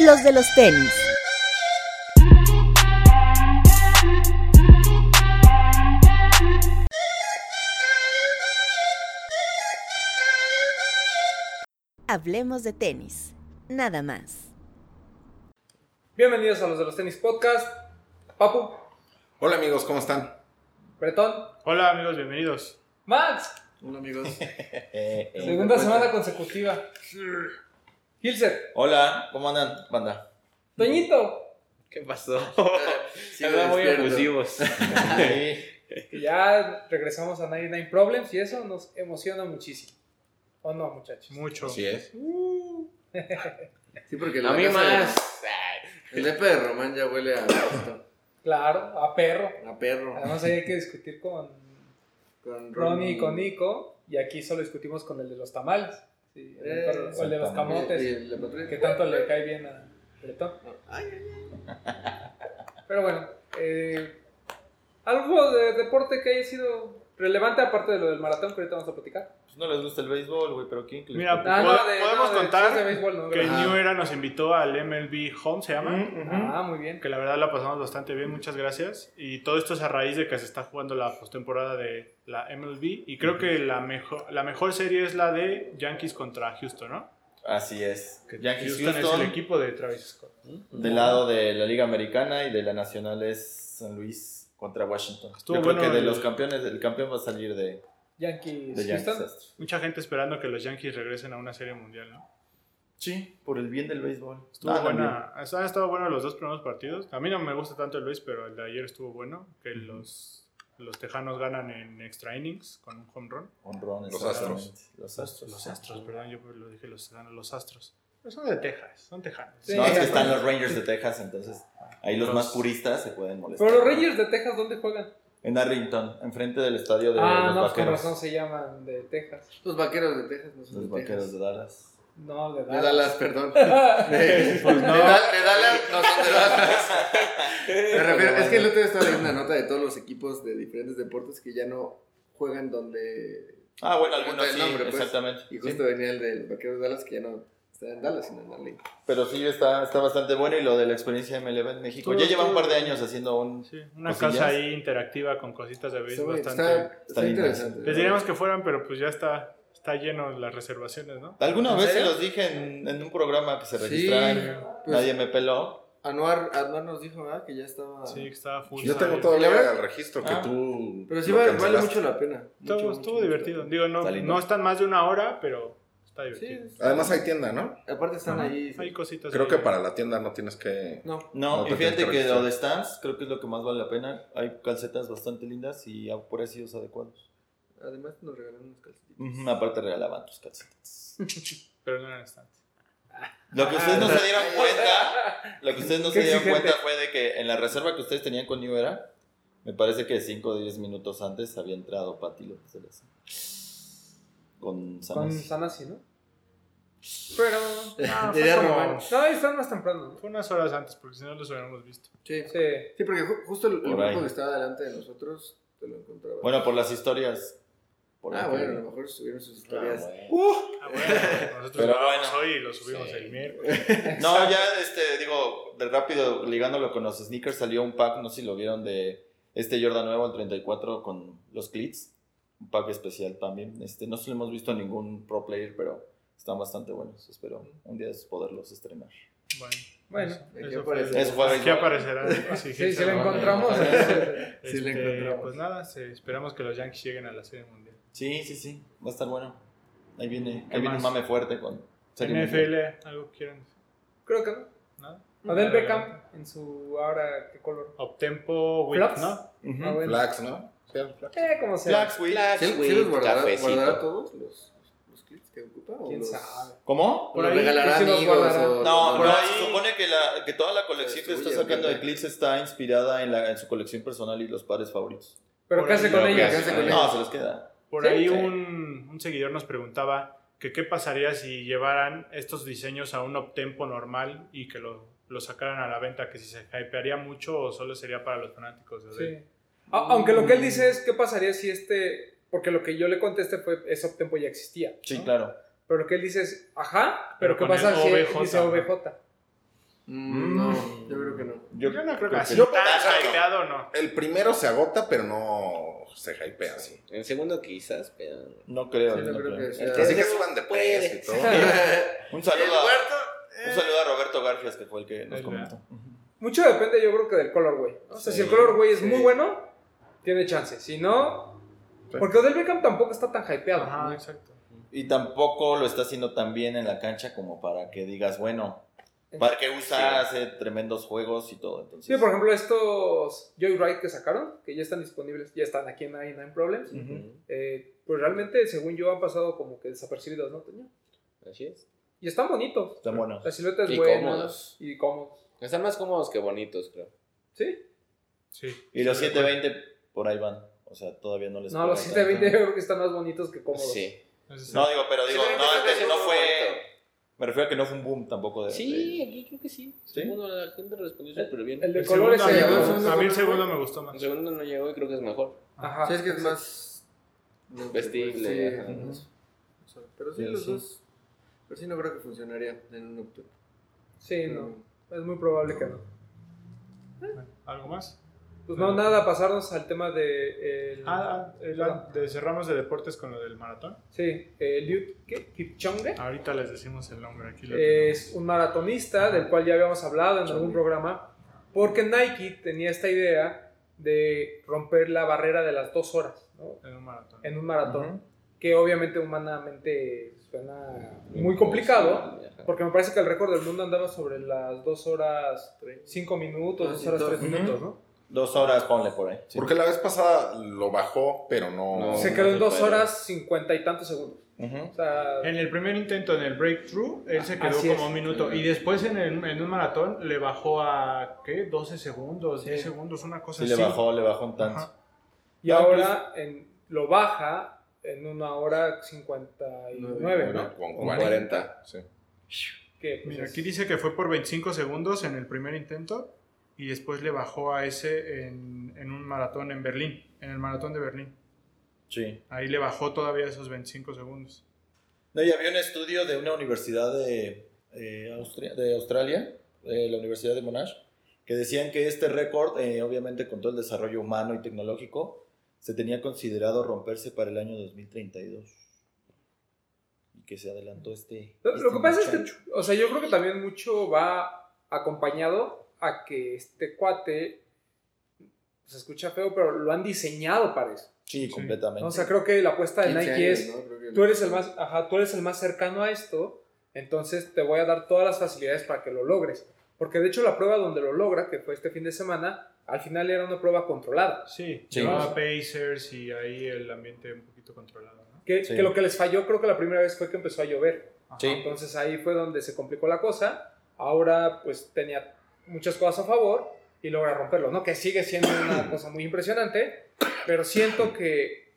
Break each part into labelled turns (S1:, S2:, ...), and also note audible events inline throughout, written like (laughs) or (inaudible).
S1: los de los tenis. Hablemos de tenis, nada más.
S2: Bienvenidos a los de los tenis podcast. Papu,
S3: Hola amigos, ¿cómo están?
S2: Bretón,
S4: Hola amigos, bienvenidos.
S2: Max.
S5: Hola amigos.
S6: Eh,
S2: Segunda semana consecutiva. Gilser,
S6: Hola, ¿cómo andan, banda?
S2: Toñito,
S5: ¿Qué pasó?
S6: (laughs) Ya
S5: Andan muy
S6: despierto.
S5: abusivos.
S6: Sí.
S2: que ya regresamos a 99 Problems y eso nos emociona muchísimo. ¿O no, muchachos?
S4: Mucho.
S3: Así es.
S2: Uh,
S5: Sí, porque la
S6: A mí
S5: casa de-
S6: más.
S5: el nepe de Román ya huele a,
S2: claro, a perro.
S5: a perro.
S2: Además ahí hay que discutir con
S5: Con eh,
S2: Ronnie y con Nico y aquí solo discutimos con el de los tamales. Sí, el de-
S5: Eh,
S2: o el de los
S5: Y
S2: camotes,
S5: el- la patrulla.
S2: que tanto le cae bien a Bretón. Pero bueno, eh, algo de deporte que haya sido relevante aparte de lo del maratón que ahorita vamos a platicar.
S6: Pues no les gusta el béisbol, güey, pero ¿quién?
S4: Mira,
S2: Ah,
S4: ¿pod-
S2: no, de-
S4: podemos
S2: no, de-
S4: contar
S2: de béisbol, no, Ah,
S4: que
S2: gracias.
S6: Ah.
S4: New Era nos invitó al MLB Home, se llama.
S6: Mm,
S2: Ah, muy bien.
S4: Que la verdad la pasamos bastante bien, muchas gracias. Y todo esto es a raíz de que se está jugando la postemporada de la MLB. Y creo que la mejor, la mejor serie es la de Yankees contra Houston, ¿no?
S6: Así es.
S4: Que
S6: Yankees
S4: Houston,
S6: Houston.
S4: es el equipo de Travis Scott.
S6: Del lado de la Liga Americana y de la Nacional es San Luis contra Washington.
S4: Estuvo
S6: Yo
S4: bueno
S6: creo que de
S4: el-
S6: los campeones, el campeón va a salir de,
S2: Yankees,
S6: de Yankees.
S2: Houston.
S6: Astros.
S4: Mucha gente esperando que los Yankees regresen a una serie mundial, ¿no?
S6: Sí, por el bien del béisbol.
S4: Estuvo
S6: Ah, también.
S4: buena, han estado buenos los dos primeros partidos. A mí no me gusta tanto el Luis, pero el de ayer estuvo bueno. Que los, los tejanos ganan en extra innings con un home run.
S6: Honrón,
S3: Los
S6: exactamente. Los astros.
S4: Los astros, perdón, yo lo dije, los tejanos, los astros. Pero son de Texas, son tejanos.
S2: Sí.
S6: No, es que
S2: ya
S6: están
S2: está.
S6: los Rangers de Texas, entonces ahí los más puristas se pueden molestar.
S2: Pero los Rangers de Texas, ¿dónde juegan?
S6: En Arlington, enfrente del estadio de
S2: ah,
S6: los
S2: no, con
S6: vaqueros.
S2: razón se llaman de Texas.
S5: Los vaqueros de Texas. Pues No son
S6: Los
S5: de
S6: vaqueros
S5: Texas.
S6: de Dallas.
S2: No, de
S5: De
S2: Dallas.
S5: Dallas,
S2: (laughs)
S5: perdón. De,
S6: pues
S5: de Dal- de Dallas, no son de
S6: (laughs)
S5: Dallas. Me refiero- es que el otro día estaba leyendo una nota de todos los equipos de diferentes deportes que ya no juegan donde.
S6: Ah, bueno,
S5: Ahorita
S6: algunos
S5: el
S6: sí,
S5: nombre, pues.
S6: exactamente.
S5: Y
S6: Sí,
S5: justo venía el del vaquero de Dallas que ya no está en Dallas, sino en Arlington.
S6: Pero sí, está, está bastante bueno y lo de la experiencia de MLB en México.
S4: Tú-
S6: Ya lleva
S4: tú-
S6: un par de años haciendo un...
S4: Sí, una
S6: Cosillas.
S4: casa ahí interactiva con cositas
S6: Pues
S4: de
S5: Está,
S4: béisbol
S5: muy-
S4: bastante.
S5: está, está
S6: lindo.
S5: interesante.
S4: Les diríamos que fueran, pero pues ya está, está lleno las reservaciones, ¿no?
S6: Alguna
S5: ¿En
S6: vez se
S5: serio?
S6: los dije en, en un programa que se
S5: Sí,
S6: registraran,
S5: pues,
S6: nadie me peló.
S5: Anuar, Anuar nos dijo ¿verdad? que ya estaba.
S4: Sí, que estaba full.
S7: Pues
S3: Yo
S4: sale.
S3: tengo todo
S5: La verdad-
S3: el registro que
S6: Ah.
S3: tú.
S5: Pero sí
S3: lo
S5: vale, vale
S3: cancelaste.
S5: mucho la pena.
S4: Estuvo,
S5: Mucho,
S4: estuvo
S5: mucho,
S4: divertido.
S5: mucho.
S4: Digo, no,
S6: Está lindo.
S4: no están más de una hora, pero está divertido.
S5: Sí,
S3: Además hay tienda, ¿no?
S5: aparte están
S4: Ajá.
S5: ahí.
S4: Hay
S7: Pues
S4: cositas.
S3: Creo
S4: ahí.
S3: que para la tienda no tienes que.
S5: No,
S6: No,
S3: No,
S6: y
S3: te tienes
S6: fíjate
S3: que
S6: que
S3: registrar.
S6: lo de stands creo que es lo que más vale la pena. Hay calcetas bastante lindas y a precios adecuados.
S5: además nos regalaron unos calcetines.
S6: Ujú, Aparte regalaban tus calcetas.
S4: Pero no eran stands.
S6: Lo que ustedes no se dieron cuenta, lo que ustedes no
S2: Qué
S6: se dieron
S2: exigente.
S6: cuenta fue de que en la reserva que ustedes tenían con New Era, me parece que 5 o 10 minutos antes había entrado Pati López de la Santa. Con
S2: Con
S6: Samas.
S2: Sanasi, ¿no? Pero. No,
S5: Diría
S2: fue como-
S5: Román.
S2: No, están más temprano.
S4: Fue unas horas antes, porque si no los hubiéramos visto.
S5: Sí.
S2: Sí.
S5: Sí, porque ju- justo el, el
S6: Por
S5: grupo
S6: ahí.
S5: que estaba delante de nosotros te lo encontraba.
S6: Bueno, por las historias. Por
S5: ah,
S6: lo que-
S5: bueno, a lo mejor subieron sus
S6: Ah,
S5: historias.
S6: bueno.
S4: Ah, bueno, nosotros
S6: Pero
S4: grabamos
S6: bueno.
S4: hoy y lo subimos
S6: Sí.
S4: el miércoles.
S6: No, ya, este, digo, de rápido, ligándolo con los sneakers, salió un pack, no sé si lo vieron, de este Jordan nuevo, el 34, con los clits. Un pack especial también. Este, no se lo hemos visto en ningún pro player, pero están bastante buenos. Espero un día poderlos estrenar.
S4: Bueno,
S2: Bueno,
S4: eso-
S5: aquí
S4: eso
S5: aparece.
S4: fue-
S6: Eso fue
S4: Aquí (laughs)
S6: béisbol.
S4: aparecerá. Pues, Sí,
S2: Sí, si
S4: se
S2: lo
S4: va.
S2: encontramos. entonces,
S5: Sí, la
S4: Este,
S5: encontramos.
S4: Pues nada, se- esperamos que los Yankees lleguen a la Serie Mundial.
S6: Sí, sí, sí, va a estar bueno. Ahí viene,
S4: ¿Qué
S6: ahí viene
S4: más?
S6: un mame fuerte con Serie Mundial.
S4: NFL, ¿algo quieran?
S2: Creo que no.
S4: ¿Nada? Eh,
S2: Adel
S4: Adelante.
S2: Beckham en su. Ahora, ¿qué color?
S4: Optempo, Whip,
S2: Flaps.
S4: ¿no?
S6: Ujú.
S2: Ah, bueno.
S3: Flax, ¿no? Sí, el Flax.
S2: Eh, como sea.
S6: Flags, güey.
S5: ¿Sí, sí los guardará,
S6: Cafecito.
S5: guardará todos los, los clips que ocupa? ¿O
S2: ¿Quién
S5: los,
S2: sabe?
S6: ¿Cómo?
S5: o
S2: Por
S5: los
S2: ahí, que
S5: regalará
S2: sí los
S5: amigos?
S2: guardará.
S5: o-
S6: No,
S5: o-
S6: pero
S5: no.
S6: se supone que, la, que toda la colección que está
S5: Suya,
S6: sacando de
S5: ¿verdad?
S6: Clips está inspirada en, la, en su colección personal y los pares favoritos.
S2: Pero
S4: Por
S2: ¿qué hace
S4: ahí
S2: con
S4: lo que
S2: ella?
S5: hace. ¿Qué con ella?
S6: No, se los queda.
S4: Por
S2: Sí,
S4: ahí
S6: sí.
S4: Un, un seguidor nos preguntaba que qué pasaría si llevaran estos diseños a un Optempo normal y que lo, lo sacaran a la venta, que si se hypearía mucho o solo sería para los fanáticos de Adele.
S2: Sí. A- Aunque lo que él dice es, ¿qué pasaría si este.? Porque lo que yo le contesté fue, ese tiempo ya existía.
S6: Sí,
S2: ¿no?
S6: claro.
S2: Pero lo que él dice es, ajá, pero,
S4: Pero
S2: ¿qué
S4: con
S2: pasa
S4: el
S2: si
S4: OBJ,
S2: dice
S4: ¿no?
S2: OBJ?
S5: Mm, no, yo creo que no.
S4: Yo, no creo que
S6: Pues
S4: así
S3: Yo
S4: tan
S3: creo que-
S4: hypeado, no.
S3: El primero se agota, pero no se hypea así.
S7: El segundo quizás, pero...
S6: No creo.
S5: Sí, no
S6: no
S5: creo
S6: creo.
S5: que
S6: (laughs)
S5: sea.
S7: El
S3: Así que
S7: tercero
S3: suban de
S7: puede.
S3: peso y todo.
S7: (laughs)
S6: Un saludo, a, un
S4: Eh,
S6: saludo a Roberto Garfias, que fue el que nos
S4: El-
S6: comentó.
S2: Mucho depende, yo creo que del color, güey. O sea,
S6: Sí,
S2: si el color, güey, es
S5: sí.
S2: muy bueno, tiene chance. Si no.
S3: Sí.
S2: Porque Odell Beckham tampoco está tan hypeado.
S4: Ajá,
S2: ¿no?
S4: exacto.
S6: Y tampoco lo está haciendo tan bien en la cancha como para que digas, bueno, para que usa, hace tremendos juegos y todo. Entonces,
S2: Sí, por ejemplo, estos Joyride que sacaron, que ya están disponibles, ya están aquí en 99 Problems.
S7: Ujú,
S2: eh, pues realmente, según yo, han pasado como que desapercibidos, ¿no, Toño?
S7: Así es.
S2: Y están bonitos.
S6: Está bueno.
S2: La silueta
S5: Pues
S2: es
S7: Y
S2: buena.
S7: cómodos.
S2: Y cómodos.
S7: Están más cómodos que bonitos, creo.
S2: Sí.
S4: Sí.
S6: Y los 720 por ahí van. O sea, todavía no les
S2: No,
S6: pega
S2: los
S6: tanto.
S2: 720 yo creo que están más bonitos que cómodos.
S7: Sí.
S4: Entonces,
S6: No, digo, pero digo, no,
S7: 720
S6: este no
S7: es
S6: fue.
S7: bonito.
S6: Me refiero a que no fue un boom tampoco de.
S7: Sí, aquí creo que sí.
S6: ¿Sí?
S7: Segundo, la gente respondió súper bien.
S2: El
S4: el
S2: de colores
S4: segundo
S2: se
S4: me
S5: llegó,
S4: gustó.
S5: el segundo
S4: A mí el
S5: fue-
S4: segundo me gustó
S7: El
S4: más.
S7: segundo no llegó y creo que es mejor.
S2: Ajá.
S5: Ah, Sí, es que es más.
S7: Vestible,
S5: Sí,
S7: ajá.
S5: ujú. O sea, pero sí,
S6: Sí,
S5: los
S6: sí.
S5: dos. Pero sí, no creo que funcionaría en un nocturno.
S2: Sí, no. Es muy probable que no.
S4: Bueno, ¿Algo más?
S2: Pues no, nada, pasarnos al tema de. el-
S4: Ah, ah, el- ah, de- cerramos de deportes con lo del maratón.
S2: Sí, eh, Liu ¿qué? Kipchoge
S4: Ahorita les decimos el nombre aquí. Lo
S2: es un maratonista del cual ya habíamos hablado en algún programa, porque Nike tenía esta idea de romper la barrera de las dos horas ¿no?
S4: tenemos en un maratón.
S2: en un maratón, que obviamente humanamente suena muy complicado,
S7: Ajá.
S2: porque me parece que el récord del mundo andaba sobre las dos horas cinco minutos,
S5: Ah,
S2: dos
S5: sí,
S2: horas
S5: todo.
S2: tres
S3: Ujú.
S2: minutos, ¿no?
S6: Dos horas, ponle por ahí.
S3: Porque la vez pasada lo bajó, pero no.
S6: No.
S2: Se quedó en dos
S6: pero-
S2: horas cincuenta y tantos segundos.
S6: Ujú.
S2: O sea,
S4: En el primer intento, en el breakthrough, él se quedó
S2: Así
S4: como
S2: es.
S4: un minuto. Y después en, el- en un maratón le bajó a, ¿qué? 12 segundos, 10 segundos, una cosa
S6: Sí,
S4: así.
S6: le bajó, le bajó un tanto.
S4: Ajá.
S2: y ahora en, lo baja en una hora cincuenta y nueve, ¿no?
S3: Bueno, Con
S6: Con
S3: 40. Sí.
S2: Que, pues,
S4: Mira,
S2: es-
S4: aquí dice que fue por 25 segundos en el primer intento y después le bajó a ese en, en un maratón en Berlín, en el maratón de Berlín.
S6: Sí.
S4: Ahí le bajó todavía esos 25 segundos.
S6: No, y había un estudio de una universidad de, eh, Austria- de Australia, eh, la Universidad de Monash, que decían que este récord, eh, obviamente con todo el desarrollo humano y tecnológico, se tenía considerado romperse para el año 2032. Y que se adelantó este.
S2: Lo, lo
S6: este
S2: que pasa es
S6: muchacho.
S2: que, o sea, yo creo que también mucho va acompañado a que este cuate se escucha feo, pero lo han diseñado para eso.
S6: Sí, completamente.
S2: O sea, creo que la apuesta de
S5: 15
S2: Nike
S5: años,
S2: es,
S5: ¿no? Creo que-
S2: tú eres el más, ajá, tú eres el más cercano a esto, entonces te voy a dar todas las facilidades para que lo logres. Porque de hecho la prueba donde lo logra, que fue este fin de semana, al final era una prueba controlada.
S4: Sí,
S6: Sí.
S4: llevaba Pacers y ahí el ambiente un poquito controlado. ¿no?
S2: Que,
S6: Sí.
S2: que lo que les falló creo que la primera vez fue que empezó a llover.
S4: Ajá.
S6: Sí.
S2: Entonces ahí fue donde se complicó la cosa. Ahora pues tenía muchas cosas a favor y logra romperlo, ¿no? Que sigue siendo una cosa muy impresionante, pero siento que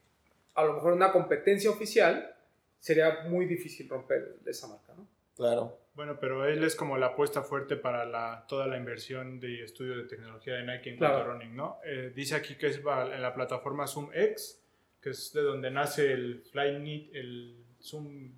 S2: a lo mejor una competencia oficial sería muy difícil romper esa marca, ¿no?
S6: Claro.
S4: Bueno, pero él es como la apuesta fuerte para la, toda la inversión de estudio de tecnología de Nike en cuanto
S2: Claro.
S4: a running, ¿no? Eh, dice aquí que es va- en la plataforma Zoom X, que es de donde nace el Flyknit, el Zoom...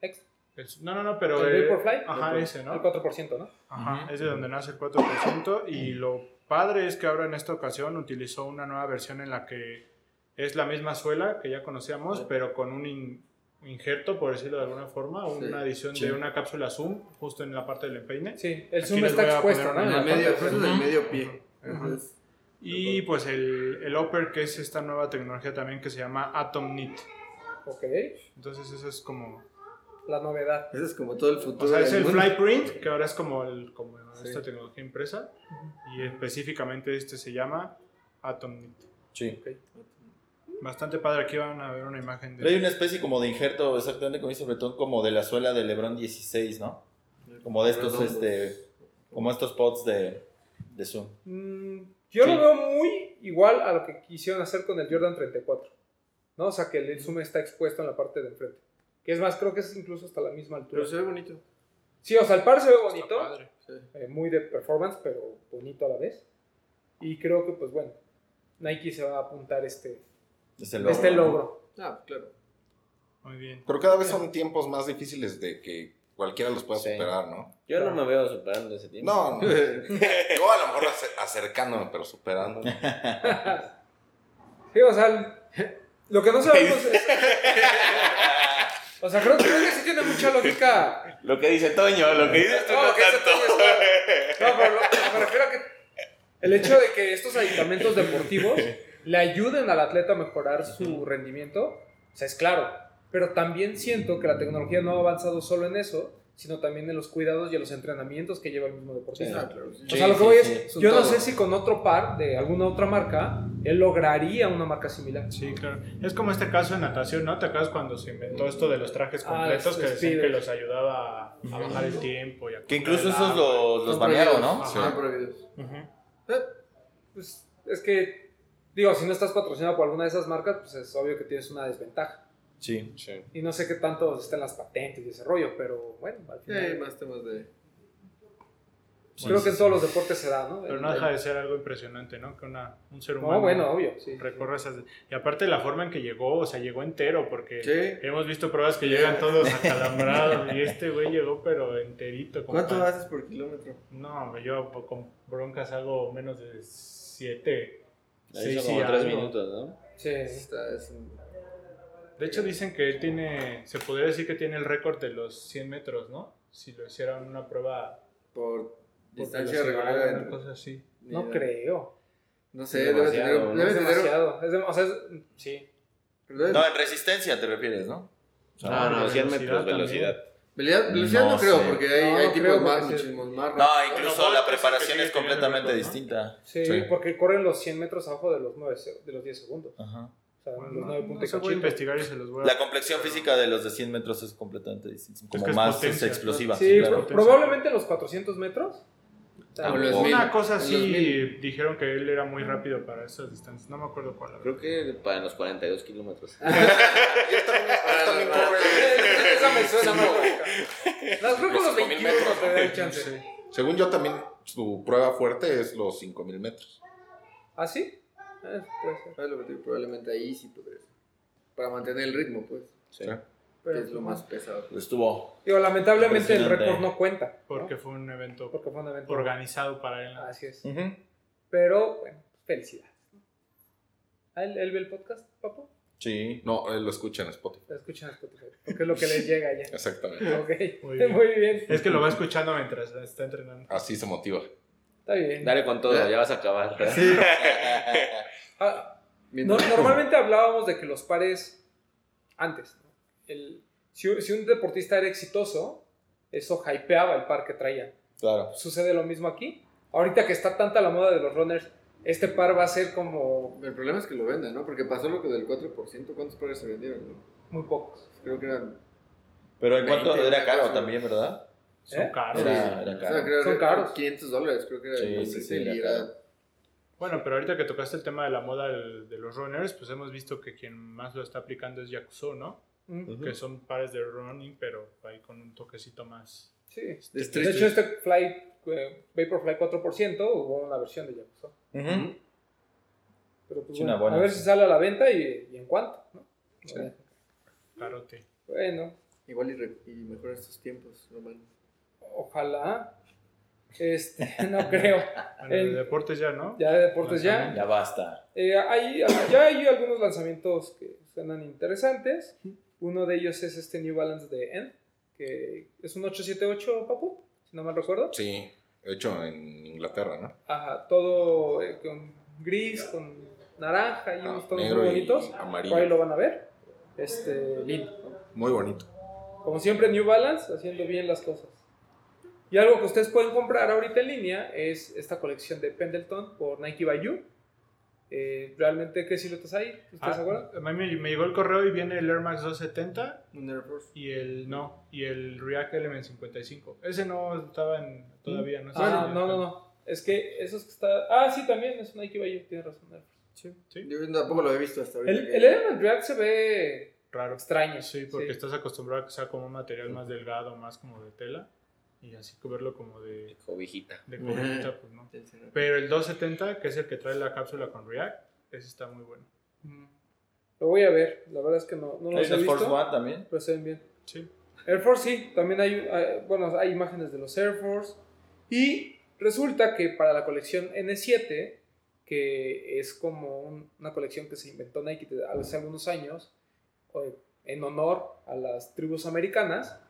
S2: X.
S4: el Zoom- no, no, no, pero...
S2: ¿El
S4: eh,
S2: Vaporfly?
S4: Ajá, ese,
S2: El
S4: ¿no?
S2: 4%, ¿no?
S4: Ajá,
S6: Ujú.
S4: es de donde nace el 4% y lo padre es que ahora en esta ocasión utilizó una nueva versión en la que es la misma suela que ya conocíamos, pero con un in- injerto, por decirlo de alguna forma, una edición
S6: Sí.
S4: de una cápsula zoom justo en la parte del empeine.
S2: Sí, el
S4: Aquí
S2: Zoom
S4: les
S2: está
S4: voy a
S2: expuesto,
S4: poner
S2: ¿no?
S5: En el
S4: una
S2: En la
S5: medio,
S2: parte-
S5: pues, eso es del medio pie.
S4: Ajá.
S5: Entonces,
S4: Y pues el, el upper, que es esta nueva tecnología también que se llama Atom Knit.
S2: Ok,
S4: Entonces eso es como...
S2: la novedad.
S5: Eso es como todo el futuro.
S4: O sea, es
S5: del
S4: el
S5: mundo.
S4: fly print, que ahora es como, el, como esta
S5: Sí.
S4: tecnología impresa. Y específicamente este se llama Atom Knit.
S6: Sí.
S4: Bastante padre, aquí van a ver una imagen
S6: Pero hay
S4: de...
S6: una especie como de injerto, exactamente como dice Bretón, como de la suela de Lebron 16, ¿no? Como de estos,
S5: Redondos.
S6: este, como estos pods de, de Zoom.
S2: Mm, yo
S6: Sí.
S2: lo veo muy igual a lo que quisieron hacer con el Jordan 34. ¿no? O sea, que el Zoom está expuesto en la parte de enfrente. Que es más, creo que es incluso hasta la misma altura.
S5: Pero se ve bonito.
S2: Sí, o sea, el par se ve
S4: Está
S2: bonito,
S4: padre.
S5: Sí.
S2: eh, muy de performance, pero bonito a la vez. Y creo que, pues bueno, Nike se va a apuntar este,
S6: Este
S2: este logro.
S5: Ah, claro.
S4: Muy bien.
S3: Pero cada vez son tiempos más difíciles de que cualquiera los pueda
S7: Sí.
S3: superar, ¿no?
S7: Yo no me veo superando ese tiempo.
S3: No, no.
S7: (laughs)
S3: yo a lo mejor ace- acercándome, pero superando.
S2: Sí, o sea, el- lo que no sabemos es... (laughs) O sea, creo, creo que sí tiene mucha lógica
S6: Lo que dice Toño, lo que dice
S2: No, que ese Toño está- no, pero lo- me refiero a que el hecho de que estos aditamentos deportivos le ayuden al atleta a mejorar su rendimiento, o sea, es claro. Pero también siento que la tecnología no ha avanzado solo en eso, sino también en los cuidados y en los entrenamientos que lleva el mismo deportista. O
S5: Ah,
S2: sea, lo que voy es, yo no sé si con otro par de alguna otra marca, él lograría una marca similar.
S4: Sí, claro. Es como este caso de natación, ¿no? ¿Te acuerdas cuando se inventó esto de los trajes
S2: Ah,
S4: completos
S2: los
S4: que decían
S2: speedos.
S4: que los ayudaba a, a bajar el tiempo? Y a
S6: Que
S4: cortar
S6: incluso
S4: el
S6: esos
S4: agua?
S6: los, los banearon, ¿no?
S4: Ajá.
S5: Son prohibidos.
S2: Pues, es que, digo, si no estás patrocinado por alguna de esas marcas, pues es obvio que tienes una desventaja.
S6: Sí.
S2: Y no sé qué tanto están las patentes y ese rollo, pero bueno, al
S5: Sí,
S2: final.
S5: hay más temas de.
S2: creo que en todos los deportes se da, ¿no?
S4: Pero no deja de ser algo impresionante, ¿no? Que una, un ser
S2: No,
S4: humano
S2: Oh, bueno, obvio, sí.
S4: recorra esas... Y aparte la forma en que llegó, o sea, llegó entero, porque
S5: Sí.
S4: hemos visto pruebas que llegan todos acalambrados y este güey llegó pero enterito. compa.
S5: ¿Cuánto haces por kilómetro?
S4: No, hombre, yo po- con broncas hago menos de 7.
S7: Ahí son como tres minutos, ¿no?
S2: Sí.
S5: Está, es un-
S4: De hecho dicen que él tiene, se podría decir que tiene el récord de los 100 metros, ¿no? Si lo hicieran una prueba
S5: por
S4: por
S5: distancia
S4: velocidad,
S5: regular. de-
S4: una cosa así.
S5: ni
S2: No
S5: idea.
S2: creo.
S5: No sé,
S7: Es
S5: debe
S7: demasiado,
S5: tener.
S7: ¿no?
S5: Debe
S2: Es
S5: tener.
S2: demasiado. Es dem- o sea, es- sí.
S5: pero debe-
S6: No, en resistencia te refieres, ¿no? O sea,
S7: No, no, 100
S4: velocidad
S7: metros
S4: también.
S7: velocidad.
S5: Velocidad, velocidad no,
S6: No
S5: creo,
S6: sé.
S5: porque hay,
S2: No,
S5: hay
S2: no
S5: tipos
S2: creo,
S5: más,
S2: porque sí.
S5: muchísimos más rápidos.
S6: No, incluso
S4: Bueno,
S6: la
S4: Bolt es el que
S6: preparación
S4: sigue
S6: es
S4: teniendo récord,
S6: completamente
S4: ¿no?
S6: distinta.
S2: Sí, porque corren los 100 metros abajo de los, 9, de los 10 segundos.
S6: Ajá.
S2: O sea,
S4: Bueno,
S2: los
S4: no,
S2: 9
S4: no
S2: puntos
S4: sé, voy a investigar y se los voy a...
S6: La complexión física de los de 100 metros es completamente distinta, como
S4: que es
S6: más
S4: potencia,
S6: es explosiva.
S2: Sí,
S6: sí,
S2: pro-
S6: claro.
S2: probablemente los 400 metros. O sea,
S5: Ah,
S2: no,
S5: bueno, los
S4: Una
S5: mil,
S4: cosa
S5: en los
S2: (laughs)
S4: así
S5: mil.
S4: dijeron que él era muy rápido para esas distancias. No me acuerdo cuál. la verdad.
S7: Creo que para los 42 kilómetros.
S3: Yo también, yo también
S7: Ah,
S3: corro.
S2: Esa me suena más lógica. No, creo que los
S3: 5,000
S2: 21
S3: metros.
S2: te da el chance.
S3: Según yo también, su prueba fuerte es los 5000 metros.
S2: ¿Ah, sí? Eh, puede ser.
S5: ¿Sabes lo que te digo? Probablemente ahí sí podrías. Para mantener el ritmo, pues.
S3: Sí.
S2: Pero-
S5: que es lo más pesado.
S6: Estuvo.
S2: Digo, lamentablemente el
S6: Impresionante.
S2: récord no cuenta.
S4: Porque
S2: ¿no?
S4: fue un evento
S2: Porque fue un evento
S4: organizado para él.
S2: Así es.
S3: Ujú.
S2: Pero, bueno, felicidades. ¿Ah, ¿Él, él ve el podcast, papo?
S6: Sí.
S3: No, eh, lo escucha en Spotify.
S2: Lo escuchan en Spotify, porque es lo que les llega ya.
S4: (laughs)
S3: Exactamente.
S2: Ok, (laughs) muy
S4: Muy
S2: bien.
S4: bien. Es que lo va escuchando mientras está entrenando.
S3: Así se motiva.
S2: Está bien.
S7: Dale con todo, ya vas a acabar. Sí.
S2: Ah, no-
S5: Mientras-
S2: normalmente hablábamos de que los pares antes, ¿no? El- si, si un deportista era exitoso, eso hypeaba el par que traía.
S6: Claro.
S2: Sucede lo mismo aquí. Ahorita que está tanta la moda de los runners, este par va a ser como
S5: El problema es que lo vendan, ¿no? Porque pasó lo que del 4%. ¿Cuántos pares se vendieron? no?
S2: muy pocos.
S5: Creo que eran.
S6: Pero en cuanto
S5: 20,
S6: era
S5: una
S6: caro
S5: cosa.
S6: también, ¿verdad?
S4: Son
S2: ¿Eh?
S4: caros.
S6: Era,
S5: O
S6: era
S5: sea,
S6: caro.
S5: creo que
S2: Son caros.
S5: 500 dólares, creo que era.
S6: Sí,
S5: el
S6: sí,
S5: precio,
S6: sí, era
S5: y era-
S6: caro.
S4: Bueno, pero ahorita que tocaste el tema de la moda del- de los runners, pues hemos visto que quien más lo está aplicando es Yakuzo, ¿no?
S2: Mm,
S4: Que son pares de running, pero ahí con un toquecito más.
S2: Sí.
S5: De
S2: De hecho,
S5: estrechos.
S2: este Fly, eh, Vaporfly 4% hubo una versión de Yakuza.
S6: Ujú.
S2: Pero pues
S6: Sí,
S2: bueno,
S6: una buena.
S2: a ver si sale a la venta y, y en cuánto. ¿no?
S4: Carote.
S2: Bueno,
S5: Igual y, re- y mejorar estos tiempos, Román.
S2: ojalá. Este, (laughs) no creo.
S4: Bueno, de
S2: El-
S4: deportes ya, ¿no?
S2: Ya de deportes ya.
S6: Ya basta.
S2: Eh, hay, ya hay algunos lanzamientos que suenan interesantes. Uno de ellos es este New Balance de End, que es un 878, papu, si no mal recuerdo.
S3: Sí. De hecho, en Inglaterra, ¿no?
S2: Ajá, todo eh, con gris, con naranja y unos tonos
S3: Negro
S2: muy
S3: y
S2: bonitos. Por ahí
S3: amarillo.
S2: lo van a ver. Este, lindo.
S3: Muy bonito.
S2: Como siempre, New Balance haciendo bien las cosas. Y algo que ustedes pueden comprar ahorita en línea es esta colección de Pendleton por Nike by You. Eh, ¿Realmente qué siluetas hay? ¿Ustedes
S4: Ah,
S2: se acuerdan?
S4: a mí me, me llegó el correo y viene el Air Max 270
S5: Un Air Force.
S4: y el no, y el React Element 55. Ese no estaba en- todavía, no sé.
S2: Ah, no, no, no. Es que esos que está. Ah, sí, también es Nike by You, tienes razón. Alfred.
S4: Sí, sí.
S5: Yo tampoco lo he visto hasta ahorita.
S2: El,
S5: que-
S2: el E? Element React se ve
S4: Raro.
S2: extraño.
S4: Sí, porque estás acostumbrado a que sea como un material más delgado, más como de tela. Y así que verlo como de,
S7: Cobijita.
S4: de cobijita, pues no.
S5: del Cerrado.
S4: Pero el 270, que es el que trae la cápsula con React, ese está muy bueno.
S2: Ujú. Lo voy a ver. La verdad es que no, no
S6: ¿Hay
S2: los he
S6: unos Force
S2: visto.
S6: One también?
S2: Pero se ven bien.
S4: Sí.
S2: Air Force sí, también hay, eh, bueno, hay imágenes de los Air Force. Y resulta que para la colección N7, que es como un- una colección que se inventó Nike de- hace algunos años eh, en honor a las tribus americanas,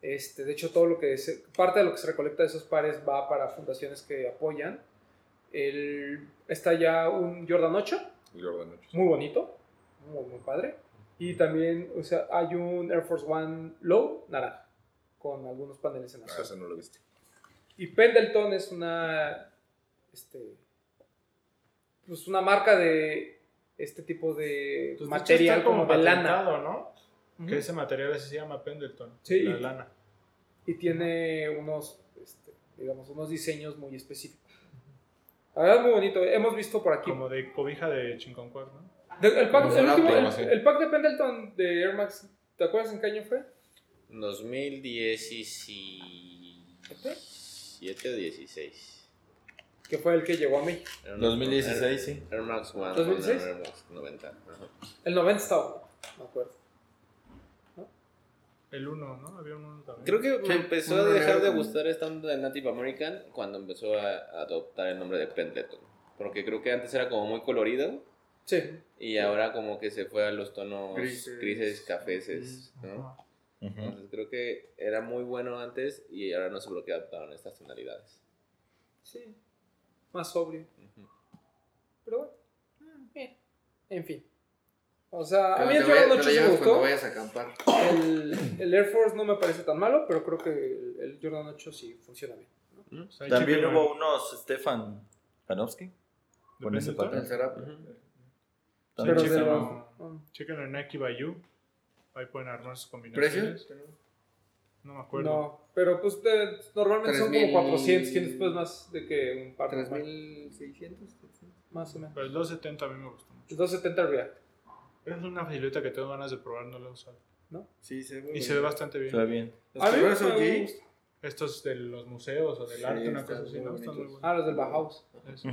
S2: este, de hecho todo lo que se- parte de lo que se recolecta de esos pares va para fundaciones que apoyan. El- está ya un Jordan 8,
S3: Jordan 8.
S2: muy bonito, muy, muy padre. Y también o sea, hay un Air Force One Low naranja, con algunos paneles en
S3: Ah,
S2: azul.
S3: ese no lo viste.
S2: Y Pendleton es una. Este. Pues una marca de este tipo de
S4: Pues, de hecho,
S2: material
S4: está
S2: como, de lana.
S4: patentado, ¿no?
S2: Ujú.
S4: Que ese material así se llama Pendleton.
S2: Sí.
S4: La lana.
S2: Y tiene unos, este, digamos, unos diseños muy específicos. La verdad, muy bonito. Hemos visto por aquí.
S4: Como de cobija de Chinconcuac, ¿no?
S2: De- el, pack,
S6: Como
S2: el
S6: una
S2: último-
S6: pluma, sí.
S2: el- el pack de Pendleton de Air Max, ¿te acuerdas en qué año fue?
S7: 2017 o 16.
S2: Que fue el que llegó a mí.
S7: Era una-
S6: 2016, sí.
S7: Air Max One.
S2: 2016.
S7: Air Max 90. ajá.
S2: El 90 estaba, me acuerdo.
S4: El 1, ¿no? Había uno también.
S7: Creo que me
S5: Sí,
S7: empezó
S5: un
S7: a dejar de
S5: regalo.
S7: gustar esta onda de Native American cuando empezó a adoptar el nombre de Pendleton. Porque creo que antes era como muy colorido
S2: Sí.
S7: y ahora como que se fue a los tonos
S5: Grises.
S7: grises, cafeses, ¿no?
S4: Ajá.
S6: Ujú.
S7: Entonces creo que era muy bueno antes y ahora no sé por qué adoptaron estas tonalidades.
S2: Sí. Más sobrio.
S7: Ujú.
S2: Pero bueno. bien. En fin. O sea, a
S5: Pero
S2: mí
S5: te
S2: el
S5: voy-
S2: Jordan
S5: te lo
S2: 8 sí me
S5: llevas cuando
S2: gustó.
S5: vayas a acampar.
S2: El, el Air Force no me parece tan malo, pero creo que el, el Jordan 8 sí funciona bien. ¿no?
S4: O sea, ahí
S6: También
S4: chequen,
S6: hubo unos Stefan Panofsky.
S4: ¿De
S6: con ese
S4: Pendleton?
S5: El
S6: patrón.
S5: Serap.
S2: Pero
S6: También
S2: de
S6: chequen-
S2: los-
S4: no.
S2: ah,
S4: Chequen en Nike Bayou. Ahí pueden armar sus combinaciones. No me acuerdo.
S2: no, pero pues te- normalmente son como
S5: 3000.
S2: 400, ¿quién después más de que un par? Más,
S5: 3600.
S2: más o menos.
S4: Pero el 270 a mí me gustó mucho.
S2: El 270 React.
S4: Es una silueta que tengo ganas de probar, no la he usado.
S5: Sí, se ve.
S4: Y se ve bastante bien.
S6: Se ve bien.
S5: Los colores
S2: me
S5: OG,
S2: gusta.
S4: Estos de los museos o del
S5: Sí,
S4: arte, una
S5: están
S4: cosa así,
S5: muy
S4: ¿no? Están muy
S5: bonitos.
S4: buenos.
S2: Ah, los del Bauhaus.
S4: Eso.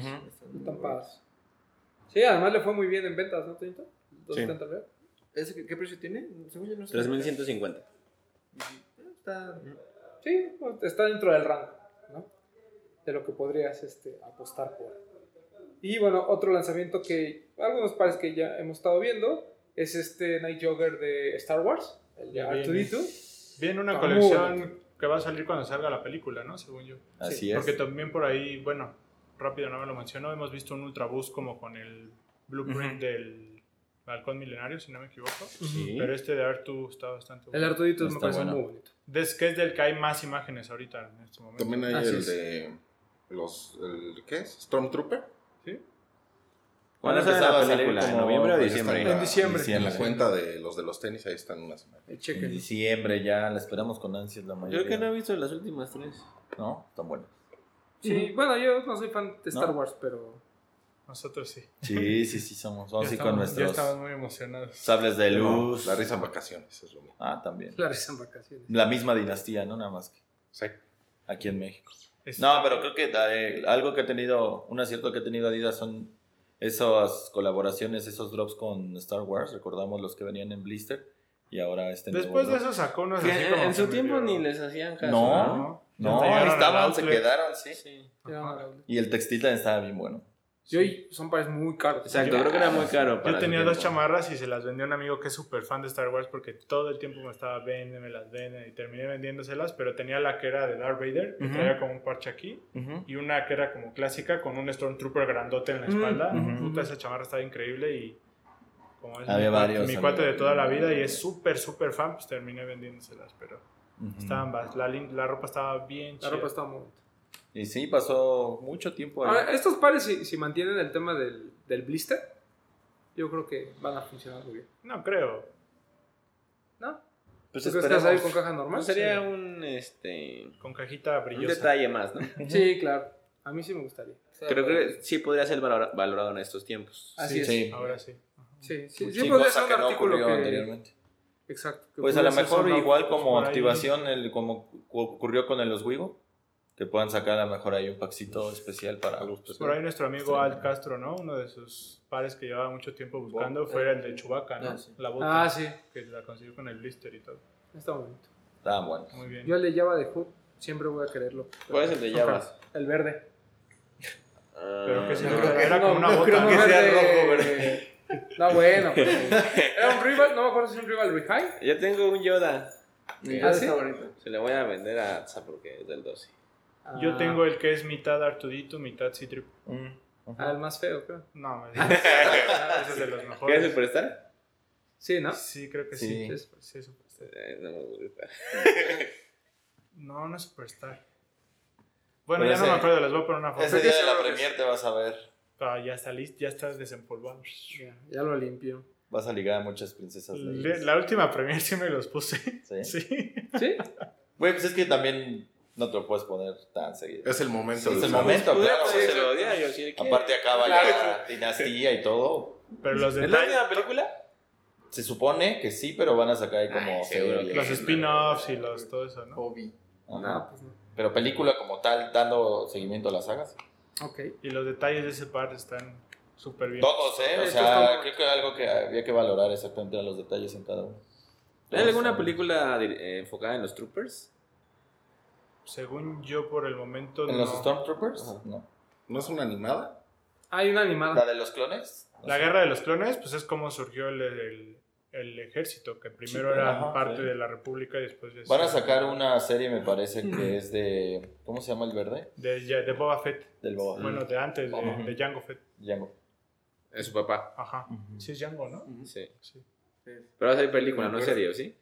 S2: Están padres. Sí, además le fue muy bien en ventas, ¿no, Toñito? 270 React.
S5: ¿Ese qué, qué precio tiene? Según yo no sé.
S7: 3150.
S5: Ah, Está.
S2: Sí, pues, está dentro del rango, ¿no? De lo que podrías este, apostar por. Y bueno, otro lanzamiento que algunos pares que ya hemos estado viendo es este Night Jogger de Star Wars, el de
S4: Ya viene.
S2: R2D2.
S4: Viene una
S2: Está muy
S4: colección que va a salir cuando salga la película, ¿no? Según yo.
S6: Así
S2: Sí,
S6: es.
S4: Porque también por ahí, bueno, rápido no me lo menciono, hemos visto un ultrabús como con el blueprint del halcón milenario, si no me equivoco.
S6: Sí.
S4: Pero este de Artu está bastante
S2: El
S4: bueno.
S2: R2D2 me
S6: Está
S2: parece
S6: bueno.
S2: muy bonito.
S4: Es que es del que hay más imágenes ahorita en este momento.
S3: También hay
S2: Así
S3: el
S2: es.
S3: de los el, ¿qué es? Stormtrooper.
S6: ¿Cuándo
S7: ¿Cuándo
S6: empezaba
S7: sale la
S6: a salir?
S7: película?
S6: ¿En
S7: ¿En noviembre o
S3: Ahí
S7: diciembre?
S3: está
S2: En diciembre.
S3: En la
S6: Sí.
S3: cuenta de los de los tenis ahí están unas imágenes.
S2: El
S6: En
S2: chequen.
S6: diciembre ya, la esperamos con ansias la mayoría.
S7: Yo que no he visto las últimas tres.
S6: No, tan bueno.
S2: Sí, bueno, yo no soy fan de Star
S6: ¿No?
S2: Wars, pero (laughs)
S4: Nosotros sí.
S6: Sí, sí, sí, somos. Vamos
S4: ya,
S6: así
S4: estamos,
S6: con
S4: ya
S6: nuestros
S4: estamos muy emocionados.
S6: sables de
S3: No,
S6: luz.
S3: la risa en vacaciones es lo mismo.
S6: Ah, también.
S2: la risa en vacaciones.
S6: La misma dinastía, ¿no? Nada más que
S3: Sí.
S6: aquí en México.
S4: Es-
S6: No, pero creo que eh, algo que ha tenido, un acierto que ha tenido Adidas son esas colaboraciones, esos drops con Star Wars. Recordamos los que venían en Blister y ahora este nuevo
S4: Después de
S6: drop.
S4: eso sacó unos
S7: Que
S4: así como
S7: en su
S4: que
S7: tiempo
S4: medio-
S7: ni les hacían caso.
S6: No,
S4: Ya
S6: No,
S4: te llegaron
S6: ahí
S4: al
S6: estaban, se
S4: outlet.
S6: quedaron, sí.
S7: Sí.
S2: Ya no
S4: Ajá.
S2: me hablo.
S6: Y el textil también estaba bien bueno.
S2: Y hoy son pares muy caros.
S7: Exacto, creo que era muy caro. para
S4: Yo
S7: su
S4: tenía dos
S7: tiempo.
S4: chamarras y se las vendió un amigo que es súper fan de Star Wars porque todo el tiempo me estaba véndeme las venden y terminé vendiéndoselas, pero tenía la que era de Darth Vader, que
S6: Ujú.
S4: traía como un parche aquí, y una que era como clásica con un Stormtrooper grandote en la espalda.
S6: Mm, ujú.
S4: Puta, esa chamarra estaba increíble y como es
S6: Había
S4: mi, cuate-
S6: varios,
S4: mi
S6: había
S4: cuate de toda la vida y
S6: varios.
S4: es súper, súper fan, pues terminé vendiéndoselas, pero
S6: Ujú.
S4: estaban bas- la, lin- la ropa estaba bien
S2: La
S4: chida.
S2: ropa está muy bonita.
S6: Y sí, pasó mucho tiempo ahí.
S2: Ahora, Ah, estos pares, si, si mantienen el tema del, del blister, yo creo que van a funcionar muy bien.
S4: No creo.
S2: ¿No?
S6: Pues
S2: ¿Tú crees que vas a ir
S6: esperemos.
S2: con caja normal?
S7: Pues sería un, este,
S4: Con cajita
S7: un
S4: brillosa.
S7: detalle más,
S2: (laughs)
S7: ¿no?
S2: Sí, claro. A mí sí me gustaría.
S7: Creo que sí podría ser valora- valorado en estos tiempos.
S2: Así es.
S6: Sí.
S4: Ahora sí. Ajá.
S2: Sí, sí, sí
S6: Pues Sí,
S2: podría
S6: cosa
S2: ser un
S6: que no
S2: artículo
S6: ocurrió
S2: que-
S6: anteriormente.
S2: Exacto. que
S6: Pues a
S2: pudiera
S6: lo
S2: ser
S6: mejor
S2: sonado.
S6: igual como
S4: por ahí.
S6: activación, el, como cu- ocurrió con el Oswego, que puedan sacar a lo mejor ahí un paxito especial para
S4: Pues Por ahí nuestro amigo Al Castro, ¿no? Uno de sus pares que llevaba mucho tiempo buscando fue el de Chubaca, ¿no?
S5: Ah, sí.
S4: La bota
S2: Ah, sí.
S4: que la consiguió con el blister y todo.
S2: Está bonito.
S6: Estaban buenos.
S4: Muy bien.
S2: Yo el de Java de Hood siempre voy a quererlo.
S7: ¿Cuál es el de Java?
S2: El verde.
S4: Pero que si
S7: Ah,
S4: no,
S5: creo que-
S4: era como una
S2: no creo
S4: bota.
S2: que sea
S7: rojo,
S2: verde. No, bueno. pero- Era un rival, no me acuerdo si es un rival Rehigh.
S7: Yo tengo un Yoda.
S5: Mi
S2: ¿Ah,
S5: casa
S2: sí?
S5: está bonita.
S7: Se le voy a vender a Atsa porque es del 12.
S4: Yo tengo el que es mitad Artudito, mitad Citrip.
S6: Mm.
S2: Ah, el más feo, creo.
S4: No, me digas. Ah, Ese es de los
S7: ¿Quieres
S4: mejores.
S7: superstar?
S2: Sí, ¿no?
S4: Sí, creo que
S6: Sí.
S4: sí.
S2: Es-
S4: Sí, Superstar.
S7: Eh, No me gusta.
S4: No, no es Superstar. Bueno,
S6: Pero
S4: ya no me
S6: ese-
S4: acuerdo, les voy a poner una foto.
S6: Ese día de la premier te vas a ver.
S4: Ah, ya está listo, ya está desempolvado.
S2: Ya, ya lo limpio.
S6: Vas a ligar a muchas princesas.
S4: Le-
S6: De
S4: La última premier sí me los puse. (laughs)
S6: Sí.
S4: Sí.
S2: ¿Sí?
S6: Güey, pues es que también no te lo puedes poner tan seguido.
S3: Es el momento.
S6: Es
S3: de
S6: el
S3: usarlo.
S6: momento,
S7: Pudiera
S6: claro.
S7: ponerse lo de yo Pues, sí.
S6: Aparte acaba ya la dinastía y todo.
S4: Pero los
S7: ¿Es la
S4: detalles,
S7: última película?
S6: Se supone que sí, pero van a sacar ahí como...
S7: Ay, seguro
S6: serie.
S4: los spin-offs y los todo eso, ¿no?
S5: Obi.
S6: Ajá.
S2: pues no.
S6: Pero película como tal, dando seguimiento a las sagas.
S2: Ok.
S4: Y los detalles de ese par están súper bien.
S6: Todos, ¿eh? O
S2: Esto
S6: sea,
S2: está-
S6: creo que algo que había que valorar exactamente eran los detalles en cada uno.
S7: ¿Hay alguna película dir- eh, enfocada en los troopers?
S4: Según yo, por el momento.
S6: ¿En
S4: no.
S6: los Stormtroopers?
S7: Ajá.
S6: No.
S3: ¿No es una animada?
S2: Hay una
S6: ¿La
S2: animada.
S6: de los clones? No
S4: La
S6: sé.
S4: guerra de los clones, pues es como surgió el, el- el ejército, que primero
S6: Sí,
S4: era
S6: ajá,
S4: parte
S6: sí.
S4: de la república y después. ya
S6: Van a
S4: se-
S6: sacar una serie, me parece, que es de... ¿Cómo se llama el verde?
S4: De, ya- de Boba Fett.
S6: Del Boba.
S4: Bueno, de antes, de,
S6: Ajá.
S4: de Jango Fett.
S6: Django.
S7: Es su papá.
S4: Ajá. Sí, es Jango, ¿no?
S7: Sí.
S4: Sí.
S7: Pero va a ser película, no es serie, ¿o ¿sí?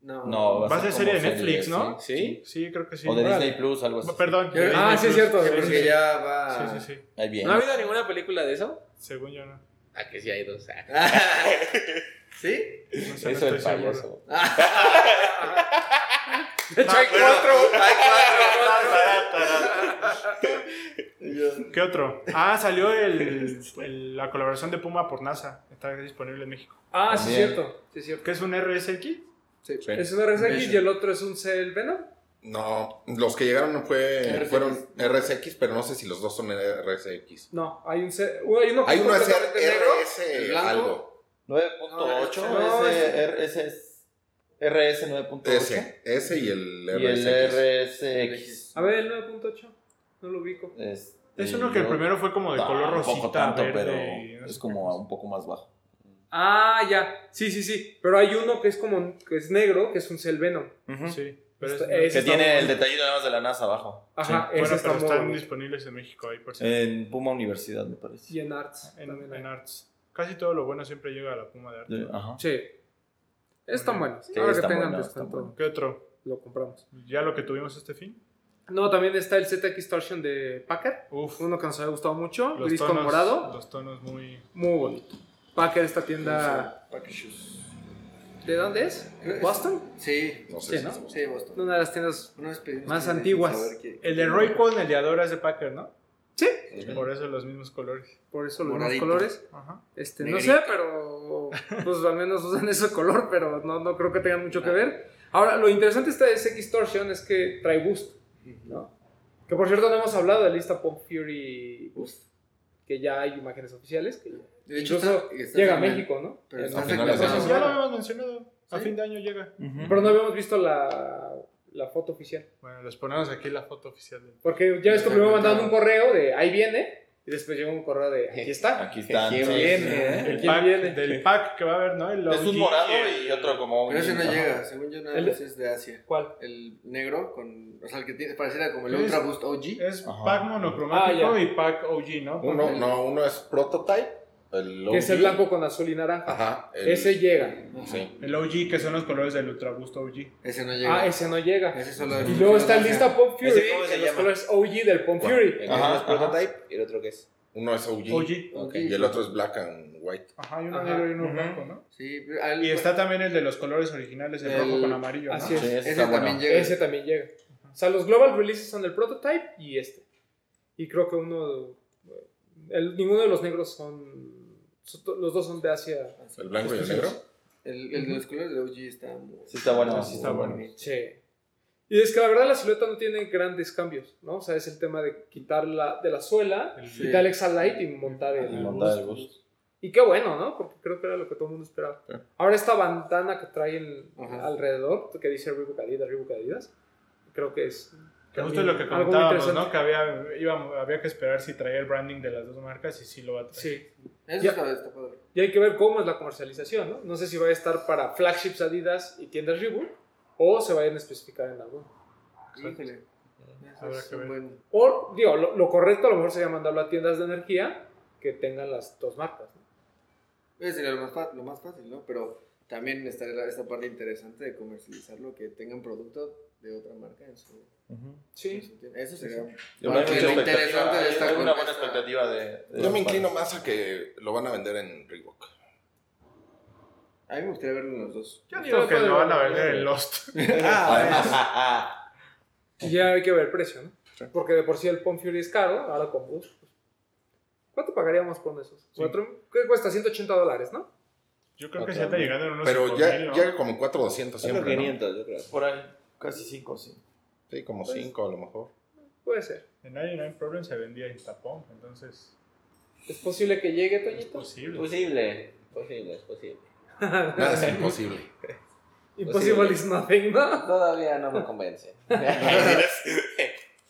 S5: No.
S6: No,
S4: Va a ser
S6: como
S4: serie de Netflix, ¿no?
S6: sí.
S7: ¿Sí?
S4: Sí, creo que sí.
S6: O de
S4: Órale.
S6: Disney Plus, algo así.
S4: Perdón.
S5: Yo-
S4: de
S2: Ah,
S4: Disney
S2: sí, es cierto,
S4: Plus. Sí,
S5: Porque
S4: sí,
S5: ya va.
S4: sí, sí, sí.
S6: Ahí viene.
S7: ¿No ha habido ninguna película de eso?
S4: Según yo, no.
S7: Ah, que sí hay dos. ah.
S5: ¿Sí?
S4: No
S6: Eso
S4: sé, no
S6: del
S4: estoy seguro.
S6: payaso.
S2: De hecho, (laughs) hay cuatro.
S5: Hay
S4: ¿Qué otro? Ah, salió el, el- la colaboración de Puma por NASA. Está disponible en México.
S2: Ah, sí, es
S6: También.
S2: cierto. Sí, es cierto.
S4: ¿Qué es un RSX?
S5: cuatro.
S2: Es un RSX y el otro es un Cell Venom.
S3: No, los que llegaron no fue,
S5: RSX.
S3: fueron RSX, pero no sé si los dos son RSX.
S2: No, hay un C. Uy, hay uno que
S3: Hay
S2: es
S3: uno es
S2: completamente
S3: RS
S5: blanco.
S3: algo.
S6: 9.8
S2: No,
S6: ese
S2: ese-
S6: RS es- RS 9.8
S3: S, S y el
S6: y el
S3: RSX.
S6: RSX.
S2: A ver, el 9.8. No lo ubico.
S6: Es,
S4: Es uno que el primero fue como de color
S6: Ah, Poco
S4: rosita,
S6: Este, tanto,
S4: verde. y
S6: pero
S4: no
S6: es
S4: sé
S6: como
S4: qué
S6: un poco más bajo.
S2: Ah, ya. Sí, sí, sí. Pero hay uno que es como que es negro, que es un Cell Venom.
S4: cosa.
S6: Sí.
S4: Sí, pero
S2: Está-
S4: es-
S2: Este, ese
S6: Que
S2: está
S6: tiene
S2: muy
S6: el
S2: bueno.
S6: detallito nada más de la NASA abajo.
S2: Ajá,
S4: bueno,
S2: ese está
S4: pero
S2: muy
S4: están
S2: bueno.
S4: disponibles en México ahí,
S6: Eh,
S4: por cierto.
S6: En Puma Universidad, me parece.
S2: Y en Arts.
S4: en,
S2: también hay.
S4: en Arts. Casi todo lo bueno siempre llega a la Puma de Arts.
S6: De- Ajá.
S2: Sí. Están buenos.
S6: Sí,
S2: Ahora que
S6: están
S2: tengan
S6: buenos, están
S2: descuento,
S6: buenos.
S4: ¿Qué otro?
S2: lo compramos.
S4: ¿Ya lo que tuvimos este fin?
S2: No, también está el ZX Torsion de Packer.
S4: Uf,
S2: Uno que nos había gustado mucho.
S4: los
S2: gris
S4: tonos,
S2: con morado.
S4: los tonos muy...
S2: Muy bonito. Packer, esta tienda.
S5: pues,
S2: ¿De dónde es?
S5: Creo que es-
S2: ¿Boston?
S5: Sí.
S3: No
S2: Sí,
S3: sé si
S2: ¿no?
S3: es-
S5: Sí, Boston.
S2: Una de las tiendas.
S5: Una vez pedimos
S2: Más
S5: que-
S2: antiguas.
S5: saber qué-
S4: El de Raycon, el de Adora es de Packer, ¿no?
S2: Sí.
S4: Por eso los mismos colores.
S2: Por eso los mismos
S5: Moradito.
S2: colores.
S4: Ajá.
S2: Este,
S5: Negrito.
S2: no sé, pero pues al menos usan ese color, pero no, no creo que tengan mucho que
S5: Ah.
S2: ver. Ahora, lo interesante de este SX Torsion es que trae boost, ¿no? Que por cierto no hemos hablado de la lista Pop Fury Boost, que ya hay imágenes oficiales, que
S5: De hecho,
S2: incluso
S5: está- está
S2: llega a
S5: también-
S2: México, ¿no?
S5: Pero
S2: En-
S5: está
S2: en-
S6: finales de
S2: en-
S6: año.
S4: ya lo habíamos mencionado. A
S5: Sí.
S4: fin de año llega.
S2: Pero no habíamos visto la, la foto oficial.
S4: Bueno, les ponemos aquí la foto oficial. del-
S2: Porque ya ves que primero mandaron un correo de ahí viene, y después llegó un correo de aquí está.
S6: Aquí están.
S5: ¿Quién
S6: sí.
S2: viene, eh?
S4: del
S2: ¿Quién
S4: pack-
S2: viene?
S4: Del pack que va a haber, ¿no? El
S6: Es un
S4: OG,
S6: morado
S4: el-
S6: y otro como...
S5: Pero ese no
S6: Ajá.
S5: llega, según yo nada
S2: El-
S5: más es de Asia.
S2: ¿Cuál?
S5: El negro con. O sea, el que tiene, pareciera como el
S4: Es-
S5: Ultra Boost
S2: Eh,
S5: OG.
S4: Es
S6: Ajá.
S4: pack monocromático
S2: Ah, ya.
S4: y pack OG, ¿no?
S3: Uno, no, uno es prototype. El
S2: Que es
S3: OG.
S2: el blanco con azul y naranja.
S3: Ajá. el-
S2: Ese llega.
S3: sí.
S4: El OG, que son los colores del Ultra Boost OG.
S5: Ese no llega.
S2: Ah, ese no llega.
S5: Ese solo
S2: Y luego está
S5: de
S2: lista
S5: Asia.
S2: Pop Fury,
S7: ¿Ese cómo se
S2: que los
S7: llama?
S2: colores OG del Pop Fury.
S7: El
S6: Ajá,
S7: que es
S6: ajá.
S7: prototype y el otro que es.
S3: Uno es OG,
S4: OG.
S5: Ok.
S3: y el otro es black and white.
S4: Ajá, y uno
S2: Ajá.
S4: negro y uno
S6: Ujú.
S4: blanco, ¿no?
S5: Sí, pero al-
S4: Y está también el de los colores originales, el,
S5: El-
S4: rojo con amarillo, ¿no?
S2: Así es.
S6: Sí, ese
S5: Ese
S6: está bueno.
S5: también llega.
S2: Ese también llega. O sea, los global releases son el prototype y este. Y creo que uno. el- ninguno de los negros son. son to- Los dos son de Asia.
S3: El blanco y
S2: Este
S3: el negro.
S5: El, el de los colores de OG está muy.
S6: Sí está
S2: Ah,
S6: bueno.
S4: Sí está
S6: muy
S4: bueno.
S2: Che. Y es que la verdad la silueta no tiene grandes cambios, ¿no? O sea, es el tema de quitarla de la suela,
S4: El-
S5: Sí.
S2: quitar el Exalite y montar el.
S6: Y montar el bus.
S2: Y qué bueno, ¿no? Porque creo que era lo que todo el mundo esperaba.
S6: Claro.
S2: Ahora esta bandana que trae el-
S5: Ajá.
S2: alrededor, que dice Reebok Adidas, Reebok Adidas, creo que es...
S4: Que justo es lo que
S2: algo muy
S4: comentábamos,
S2: interesante.
S4: ¿no? Que había, íbamos- había que esperar si traía el branding de las dos marcas y sí lo va a traer.
S2: Sí.
S5: Eso
S2: Ya.
S5: está, está padre.
S2: Y hay que ver cómo es la comercialización, ¿no? No sé si va a estar para flagships Adidas y tiendas Reebok o se vayan a especificar en algún.
S5: Híjole.
S4: Habrá
S5: Es
S4: que ver.
S5: un buen-
S2: O, digo, lo, lo correcto a lo mejor sería mandarlo a tiendas de energía que tengan las dos marcas. ¿no?
S5: Ese sería lo más, fa- lo más fácil, ¿no? Pero también estaría esta parte interesante de comercializarlo, que tengan producto de otra marca en su, en su tienda. Eso sería
S6: Yo creo que
S5: parte
S6: hay
S5: de lo
S6: mucha expectativa,
S5: interesante de
S6: hay-
S5: esta
S6: hay una buena
S5: contesta.
S6: expectativa de. de
S3: Yo
S2: Este
S3: me
S6: los
S3: inclino
S6: fans.
S3: más a que lo van a vender en Reebok.
S5: A mí me gustaría verlo en los dos.
S4: Yo digo que lo van a vender en Lost. (laughs)
S6: Además, ajá,
S2: Y ya hay que ver el precio, ¿no? Porque de por sí el Pump Fury es caro, ahora con Boost. pues, ¿Cuánto pagaríamos por esos? ¿Cuatro? ¿Qué cuesta? 180 dólares, ¿no?
S4: Yo creo que se está llegando en unos
S3: Pero ya,
S4: 5,000, ¿no?
S3: ya como 400
S7: Son
S3: siempre, ¿no?
S7: 500, yo creo.
S6: por ahí, casi cinco, sí.
S3: Sí, como
S2: Pues-
S3: 5 a lo mejor.
S4: (laughs)
S2: Puede ser.
S4: En 99 Problem se vendía en tapón, entonces
S2: ¿Es posible que llegue, (laughs)
S4: es
S2: Toñito?
S7: Es
S4: posible.
S6: Pues
S7: posible, posible, es posible.
S3: Nada
S4: Pues
S3: es imposible.
S2: Impossible is nothing, ¿no?
S7: Todavía no me convence.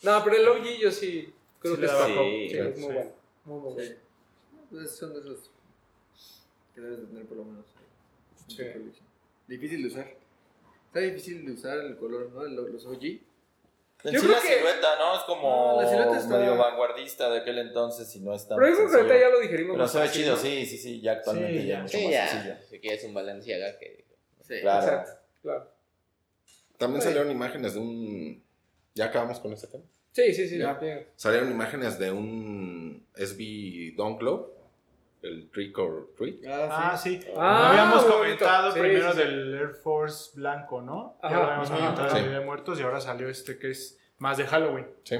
S2: No, pero el OG yo sí creo que
S4: Sí le
S2: está
S4: daba
S7: coco.
S2: sí, es muy
S4: Sí.
S2: bueno. Muy, muy bueno.
S5: Sí. Pues son de esos que debes de tener por lo menos. en tu
S2: Sí.
S5: colección. Difícil de usar. Está difícil de usar el color, ¿no? Lo- Los Ah, OG.
S7: Ah,
S6: En
S2: Yo
S6: sí
S2: creo
S6: la
S2: que-
S6: silueta, ¿no? Es como
S5: No, la silueta está-
S6: medio vanguardista de aquel entonces y no es tan
S2: Pero eso que ahorita
S6: sencillo.
S2: ya lo digerimos.
S6: Pero se ve
S2: bastante,
S6: chido,
S2: ¿no?
S6: sí, sí, sí, ya actualmente
S4: Sí, ya.
S6: ya es mucho
S7: Sí,
S6: más
S7: ya.
S6: sencillo.
S7: Si quieres un Balenciaga que...
S5: Sí.
S6: Claro.
S2: Exacto, claro.
S3: También
S2: Oye.
S3: salieron imágenes de un. Ya acabamos con este tema.
S2: Sí, sí, sí.
S5: Ya.
S2: bien.
S3: Salieron imágenes de un SB Don Club, el Trick or Treat.
S4: Ah,
S5: Ah,
S4: sí.
S2: Ah,
S4: habíamos
S2: bonito.
S4: comentado
S2: Sí,
S4: primero
S2: sí, sí.
S4: del Air Force blanco, ¿no?
S2: Ajá.
S4: ya lo habíamos
S2: Ajá.
S4: comentado
S3: Sí.
S4: el Día de Muertos y ahora salió este que es más de Halloween.
S3: Sí.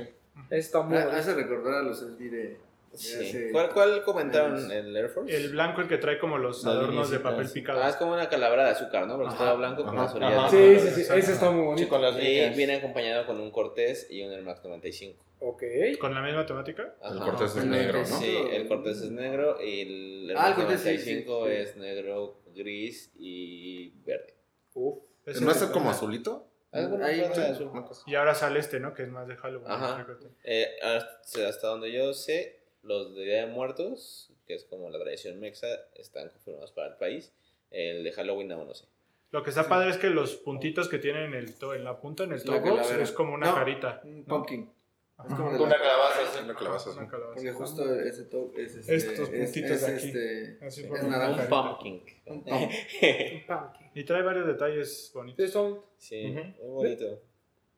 S2: Está muy
S5: Ah,
S2: bueno.
S5: Hace recordar a los SB de.
S7: Sí.
S5: Sí.
S7: ¿Cuál, ¿Cuál comentaron?
S5: Menos.
S7: ¿El Air Force?
S4: El blanco el que trae como los
S6: La
S4: adornos de
S6: linecita,
S4: papel
S6: sí.
S4: picado.
S7: Ah, es como una calabra de azúcar, ¿no? Porque
S4: Ajá.
S7: estaba blanco con
S3: Ajá.
S7: las orillas.
S6: Ajá.
S7: de
S2: Sí, sí, sí.
S4: Exacto.
S2: Ese está muy
S6: Sí,
S2: bonito.
S6: con las
S7: Y
S6: líneas.
S7: viene acompañado con un Cortés y un Air Max 95.
S2: Ok.
S4: ¿Con la misma temática?
S7: Ajá.
S3: El Cortés es
S5: el
S3: negro, ¿no?
S7: Sí, el Cortés es negro y el Air
S5: Ah, el
S7: Max
S5: Cortés, sí,
S7: 95
S5: sí, sí.
S7: es negro, gris y verde.
S2: Uf.
S4: Ese
S3: ¿No
S4: que
S3: es como
S4: trae.
S3: azulito?
S7: Alguna
S5: Ahí,
S7: cosa de
S5: sí.
S7: azul.
S4: Y ahora sale este, ¿no? Que es más de Halloween.
S7: Ajá.
S4: fíjate.
S7: Eh, hasta, hasta donde yo sé, los de Día de Muertos, que es como la tradición mexa, están confirmados para el país. El de Halloween aún no sé.
S4: Lo que está padre es que los puntitos que tienen en, el to- en la punta, en el
S5: La
S4: togo,
S5: calavera.
S4: es como una
S5: No.
S4: carita.
S5: Un
S4: ¿no?
S5: pumpkin. Es
S4: Ajá.
S5: como de
S6: Una
S5: la.
S6: calabaza, sí.
S3: Una calabaza.
S4: Una
S3: sí.
S4: calabaza.
S5: Porque justo ese top es este.
S4: Estos
S5: es-
S4: puntitos
S5: es
S4: de aquí.
S5: este-
S4: Así
S5: es
S4: forma una
S5: naranja.
S7: Un
S4: carita.
S7: pumpkin.
S5: Un pumpkin.
S7: eh.
S2: Un pumpkin.
S4: Y trae varios detalles bonitos.
S2: Sí, son-
S7: Sí,
S4: Ujú.
S7: muy bonito.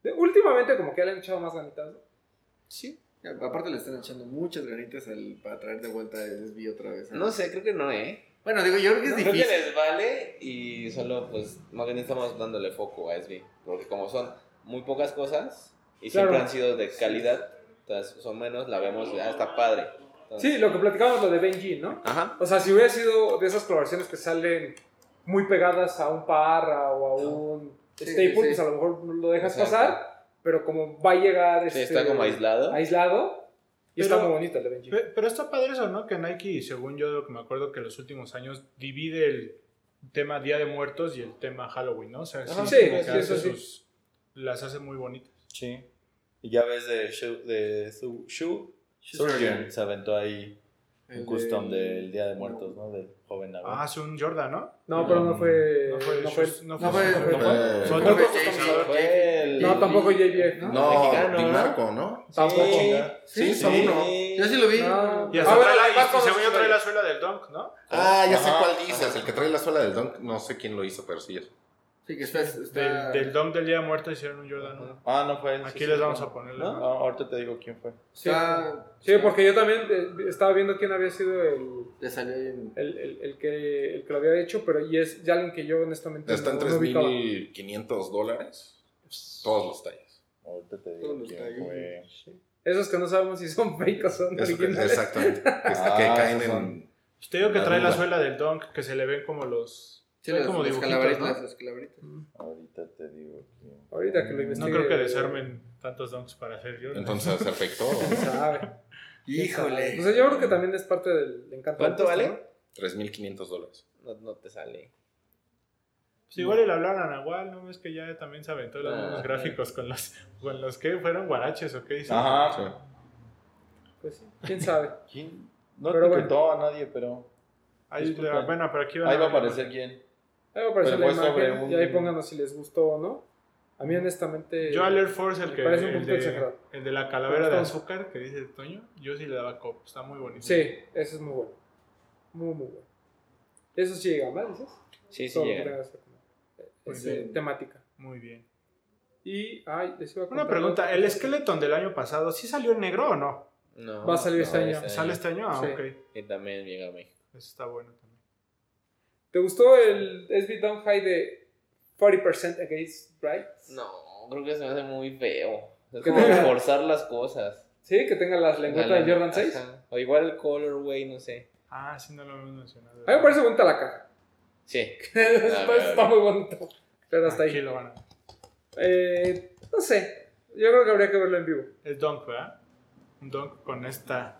S2: de- Últimamente como que ya le han echado más ganitas. ¿no?
S7: Sí.
S5: Aparte le están echando muchas granitas al, para traer de vuelta a SB otra vez. ¿eh?
S7: No sé, creo que no, ¿eh?
S5: Bueno, digo, yo creo que es
S7: Creo que
S5: difícil.
S7: les vale y solo, pues, más bien estamos dándole foco a SB. Porque como son muy pocas cosas y
S2: Claro.
S7: siempre han sido de calidad, entonces son menos, la vemos, ah, está padre. Entonces-
S2: Sí, lo que platicábamos lo de Benji, ¿no?
S7: Ajá.
S2: O sea, si hubiera sido de esas colaboraciones que salen muy pegadas a un Parra o a un
S5: Sí,
S2: Staple,
S5: sí, sí.
S2: pues a lo mejor lo dejas
S7: Exacto.
S2: pasar, pero como va a llegar
S7: Sí,
S2: este,
S7: está como aislado.
S2: aislado, y
S4: Pero-
S2: está muy bonito el de Benji.
S4: Pe- Pero está padre eso, ¿no? Que Nike, según yo lo que me acuerdo que en los últimos años divide el tema Día de Muertos y el tema Halloween, ¿no? O sea,
S7: Ajá.
S2: Sí,
S4: como que
S2: sí,
S4: hace
S2: eso sí.
S4: sus- las hace muy bonitas.
S6: Sí. Y ya ves de Shu, de Su- Shu Surgeon se aventó ahí
S5: El
S6: un custom
S5: del-
S6: del Día de Muertos, ¿no? Del joven Abel.
S4: Ah, hace un Jordan, ¿no?
S2: No, pero no fue... Eh, No fue...
S4: No fue- no
S5: No fue.
S4: fue-
S2: no fue-
S3: Eh,
S4: Fue
S2: no
S4: otro
S2: fue-
S4: customizador.
S7: Fue el-
S2: No, tampoco JBF, ¿no?
S3: No,
S7: Mexicano,
S3: Di
S7: ¿no?
S3: Marco, ¿no?
S2: Tampoco.
S7: Sí.
S3: Sí, son
S6: Sí.
S3: uno.
S5: Yo sí lo vi.
S2: No.
S4: Y, hasta
S2: Ah, bueno,
S4: trae la-
S2: ahí va
S4: y- y
S2: con los
S4: según yo trae la
S2: usuarios.
S4: suela del Dunk, ¿no?
S3: Ah, ya sé
S6: Ajá,
S3: cuál dices.
S6: ajá.
S3: El que trae la suela del Dunk. No sé quién lo hizo, pero sí es.
S5: Sí, que está. está-
S4: Del, del Dunk del Día de Muertos hicieron un Jordan. ¿no?
S6: Ah, no fue él.
S4: Aquí
S6: sí, sí,
S4: les
S6: sí.
S4: vamos a poner
S6: ¿No?
S4: la-
S6: Ah, ahorita te digo quién fue.
S2: Sí.
S5: está-
S2: Sí, porque yo también eh, estaba viendo quién había sido el...
S5: Le salió ahí en.
S2: el, el, el que, el que lo había hecho, pero y es ya alguien que yo honestamente
S3: Está en
S2: no, no ubicaba.
S3: 3.500 dólares. Todos los talles.
S6: Ahorita te
S5: Todos
S6: digo
S5: los
S6: quién
S5: tallos.
S6: fue.
S2: Esos que no sabemos si son fake o son
S3: Eso que-
S2: originales.
S3: exactamente. Que, está- que
S6: Ah,
S3: caen
S6: esos
S3: en.
S4: Pues Te digo que
S6: La
S4: trae la
S6: duda.
S4: suela del Dunk, que se le ven como los.
S5: Sí,
S4: trae
S5: las,
S4: como
S5: las
S4: dibujitos,
S5: calaveritas.
S4: ¿no?
S5: Las calaveritas.
S6: Ahorita te digo quién.
S2: Ahorita que lo
S4: No
S2: investigué.
S4: creo que desarmen tantos Dunks para hacer Jordan.
S3: Entonces se afectó.
S2: (laughs) ¿Quién sabe?
S5: Híjole.
S2: O sea, yo creo que también es parte del encanto.
S7: ¿Cuánto
S2: del artista,
S7: vale?
S2: ¿no?
S3: 3.500 dólares.
S7: No, no te sale.
S4: Pues igual y le hablaron a Nahual, ¿no? Es que ya también se aventó los
S7: Ah,
S4: mismos
S7: sí.
S4: gráficos con los, con los que fueron guaraches o qué hizo.
S6: Ajá.
S2: Pues sí, quién sabe.
S6: ¿Quién? No
S2: Pero bueno.
S6: etiquetó a nadie, pero
S4: Ahí,
S6: Disculpa.
S4: bueno, pero aquí
S6: ahí va a aparecer quién.
S2: Ahí va a aparecer
S6: Pero
S2: la
S6: fue sobre
S2: imagen
S6: un-
S2: y ahí pónganos si les gustó o no. A mí, honestamente.
S4: Yo al Air Force, el
S2: Me
S4: que.
S2: parece un
S4: el
S2: poquito
S4: de-
S2: exagerado.
S4: El de la calavera de
S2: Justo.
S4: azúcar que dice Toño, yo sí le daba cop, está muy bonito.
S2: Sí, eso es muy bueno. Muy, muy bueno. Eso sí llega, ¿verdad? Dices.
S7: Sí, sí
S2: Todo lo que
S7: llega. Pues
S2: tenga que ver con-
S4: Muy
S2: es, eh,
S4: bien.
S2: temática.
S4: Muy bien.
S2: Y, ay, les iba a
S4: Una
S2: contar-
S4: pregunta, ¿el Skeleton del año pasado sí salió en negro o no?
S7: No,
S2: Va a salir este
S7: no,
S6: Eh,
S2: año.
S4: ¿Sale este año? Ah,
S2: Sí.
S4: ok.
S7: Y también llega a México.
S4: Eso está bueno también.
S2: ¿Te gustó el SB Down High de 40% Against Rights?
S7: No, creo que se me hace muy feo. Es
S2: ¿Qué
S7: como
S2: te-
S7: forzar las cosas.
S2: Sí, que tenga las
S7: La-
S2: lengüetas
S7: la-
S2: de Jordan 6. A
S7: ajá. O igual el colorway, no sé.
S4: Ah, sí, no lo hemos mencionado.
S2: mí me parece bonita la caja. (laughs)
S7: Sí.
S2: está, está muy bonito. Pero hasta
S4: Aquí
S2: ahí.
S4: lo van a...
S2: Eh, no sé. Yo creo que habría que verlo en vivo.
S4: Es Dunk, ¿verdad? Un Dunk con esta...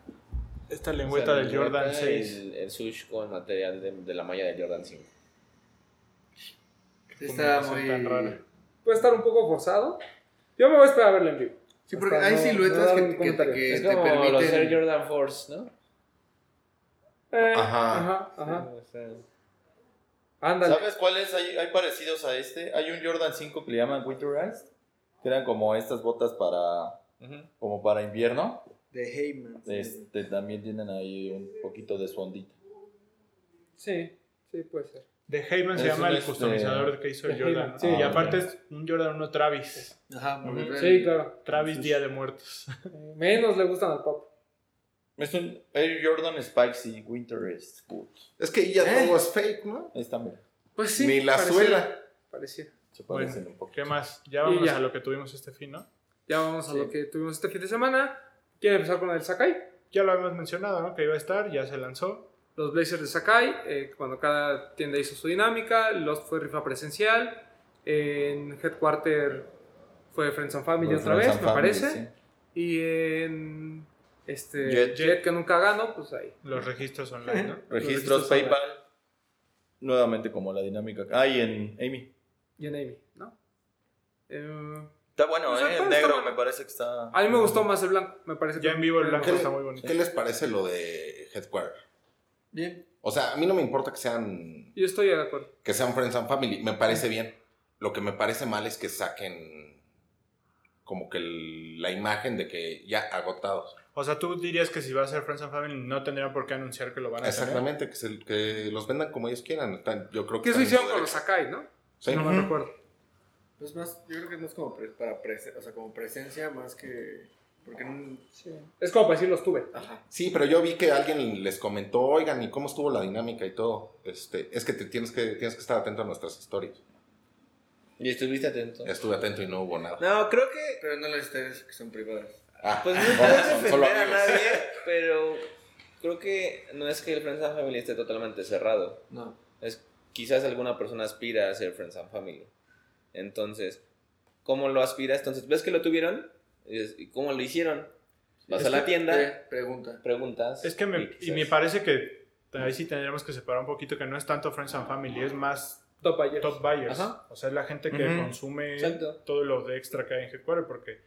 S4: Esta lengüeta del Jordan 6.
S7: El, el sush con material de, de la malla del Jordan 5.
S5: Sí, está
S4: combinación
S5: muy.
S4: tan rara.
S2: Puede estar un poco forzado. Yo me voy a esperar a verlo en vivo.
S5: Sí, porque
S2: Hasta
S5: hay
S2: no- no
S5: siluetas
S2: dar
S5: que,
S2: un
S5: que-
S2: comentario.
S5: que
S7: Es
S5: te
S7: como los Air
S5: permiten.
S7: Jordan Force, ¿no?
S2: Eh,
S3: Ajá.
S2: Ajá, ajá.
S7: Sí, o sea,
S2: Ándale.
S6: ¿Sabes cuáles hay, hay parecidos a este? Hay un Jordan 5 que le llaman Winterized, que eran como estas botas para
S7: ujú.
S6: como para invierno.
S5: De Heyman.
S6: Este, también tienen ahí un poquito de su ondita.
S2: Sí, sí, puede ser.
S4: De Heyman se
S6: Es
S4: llama
S6: un
S4: el
S6: este-
S4: customizador que hizo el
S2: de
S4: Jordan.
S2: Heyman,
S4: Sí,
S2: sí.
S4: y
S6: Ah,
S4: aparte
S6: ok.
S4: es un Jordan 1 Travis.
S5: Ajá, porque
S4: Ujú.
S5: traen-
S2: Sí, claro.
S4: Travis Día de Muertos. (laughs)
S2: Eh, Menos le gustan al pop.
S6: Es un Air Jordan Spicy Winterized Boot.
S3: Es que ya
S5: ¿Eh?
S3: todo es fake, ¿no?
S6: Ahí está, mira.
S2: Pues sí.
S3: Ni la
S2: pareciera,
S3: suela.
S2: Pareciera.
S6: Se
S4: Bueno,
S6: parecen un poco.
S4: ¿Qué más? Ya
S2: Y
S4: vamos
S2: ya.
S4: a lo que tuvimos este fin, ¿no?
S2: Ya vamos a lo que tuvimos este fin de semana. Quiero empezar con el Sakai.
S4: Ya lo habíamos mencionado, ¿no? Que iba a estar, ya se lanzó.
S2: Los Blazers de Sakai, eh, cuando cada tienda hizo su dinámica, Lost fue rifa presencial, en Headquarter fue Friends and Family otra vez, me parece, y en este,
S6: Jet.
S2: Jet, que nunca gano, pues ahí.
S4: Los registros online, ¿no?
S6: Registros PayPal. Nuevamente como la dinámica. Ah, y en Amy.
S2: Y en Amy, ¿no? Eh,
S6: Está bueno,
S2: Pues el
S6: ¿eh?
S2: pan
S6: El
S2: está
S6: negro
S2: bueno.
S6: me parece que está...
S2: a mí me gustó más el blanco, me parece que...
S4: Ya en vivo el blanco
S3: ¿Qué le-
S4: está muy bonito.
S3: ¿Qué les parece lo de Headquarter?
S5: Bien.
S3: O sea, a mí no me importa que sean
S2: Yo estoy de acuerdo.
S3: que sean friends and family, me parece bien. Lo que me parece mal es que saquen como que el- la imagen de que ya agotados.
S4: O sea, tú dirías que si va a ser Friends and Family no tendrían por qué anunciar que lo van a hacer.
S3: Exactamente, que, se- que los vendan como ellos quieran. Están- yo creo
S2: ¿Qué
S3: que
S2: eso
S3: están en
S2: hicieron
S3: su
S2: con los
S3: derecho.
S2: Sakai, no?
S3: Sí.
S2: No me recuerdo.
S5: Pues más, yo creo que es más como pre- para prese- o sea, como presencia más que. Porque no.
S2: Es como para decir los tuve.
S5: Ajá.
S3: Sí, pero yo vi que alguien les comentó, oigan, ¿y cómo estuvo la dinámica y todo? Este, es que te tienes que tienes que estar atento a nuestras historias.
S7: Y estuviste atento.
S3: Estuve atento y no hubo nada.
S7: No, creo que.
S5: Pero no las historias que son privadas.
S3: Ah, (laughs)
S7: Pues
S3: con
S7: no puedes
S3: razón,
S7: defender a
S3: amigos.
S7: nadie, pero creo que no es que el Friends and Family esté totalmente cerrado.
S5: No.
S7: Es, quizás alguna persona aspira a ser Friends and Family. Entonces, ¿cómo lo aspiras? Entonces, ¿ves que lo tuvieron? Y dices, ¿Y cómo lo hicieron? Vas a la tienda,
S5: eh, pregunta.
S7: preguntas.
S4: eh, Es que me, y
S7: quizás-
S4: me parece que ahí sí tendríamos que separar un poquito que no es tanto Friends and Family, es más
S2: Top ayer.
S4: top buyers.
S7: Ajá.
S4: O sea, es la gente que
S3: Ujú.
S4: consume
S7: Exacto.
S4: todo lo de extra que hay en Headquarter, porque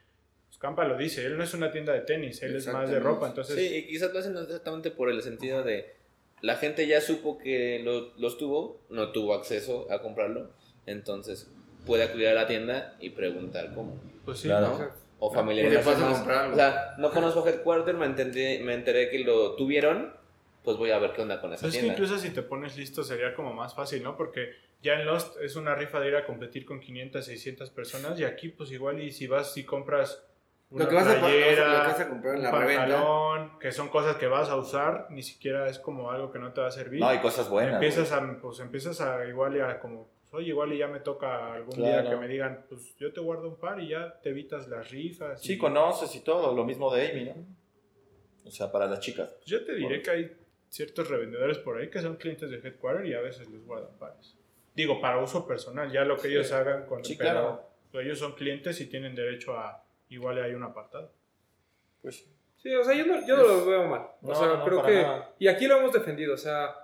S4: pues, Campa lo dice, él no es una tienda de tenis, él es más de
S5: Exactamente.
S4: ropa, entonces
S7: Sí, y quizás lo hacen exactamente por el sentido de la gente ya supo que lo- los tuvo, no tuvo acceso a comprarlo, entonces puede acudir a la tienda y preguntar cómo.
S4: pues sí.
S6: Claro.
S4: ¿no?
S7: O
S5: Porque
S7: familiarizarse
S5: vas a
S7: más.
S5: comprarlo.
S7: O sea, no conozco Headquarter, me, entendí, me enteré que lo tuvieron, pues voy a ver qué onda con esa
S4: Pues es que
S7: tienda.
S4: incluso si te pones listo sería como más fácil, ¿no? Porque ya en Lost es una rifa de ir a competir con 500, 600 personas y aquí pues igual y si vas y compras una
S5: Lo que vas a,
S4: playera,
S5: lo que vas a comprar en
S4: un
S5: la reventa.
S4: pantalón, que son cosas que vas a usar, ni siquiera es como algo que no te va a servir.
S6: No, hay cosas buenas.
S4: empiezas a, pues empiezas a igual y a como, pues, oye, igual y ya me toca algún día
S6: Claro.
S4: que me digan, pues yo te guardo un par y ya te evitas las rifas.
S6: Sí,
S4: y-
S6: conoces y todo, lo mismo de Amy, ¿no? O sea, para las chicas.
S4: Pues, Yo te diré que hay ciertos revendedores por ahí que son clientes de Headquarter y a veces les guardan pares. Digo, para uso personal, ya lo que ellos hagan con
S6: Sí,
S4: pero
S6: claro.
S4: ellos son clientes y tienen derecho a igual hay un apartado.
S6: Pues
S2: Sí, o sea, yo no, yo no lo veo mal. O
S6: No,
S2: sea,
S6: no, no,
S2: creo
S6: para
S2: que.
S6: nada.
S2: Y aquí lo hemos defendido, o sea,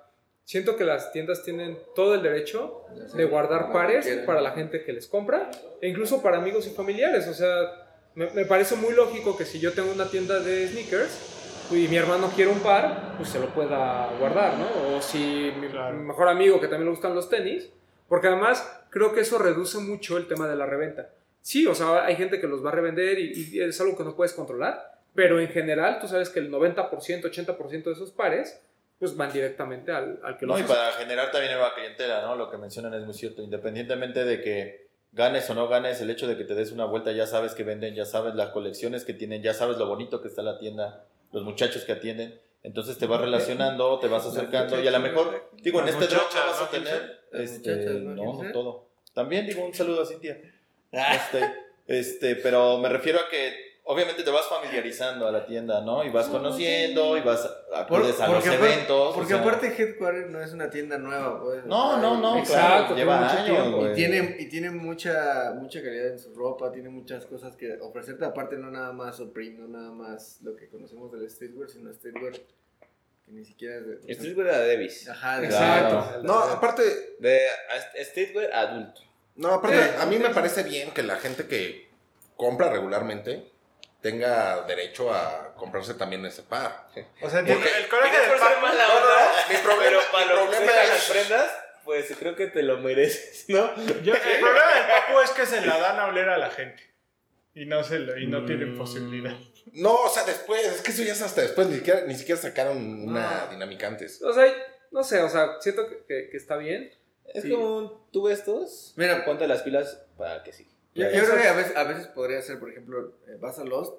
S2: Siento que las tiendas tienen todo el derecho de guardar pares para la gente que les compra, e incluso para amigos y familiares. O sea, me, me parece muy lógico que si yo tengo una tienda de sneakers y mi hermano quiere un par, pues se lo pueda guardar, ¿no? O si mi,
S4: Claro.
S2: mi mejor amigo que también le gustan los tenis, porque además creo que eso reduce mucho el tema de la reventa. Sí, o sea, hay gente que los va a revender y, y es algo que no puedes controlar, pero en general tú sabes que el 90%, 80% de esos pares pues van directamente al, al que
S6: No,
S2: los
S6: y
S2: usa.
S6: para generar también nueva clientela, ¿no? Lo que mencionan es muy cierto. Independientemente de que ganes o no ganes, el hecho de que te des una vuelta, ya sabes que venden, ya sabes las colecciones que tienen, ya sabes lo bonito que está la tienda, los muchachos que atienden. Entonces te vas relacionando, te vas acercando y a lo mejor, digo, en
S4: Las
S6: este drop
S4: muchachas,
S6: vas
S4: ¿no,
S6: a tener...
S5: Las
S6: este,
S5: muchachas, ¿no,
S6: no,
S5: Gilson?
S6: todo. También digo un saludo a Cintia.
S5: Ah.
S6: Este, este, pero me refiero a que obviamente te vas familiarizando a la tienda, ¿no? Y vas conociendo y vas acudes a los
S5: apar-
S6: eventos.
S5: Ah, porque
S6: o sea,
S5: aparte Headquarter no es una tienda nueva, pues.
S6: no,
S5: O sea,
S6: no, no.
S2: Exacto,
S6: claro, lleva
S2: tiene mucho
S6: años,
S2: tiempo.
S5: Y
S6: güey.
S5: tiene, y tiene mucha, mucha calidad en su ropa, tiene muchas cosas que ofrecerte, aparte no nada más Supreme, no nada más lo que conocemos del streetwear, sino streetwear que ni siquiera es de...
S7: Streetwear a Davis.
S5: Ajá, de-
S6: Claro.
S2: Exacto.
S5: de-
S3: No, aparte,
S7: De a- streetwear adulto.
S3: no, aparte, a mí me parece bien que la gente que compra regularmente tenga derecho a comprarse también ese par.
S4: O sea,
S3: Porque-
S4: el coraje
S7: Digo,
S4: del
S7: por ser
S4: Paco-
S7: mala
S3: No, no,
S7: onda,
S3: no, mi problema-
S7: pero para
S3: mi
S7: lo que
S3: problema
S7: sea
S3: es-
S7: las prendas, pues creo que te lo mereces, ¿no?
S4: yo- el problema del Papu es que
S6: (laughs)
S4: se la dan a oler a la gente. Y no, se lo- y no tienen
S3: Mm.
S4: posibilidad.
S3: No, o sea, después, es que eso ya es hasta después, ni siquiera, ni siquiera sacaron una
S7: Ah.
S5: No.
S3: dinámica antes.
S2: O sea, no sé, o sea, siento que, que- que está bien.
S7: Es
S2: Sí.
S7: como un, tú ves estos,
S5: Mira.
S7: ponte las pilas para que sí.
S5: Yo, yo creo que a veces, a veces podría ser, por ejemplo, eh, vas a Lost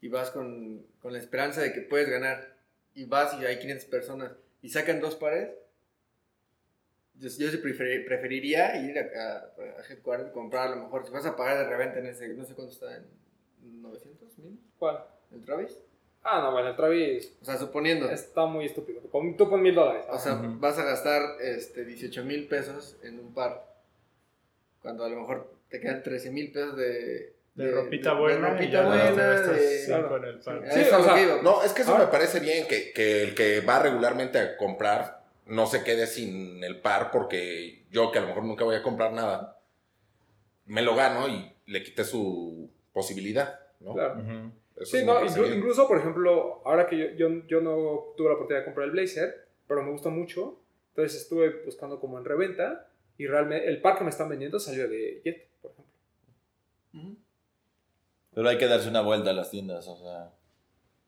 S5: y vas con, con la esperanza de que puedes ganar. Y vas y hay 500 personas y sacan dos pares. Yo, yo sí prefer- preferiría ir a, a, a Headquarter y comprar a lo mejor. Si vas a pagar de reventa en ese, no sé cuánto está, en 900 mil,
S2: ¿Cuál?
S5: el Travis.
S2: Ah, no, bueno, el Travis
S5: O sea, suponiendo,
S2: está muy estúpido. Con- tú pon mil dólares.
S5: o sea,
S6: Ujú.
S5: vas a gastar este, 18 mil pesos en un par. Cuando a lo mejor te quedan 13 mil pesos de,
S4: De, ropita buena.
S5: de
S4: y
S5: ropita
S4: ya luego te
S5: buena,
S4: gastas
S5: de-
S4: cinco en el pan.
S2: Sí,
S5: Eso
S2: o
S5: es lo
S2: sea,
S5: que iba.
S3: No, es que eso
S7: Ah.
S2: Ahora-
S3: me parece bien, que, que el que va regularmente a comprar no se quede sin el par, porque yo que a lo mejor nunca voy a comprar nada, me lo gano y le quité su posibilidad, ¿no?
S2: Claro.
S6: Ujú.
S3: Eso
S2: Sí,
S3: me
S2: no,
S3: parece
S2: inclu-
S3: bien.
S2: incluso, por ejemplo, ahora que yo, yo, yo no tuve la oportunidad de comprar el blazer, pero me gusta mucho, entonces estuve buscando como en reventa y realmente el par que me están vendiendo salió de Jet, por ejemplo.
S5: Ujú.
S6: Pero hay que darse una vuelta a las tiendas, o sea.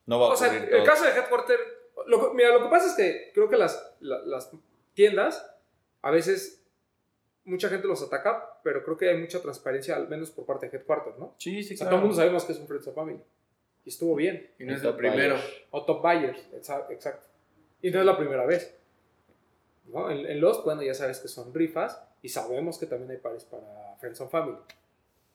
S6: No va a
S2: O sea,
S6: ocurrir
S2: el
S6: todo.
S2: caso de Headquarter, lo que- mira, lo que pasa es que creo que las, la- las tiendas, a veces mucha gente los ataca, pero creo que hay mucha transparencia, al menos por parte de Headquarter, ¿no?
S6: Sí, sí,
S2: O sea, todo el mundo sabemos que es un Friends of Family. Y estuvo bien.
S5: Y no es
S6: Top
S5: lo primero.
S2: O Top Buyers, exa- exacto. Y no es la primera vez. ¿no? En, en los, bueno, ya sabes que son rifas y sabemos que también hay pares para Friends and Family.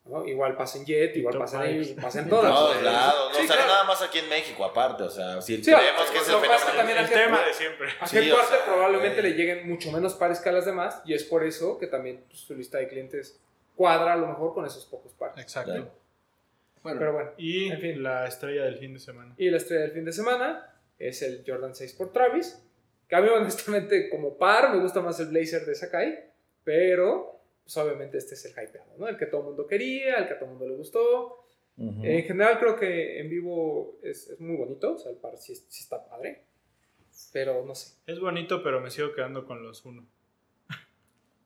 S2: ¿no? Igual pasen Jet, igual
S4: Top
S2: pasen
S4: Buyers.
S2: ellos, pasen
S4: (laughs)
S6: En
S2: todas.
S6: todos lados, no,
S2: Sí,
S6: o sea,
S2: claro.
S6: nada más aquí en México, aparte, o sea, si
S2: Sí,
S6: creemos
S2: o-
S6: que es
S2: lo
S6: el
S2: que pasa es que
S6: fenómeno.
S2: también
S4: El
S2: aquí-
S4: tema de siempre.
S2: A
S6: Sí, o
S2: Headquarter
S6: sea, eh.
S2: probablemente
S6: güey.
S2: le lleguen mucho menos pares que a las demás y es por eso que también pues, su lista de clientes cuadra a lo mejor con esos pocos pares.
S4: Exacto.
S5: Bueno,
S2: Pero bueno,
S4: Y
S2: En fin.
S4: la estrella del fin de semana.
S2: y la estrella del fin de semana es el Jordan 6 por Travis, que a mí (laughs) honestamente como par me gusta más el blazer de Sakai, pero pues, obviamente este es el hypeado, ¿no? El que todo el mundo quería, el que a todo el mundo le gustó.
S6: Ujú.
S2: En general creo que en vivo es, es muy bonito, o sea, el par sí, sí está padre, pero no sé.
S4: Es bonito, pero me sigo quedando con los uno.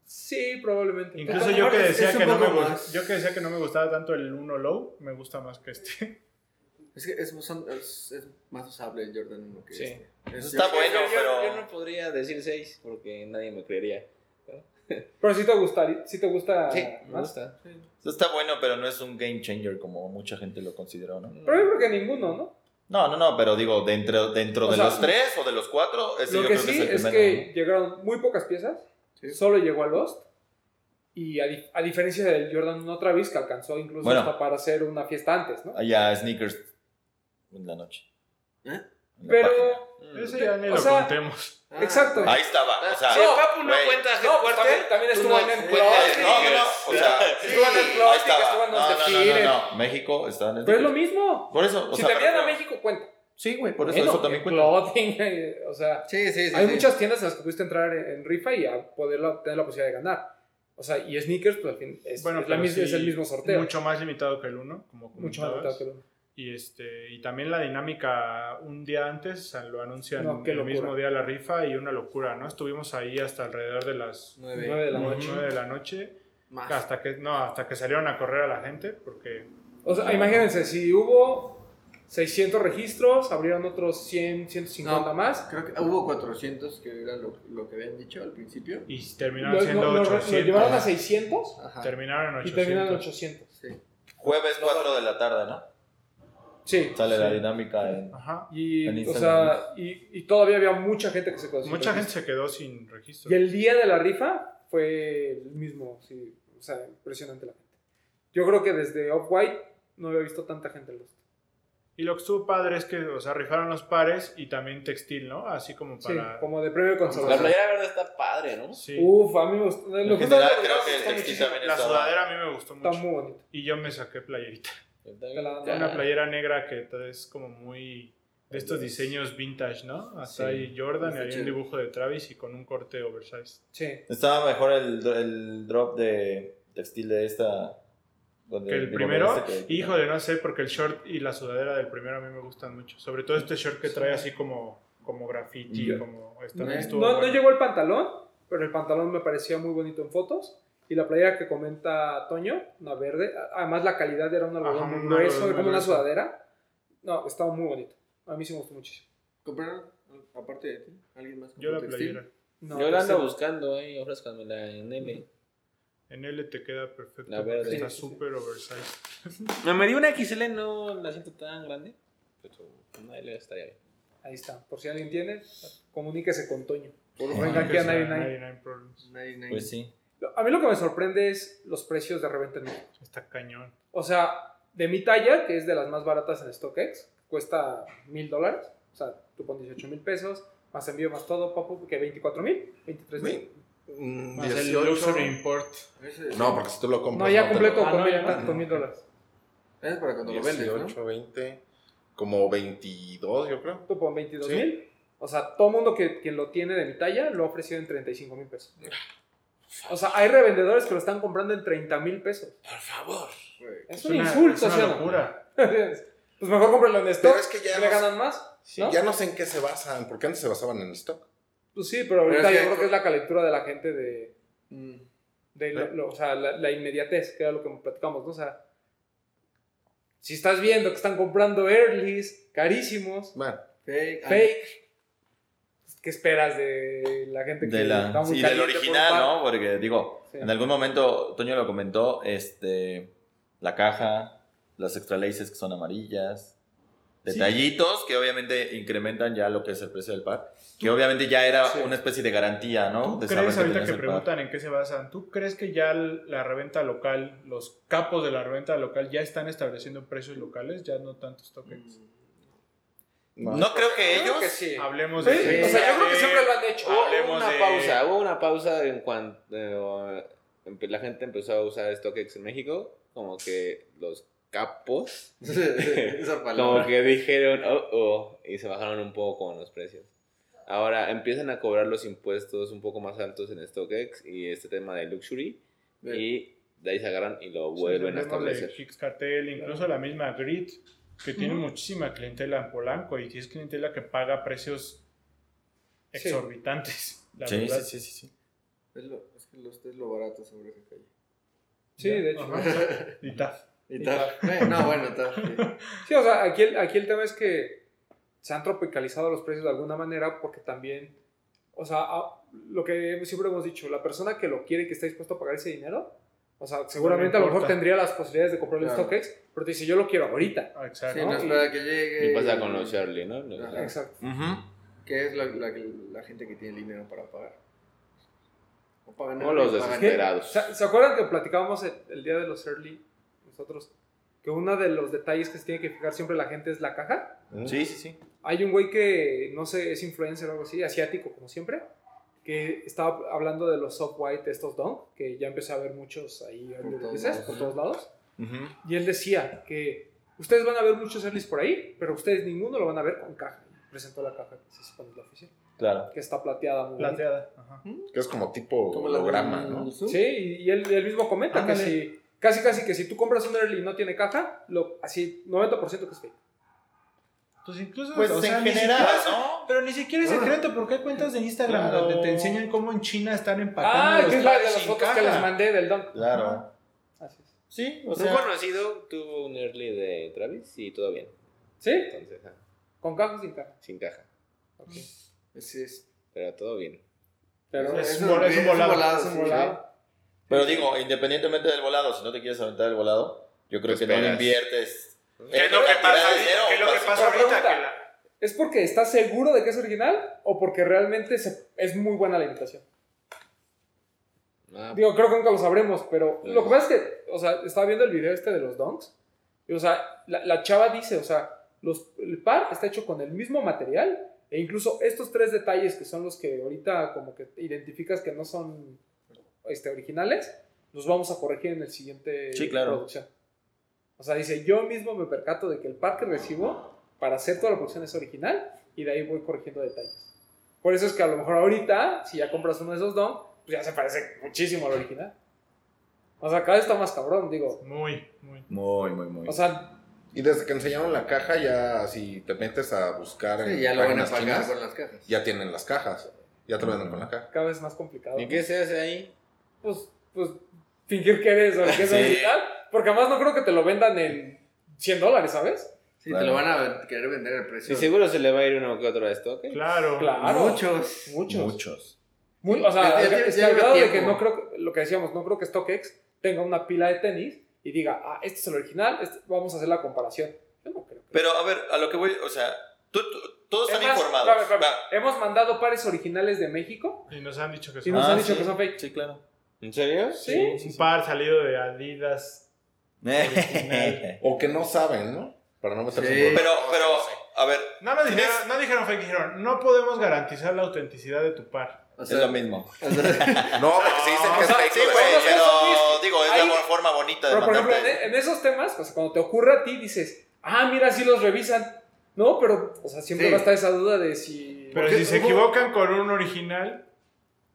S2: Sí, probablemente. (laughs)
S4: Incluso
S5: Pero
S4: yo que
S5: aparte es-
S4: decía
S5: es un
S4: que no me
S5: poco
S4: gust-
S5: más.
S4: yo que decía que no me gustaba tanto el uno low, me gusta más que este.
S5: es que es, son- es- es más usable el Jordan 1 que
S2: Sí.
S5: este. Es-
S6: Está
S5: yo-
S6: bueno,
S7: yo, yo-
S6: pero-
S7: yo no podría decir seis porque nadie me creería.
S2: Pero si te gusta, si te gusta
S7: Sí, Ah, me
S2: más.
S7: gusta.
S6: Eso Está bueno, pero no es un game changer como mucha gente lo consideró, ¿no?
S2: Pero yo creo que ninguno, ¿no?
S6: No, no, no, pero digo, dentro, dentro
S2: O
S6: de
S2: sea,
S6: los tres o de los cuatro, ese
S2: Lo
S6: yo
S2: que
S6: creo
S2: sí
S6: que es el
S2: es,
S6: primero.
S2: que llegaron muy pocas piezas.
S5: Sí.
S2: Solo llegó a Lost. Y a, di- a diferencia del Jordan 1 Travis, que alcanzó incluso
S6: Bueno.
S2: hasta para hacer una fiesta antes, ¿no?
S6: ¿no? Allá, sneakers en la noche.
S5: ¿Eh?
S6: En la
S2: Pero.
S6: página.
S7: Mm.
S4: Ese ya ni
S2: O
S4: lo
S2: sea,
S4: contemos.
S5: Ah,
S2: exacto.
S6: Ahí estaba, o sea.
S7: Si el Papu no
S6: güey.
S7: cuenta
S2: No, pues, también,
S7: Headquarter,
S2: también
S7: tú
S2: estuvo
S7: no
S2: en el
S7: cuentas
S2: Closet,
S6: No, no, no, o sea,
S2: Estuvo en el
S6: ahí
S2: Closet,
S6: estaba.
S2: estuvo en los
S6: No, no, no,
S2: desfiles.
S6: no, no, México estaba en el
S2: Pero es lo
S6: desfile.
S2: mismo.
S6: Por eso, o
S2: si
S6: sea,
S2: te envían a
S6: pero-
S2: México, cuenta.
S6: Sí, güey, por eso
S2: Bueno,
S6: eso también
S2: en
S6: cuenta.
S2: clothing, (laughs) eh, o sea,
S5: Sí, sí, sí.
S2: hay
S5: sí.
S2: muchas tiendas en las que pudiste entrar en, en rifa y a poder la- tener la posibilidad de ganar. O sea, y sneakers, pues al fin, es,
S4: Bueno,
S2: es la
S4: pero
S2: mis-
S4: sí,
S2: es el mismo sorteo.
S4: Mucho más limitado que el 1, como
S2: Mucho
S4: comentabas.
S2: más barato que lo-
S4: Y, este, y también la dinámica un día antes, o sea, lo anuncian
S2: No, qué
S4: el
S2: locura.
S4: mismo día la rifa y una locura, ¿no? Estuvimos ahí hasta alrededor de las
S5: Nueve.
S2: nueve de la noche.
S4: 9 de la noche,
S5: Más.
S4: hasta que, no, hasta que salieron a correr a la gente, porque
S2: O sea, imagínense, si hubo 600 registros, abrieron otros 100, 150
S5: No.
S2: más.
S5: Creo que hubo 400 que era lo, lo que habían dicho al principio.
S4: y
S2: Lo,
S4: terminaron
S2: lo-
S4: siendo
S2: lo- lo
S4: 800.
S2: llevaron a 600
S5: Ajá.
S4: Terminaron
S2: y
S4: en 800.
S2: terminaron en 800.
S5: Sí.
S6: Jueves 4 de la tarde, ¿no?
S2: Sí.
S6: Sale la
S4: Sí.
S6: dinámica en...
S4: Ajá.
S2: Y,
S6: En
S2: o sea, y, y todavía había mucha gente que se quedó sin
S4: Mucha gente
S2: registro.
S4: se quedó sin registro.
S2: Y el día de la rifa fue el mismo, sí. O sea, impresionante la gente. Yo creo que desde Off-White no había visto tanta gente en los.
S4: Y lo que estuvo padre es que, o sea, rifaron los pares y también textil, ¿no? Así como
S2: Sí,
S4: para...
S2: como de premio de
S7: (laughs) La
S2: consolación.
S7: playera verde está padre, ¿no?
S4: Sí.
S2: Uf, a mí me gustó. Lo
S6: En
S2: que
S6: general,
S2: está-
S6: creo que el
S2: está
S6: textil
S2: muchísimo.
S6: también
S4: la
S6: estaba-
S4: sudadera a mí me gustó
S2: Está
S4: mucho.
S2: muy Ah. bonito.
S4: Y yo me saqué playerita.
S2: la-
S7: Ya.
S4: Una playera negra que es como muy... De estos diseños vintage, ¿no? Hasta
S6: Sí.
S4: ahí Jordan y
S5: Pues, Está
S4: había un
S5: chido.
S4: dibujo de Travis y con un corte oversize.
S2: Sí.
S6: Estaba mejor el, el drop de textil de esta... donde-
S4: Que el
S6: digo,
S4: primero,
S6: de este que-
S4: híjole, no sé, porque el short y la sudadera del primero a mí me gustan mucho. Sobre todo este short que trae así como, como graffiti,
S6: Ya.
S4: como... está-
S5: No,
S4: estuvo
S2: Eh, No, no
S4: bueno.
S2: llegó el pantalón, pero el pantalón me parecía muy bonito en fotos. Y la playera que comenta Toño, una verde. Además, la calidad era un algodón
S4: Ajá,
S2: muy
S4: un
S2: grueso,
S4: algodón muy
S2: como una
S4: grueso.
S2: sudadera. No, estaba muy bonito. A mí sí me gustó muchísimo.
S5: ¿Compraron, aparte de ti, alguien más?
S4: Yo la
S5: compró textil?
S4: playera.
S2: No, pues eh,
S7: Yo la ando
S2: tercero.
S7: buscando, eh, ahí, ofrezcanmela en L.
S4: En L te queda perfecto.
S7: La verde.
S4: porque Está
S2: Sí, sí,
S4: súper oversize.
S7: Me medí una XL, no la siento tan grande. Pero una L estaría bien.
S2: Ahí está. Por si alguien tiene, comuníquese con Toño.
S5: Por
S2: Venga,
S5: favor.
S2: aquí a
S4: Esa,
S2: 99.
S4: 99 Problems.
S5: Nadie, nadie.
S6: Pues sí.
S2: A mí lo que me sorprende es los precios de reventa en México.
S4: Está cañón.
S2: O sea, de mi talla, que es de las más baratas en StockX, cuesta mil dólares. O sea, tú pones 18 mil pesos, más envío, más todo, papu, que 24 mil, 23 mil.
S3: Pues Mm,
S4: Más el
S3: 18.
S4: luxury import.
S5: Ese es-
S3: No, porque si tú lo compras.
S2: No, ya
S3: te lo-
S2: completo
S4: Ah,
S2: con
S4: no,
S2: mil-
S4: ya no.
S2: con mil dólares.
S5: Ese es para cuando lo vendes, ¿no?
S3: 18, 20, como 22, yo creo.
S2: Tú pon 22
S3: Sí.
S2: mil. O sea, todo mundo que, que lo tiene de mi talla lo ha ofrecido en 35 mil pesos. O sea, hay revendedores que lo están comprando en 30 mil pesos.
S3: Por favor.
S5: Güey.
S2: Es,
S4: Es
S2: un
S4: una-
S2: insulto,
S4: es una
S2: ¿sí o no?
S4: locura.
S2: (laughs) pues mejor cómpralo en stock.
S3: Pero es que ya
S2: le
S3: no-
S2: ganan más.
S3: Sí,
S2: ¿no?
S3: Ya no sé en qué se basan, porque antes se basaban en stock.
S2: Pues sí, pero ahorita
S5: Pero es
S2: yo
S5: que-
S2: creo que es la calentura de la gente de,
S5: Mm.
S2: de lo- lo- o sea, la, la inmediatez, que era lo que platicamos, ¿no? O sea, si estás viendo que están comprando earlys carísimos,
S3: Bueno,
S5: Fake. ah,
S2: fake, pues, ¿qué esperas de la gente que
S6: De la,
S2: está muy
S6: sí, del
S2: caliente por un
S6: original,
S2: par?
S6: ¿no? Porque digo,
S2: Sí.
S6: en algún momento Toño lo comentó, este, la caja, las extra laces que son amarillas, detallitos que obviamente incrementan ya lo que es el precio del par, que obviamente ya era
S2: Sí.
S6: una especie de garantía, ¿no?
S4: ¿Tú
S6: De saber
S4: crees, ahorita
S6: tenías
S4: que
S6: el par.
S4: preguntan en qué se basan, ¿tú crees que ya el- la reventa local, los capos de la reventa local ya están estableciendo precios locales? Ya no tanto StockX.
S5: mm.
S6: No creo que
S2: Yo creo
S6: ellos...
S2: que sí.
S4: Hablemos
S2: Sí,
S4: de...
S2: o sea, yo creo que siempre lo han hecho.
S4: Ah, Hablemos
S7: una
S4: de-
S7: pausa, hubo una pausa en cuanto eh, empe- la gente empezó a usar StockX en México, como que los capos,
S5: (laughs) Esa
S7: como
S5: palabra.
S7: que dijeron, oh, oh, y se bajaron un poco con los precios. Ahora empiezan a cobrar los impuestos un poco más altos en StockX y este tema de luxury,
S5: De-
S7: y de ahí se agarran y lo
S4: Sí,
S7: vuelven a
S4: hablemos
S7: establecer.
S4: de Kix Cartel, incluso la misma Grid, que tiene muchísima clientela en Polanco y que es clientela que paga precios
S2: Sí.
S4: exorbitantes. La
S6: Sí,
S4: verdad.
S6: sí, sí, sí, sí.
S5: Es, lo, es que los es lo barato sobre esa calle.
S2: Sí, de hecho.
S4: Ajá. Y tal.
S5: Y
S2: Y
S5: tal. Eh, no, bueno, tal. sí.
S2: Sí, o sea, aquí el, aquí el tema es que se han tropicalizado los precios de alguna manera porque también, o sea, a- lo que siempre hemos dicho, la persona que lo quiere y que está dispuesto a pagar ese dinero, o sea, seguramente a lo mejor
S4: importa.
S2: tendría las posibilidades de comprarle
S5: Claro.
S2: StockX, pero te dice, yo lo quiero ahorita.
S4: Ah, Exacto.
S5: Sí, no espera que llegue.
S7: Y pasa con los Charlie, ¿no? Los-
S5: Ajá.
S2: Exacto.
S5: Que es la, la, la gente que tiene el dinero para pagar. O pagan
S7: Como los
S5: pagan-
S2: ¿Qué?
S7: Enterados.
S2: ¿Se, se acuerdan que platicábamos el, el día de los early, nosotros, que uno de los detalles que se tiene que fijar siempre la gente es la caja?
S6: Sí, sí, sí.
S2: Hay un güey que, no sé, es influencer o algo así, asiático como siempre, que estaba hablando de los soft white, estos dong, que ya empecé a ver muchos ahí
S5: Por todos
S2: veces,
S5: lados.
S2: por todos lados.
S6: Ujú.
S2: Y él decía que Ustedes van a ver muchos earlys por ahí, pero ustedes ninguno lo van a ver con caja. Presentó la caja que se supone es la oficial,
S6: Claro.
S2: que está plateada. Muy bonita.
S4: Plateada. Ajá.
S3: Que es como tipo
S5: Como la
S3: holograma,
S5: del
S3: ¿no?
S5: Zoom.
S2: Sí, y y él, él mismo comenta que
S4: Ándale.
S2: si, casi casi que si tú compras un early y no tiene caja, lo, así 90% que es fake.
S4: Pues incluso.
S8: Pues
S4: o
S8: en
S4: sea, ni
S8: general,
S4: siquiera-
S8: ¿no?
S4: Pero ni siquiera es secreto, porque hay cuentas de Instagram
S8: Claro.
S4: donde te enseñan cómo en China están empacando.
S2: Ah,
S4: los
S2: que es la de
S4: trajes
S2: las
S4: sin
S2: fotos que
S4: caja.
S2: les mandé del don.
S6: Claro.
S2: Así es.
S8: Sí, o
S7: un
S8: sea,
S7: conocido tuvo un early de Travis y todo bien.
S2: ¿Sí?
S7: Entonces, ah,
S2: Con caja o sin caja.
S7: sin caja.
S2: Ok.
S5: Ese es.
S7: Pero todo bien.
S2: Pero
S4: Pues Es
S2: es
S4: un vol- es un volado.
S5: sí, sí.
S2: volado.
S6: Pero digo, independientemente del volado, si no te quieres aventar el volado, yo creo
S7: Pues
S6: que no le
S7: esperas.
S6: inviertes.
S8: ¿qué es lo que pasa, ahorita? ¿Qué es lo que pasa
S2: Pero
S8: ahorita?
S2: pregunta.
S8: Que la-
S2: ¿Es porque estás seguro de que es original o porque realmente se- es muy buena la imitación?
S7: Ah,
S2: Digo, creo que nunca lo sabremos, pero
S7: Sí.
S2: lo que pasa es que, o sea, estaba viendo el video este de los donks. Y, o sea, la, la chava dice, o sea, los, el par está hecho con el mismo material. E incluso estos tres detalles que son los que ahorita como que identificas que no son este, originales, los vamos a corregir en el siguiente
S6: Sí, claro.
S2: producción. O sea, dice, yo mismo me percato de que el par que recibo para hacer toda la producción es original y de ahí voy corrigiendo detalles. Por eso es que a lo mejor ahorita, si ya compras uno de esos don, pues ya se parece muchísimo al original. O sea, cada vez está más cabrón, digo.
S4: Muy, muy.
S6: Muy, muy, muy.
S2: O sea,
S3: Y desde que enseñaron la caja, ya si te metes a buscar en
S5: Sí, ya lo van a
S3: páginas
S5: pagar
S3: chinas,
S5: con las cajas.
S3: ya tienen las cajas. Ya te lo venden con la caja.
S2: cada vez más complicado.
S7: ¿Y
S2: ¿no?
S7: qué se hace ahí?
S2: Pues, pues, fingir que eres o que es
S6: Sí.
S7: (laughs)
S2: original. Porque además no creo que te lo vendan en 100 dólares, ¿sabes?
S5: Sí,
S6: Claro.
S5: te lo van a querer vender al
S7: Sí,
S5: precio.
S7: seguro se le va a ir uno que otro a esto, ¿ok?
S4: Claro.
S2: Claro.
S5: Muchos.
S2: Muchos.
S6: Muchos.
S2: Muy- o sea,
S5: Ya- ya- ya
S2: es que
S5: lleva
S2: al grado de que
S5: tiempo.
S2: no creo, que- lo que decíamos, no creo que StockX tenga una pila de tenis y diga, ah, este es el original, este- vamos a hacer la comparación. Yo no creo. que-
S6: Pero a ver, a lo que voy, o sea, tú- tú- todos
S2: Es
S6: están
S2: más,
S6: informados.
S2: espérame, espérame,
S6: Va.
S2: Hemos mandado pares originales de México
S4: Y nos han dicho que
S2: y
S4: son
S2: nos
S6: Ah,
S2: han dicho
S6: sí.
S2: que son fake.
S6: Sí, (laughs) claro.
S7: ¿En serio?
S2: Sí, sí,
S4: un
S2: sí.
S4: par salido de Adidas. Original.
S3: O que no saben, ¿no? Para no meterse
S5: Sí.
S3: en problemas.
S6: Pero, pero, a ver,
S4: Nada más
S6: ¿Tienes?
S4: dijeron, no dijeron fake, dijeron, no podemos garantizar la autenticidad de tu par.
S5: O
S6: es
S5: sea,
S6: lo mismo.
S5: o sea,
S3: No, porque si dicen que es
S2: sea,
S3: fake,
S6: Sí,
S3: lo
S6: güey,
S2: bueno,
S3: venden.
S2: pero
S6: pero
S2: eso
S6: digo, es
S2: ahí-
S6: la forma bonita de
S2: Pero, por ejemplo, en,
S6: mandarte.
S2: en esos temas, pues, cuando te ocurre a ti, dices, ah, mira, sí los revisan. No, pero, o sea, siempre
S5: Sí.
S2: va a estar esa duda de si...
S4: Pero si se equivocan con un original,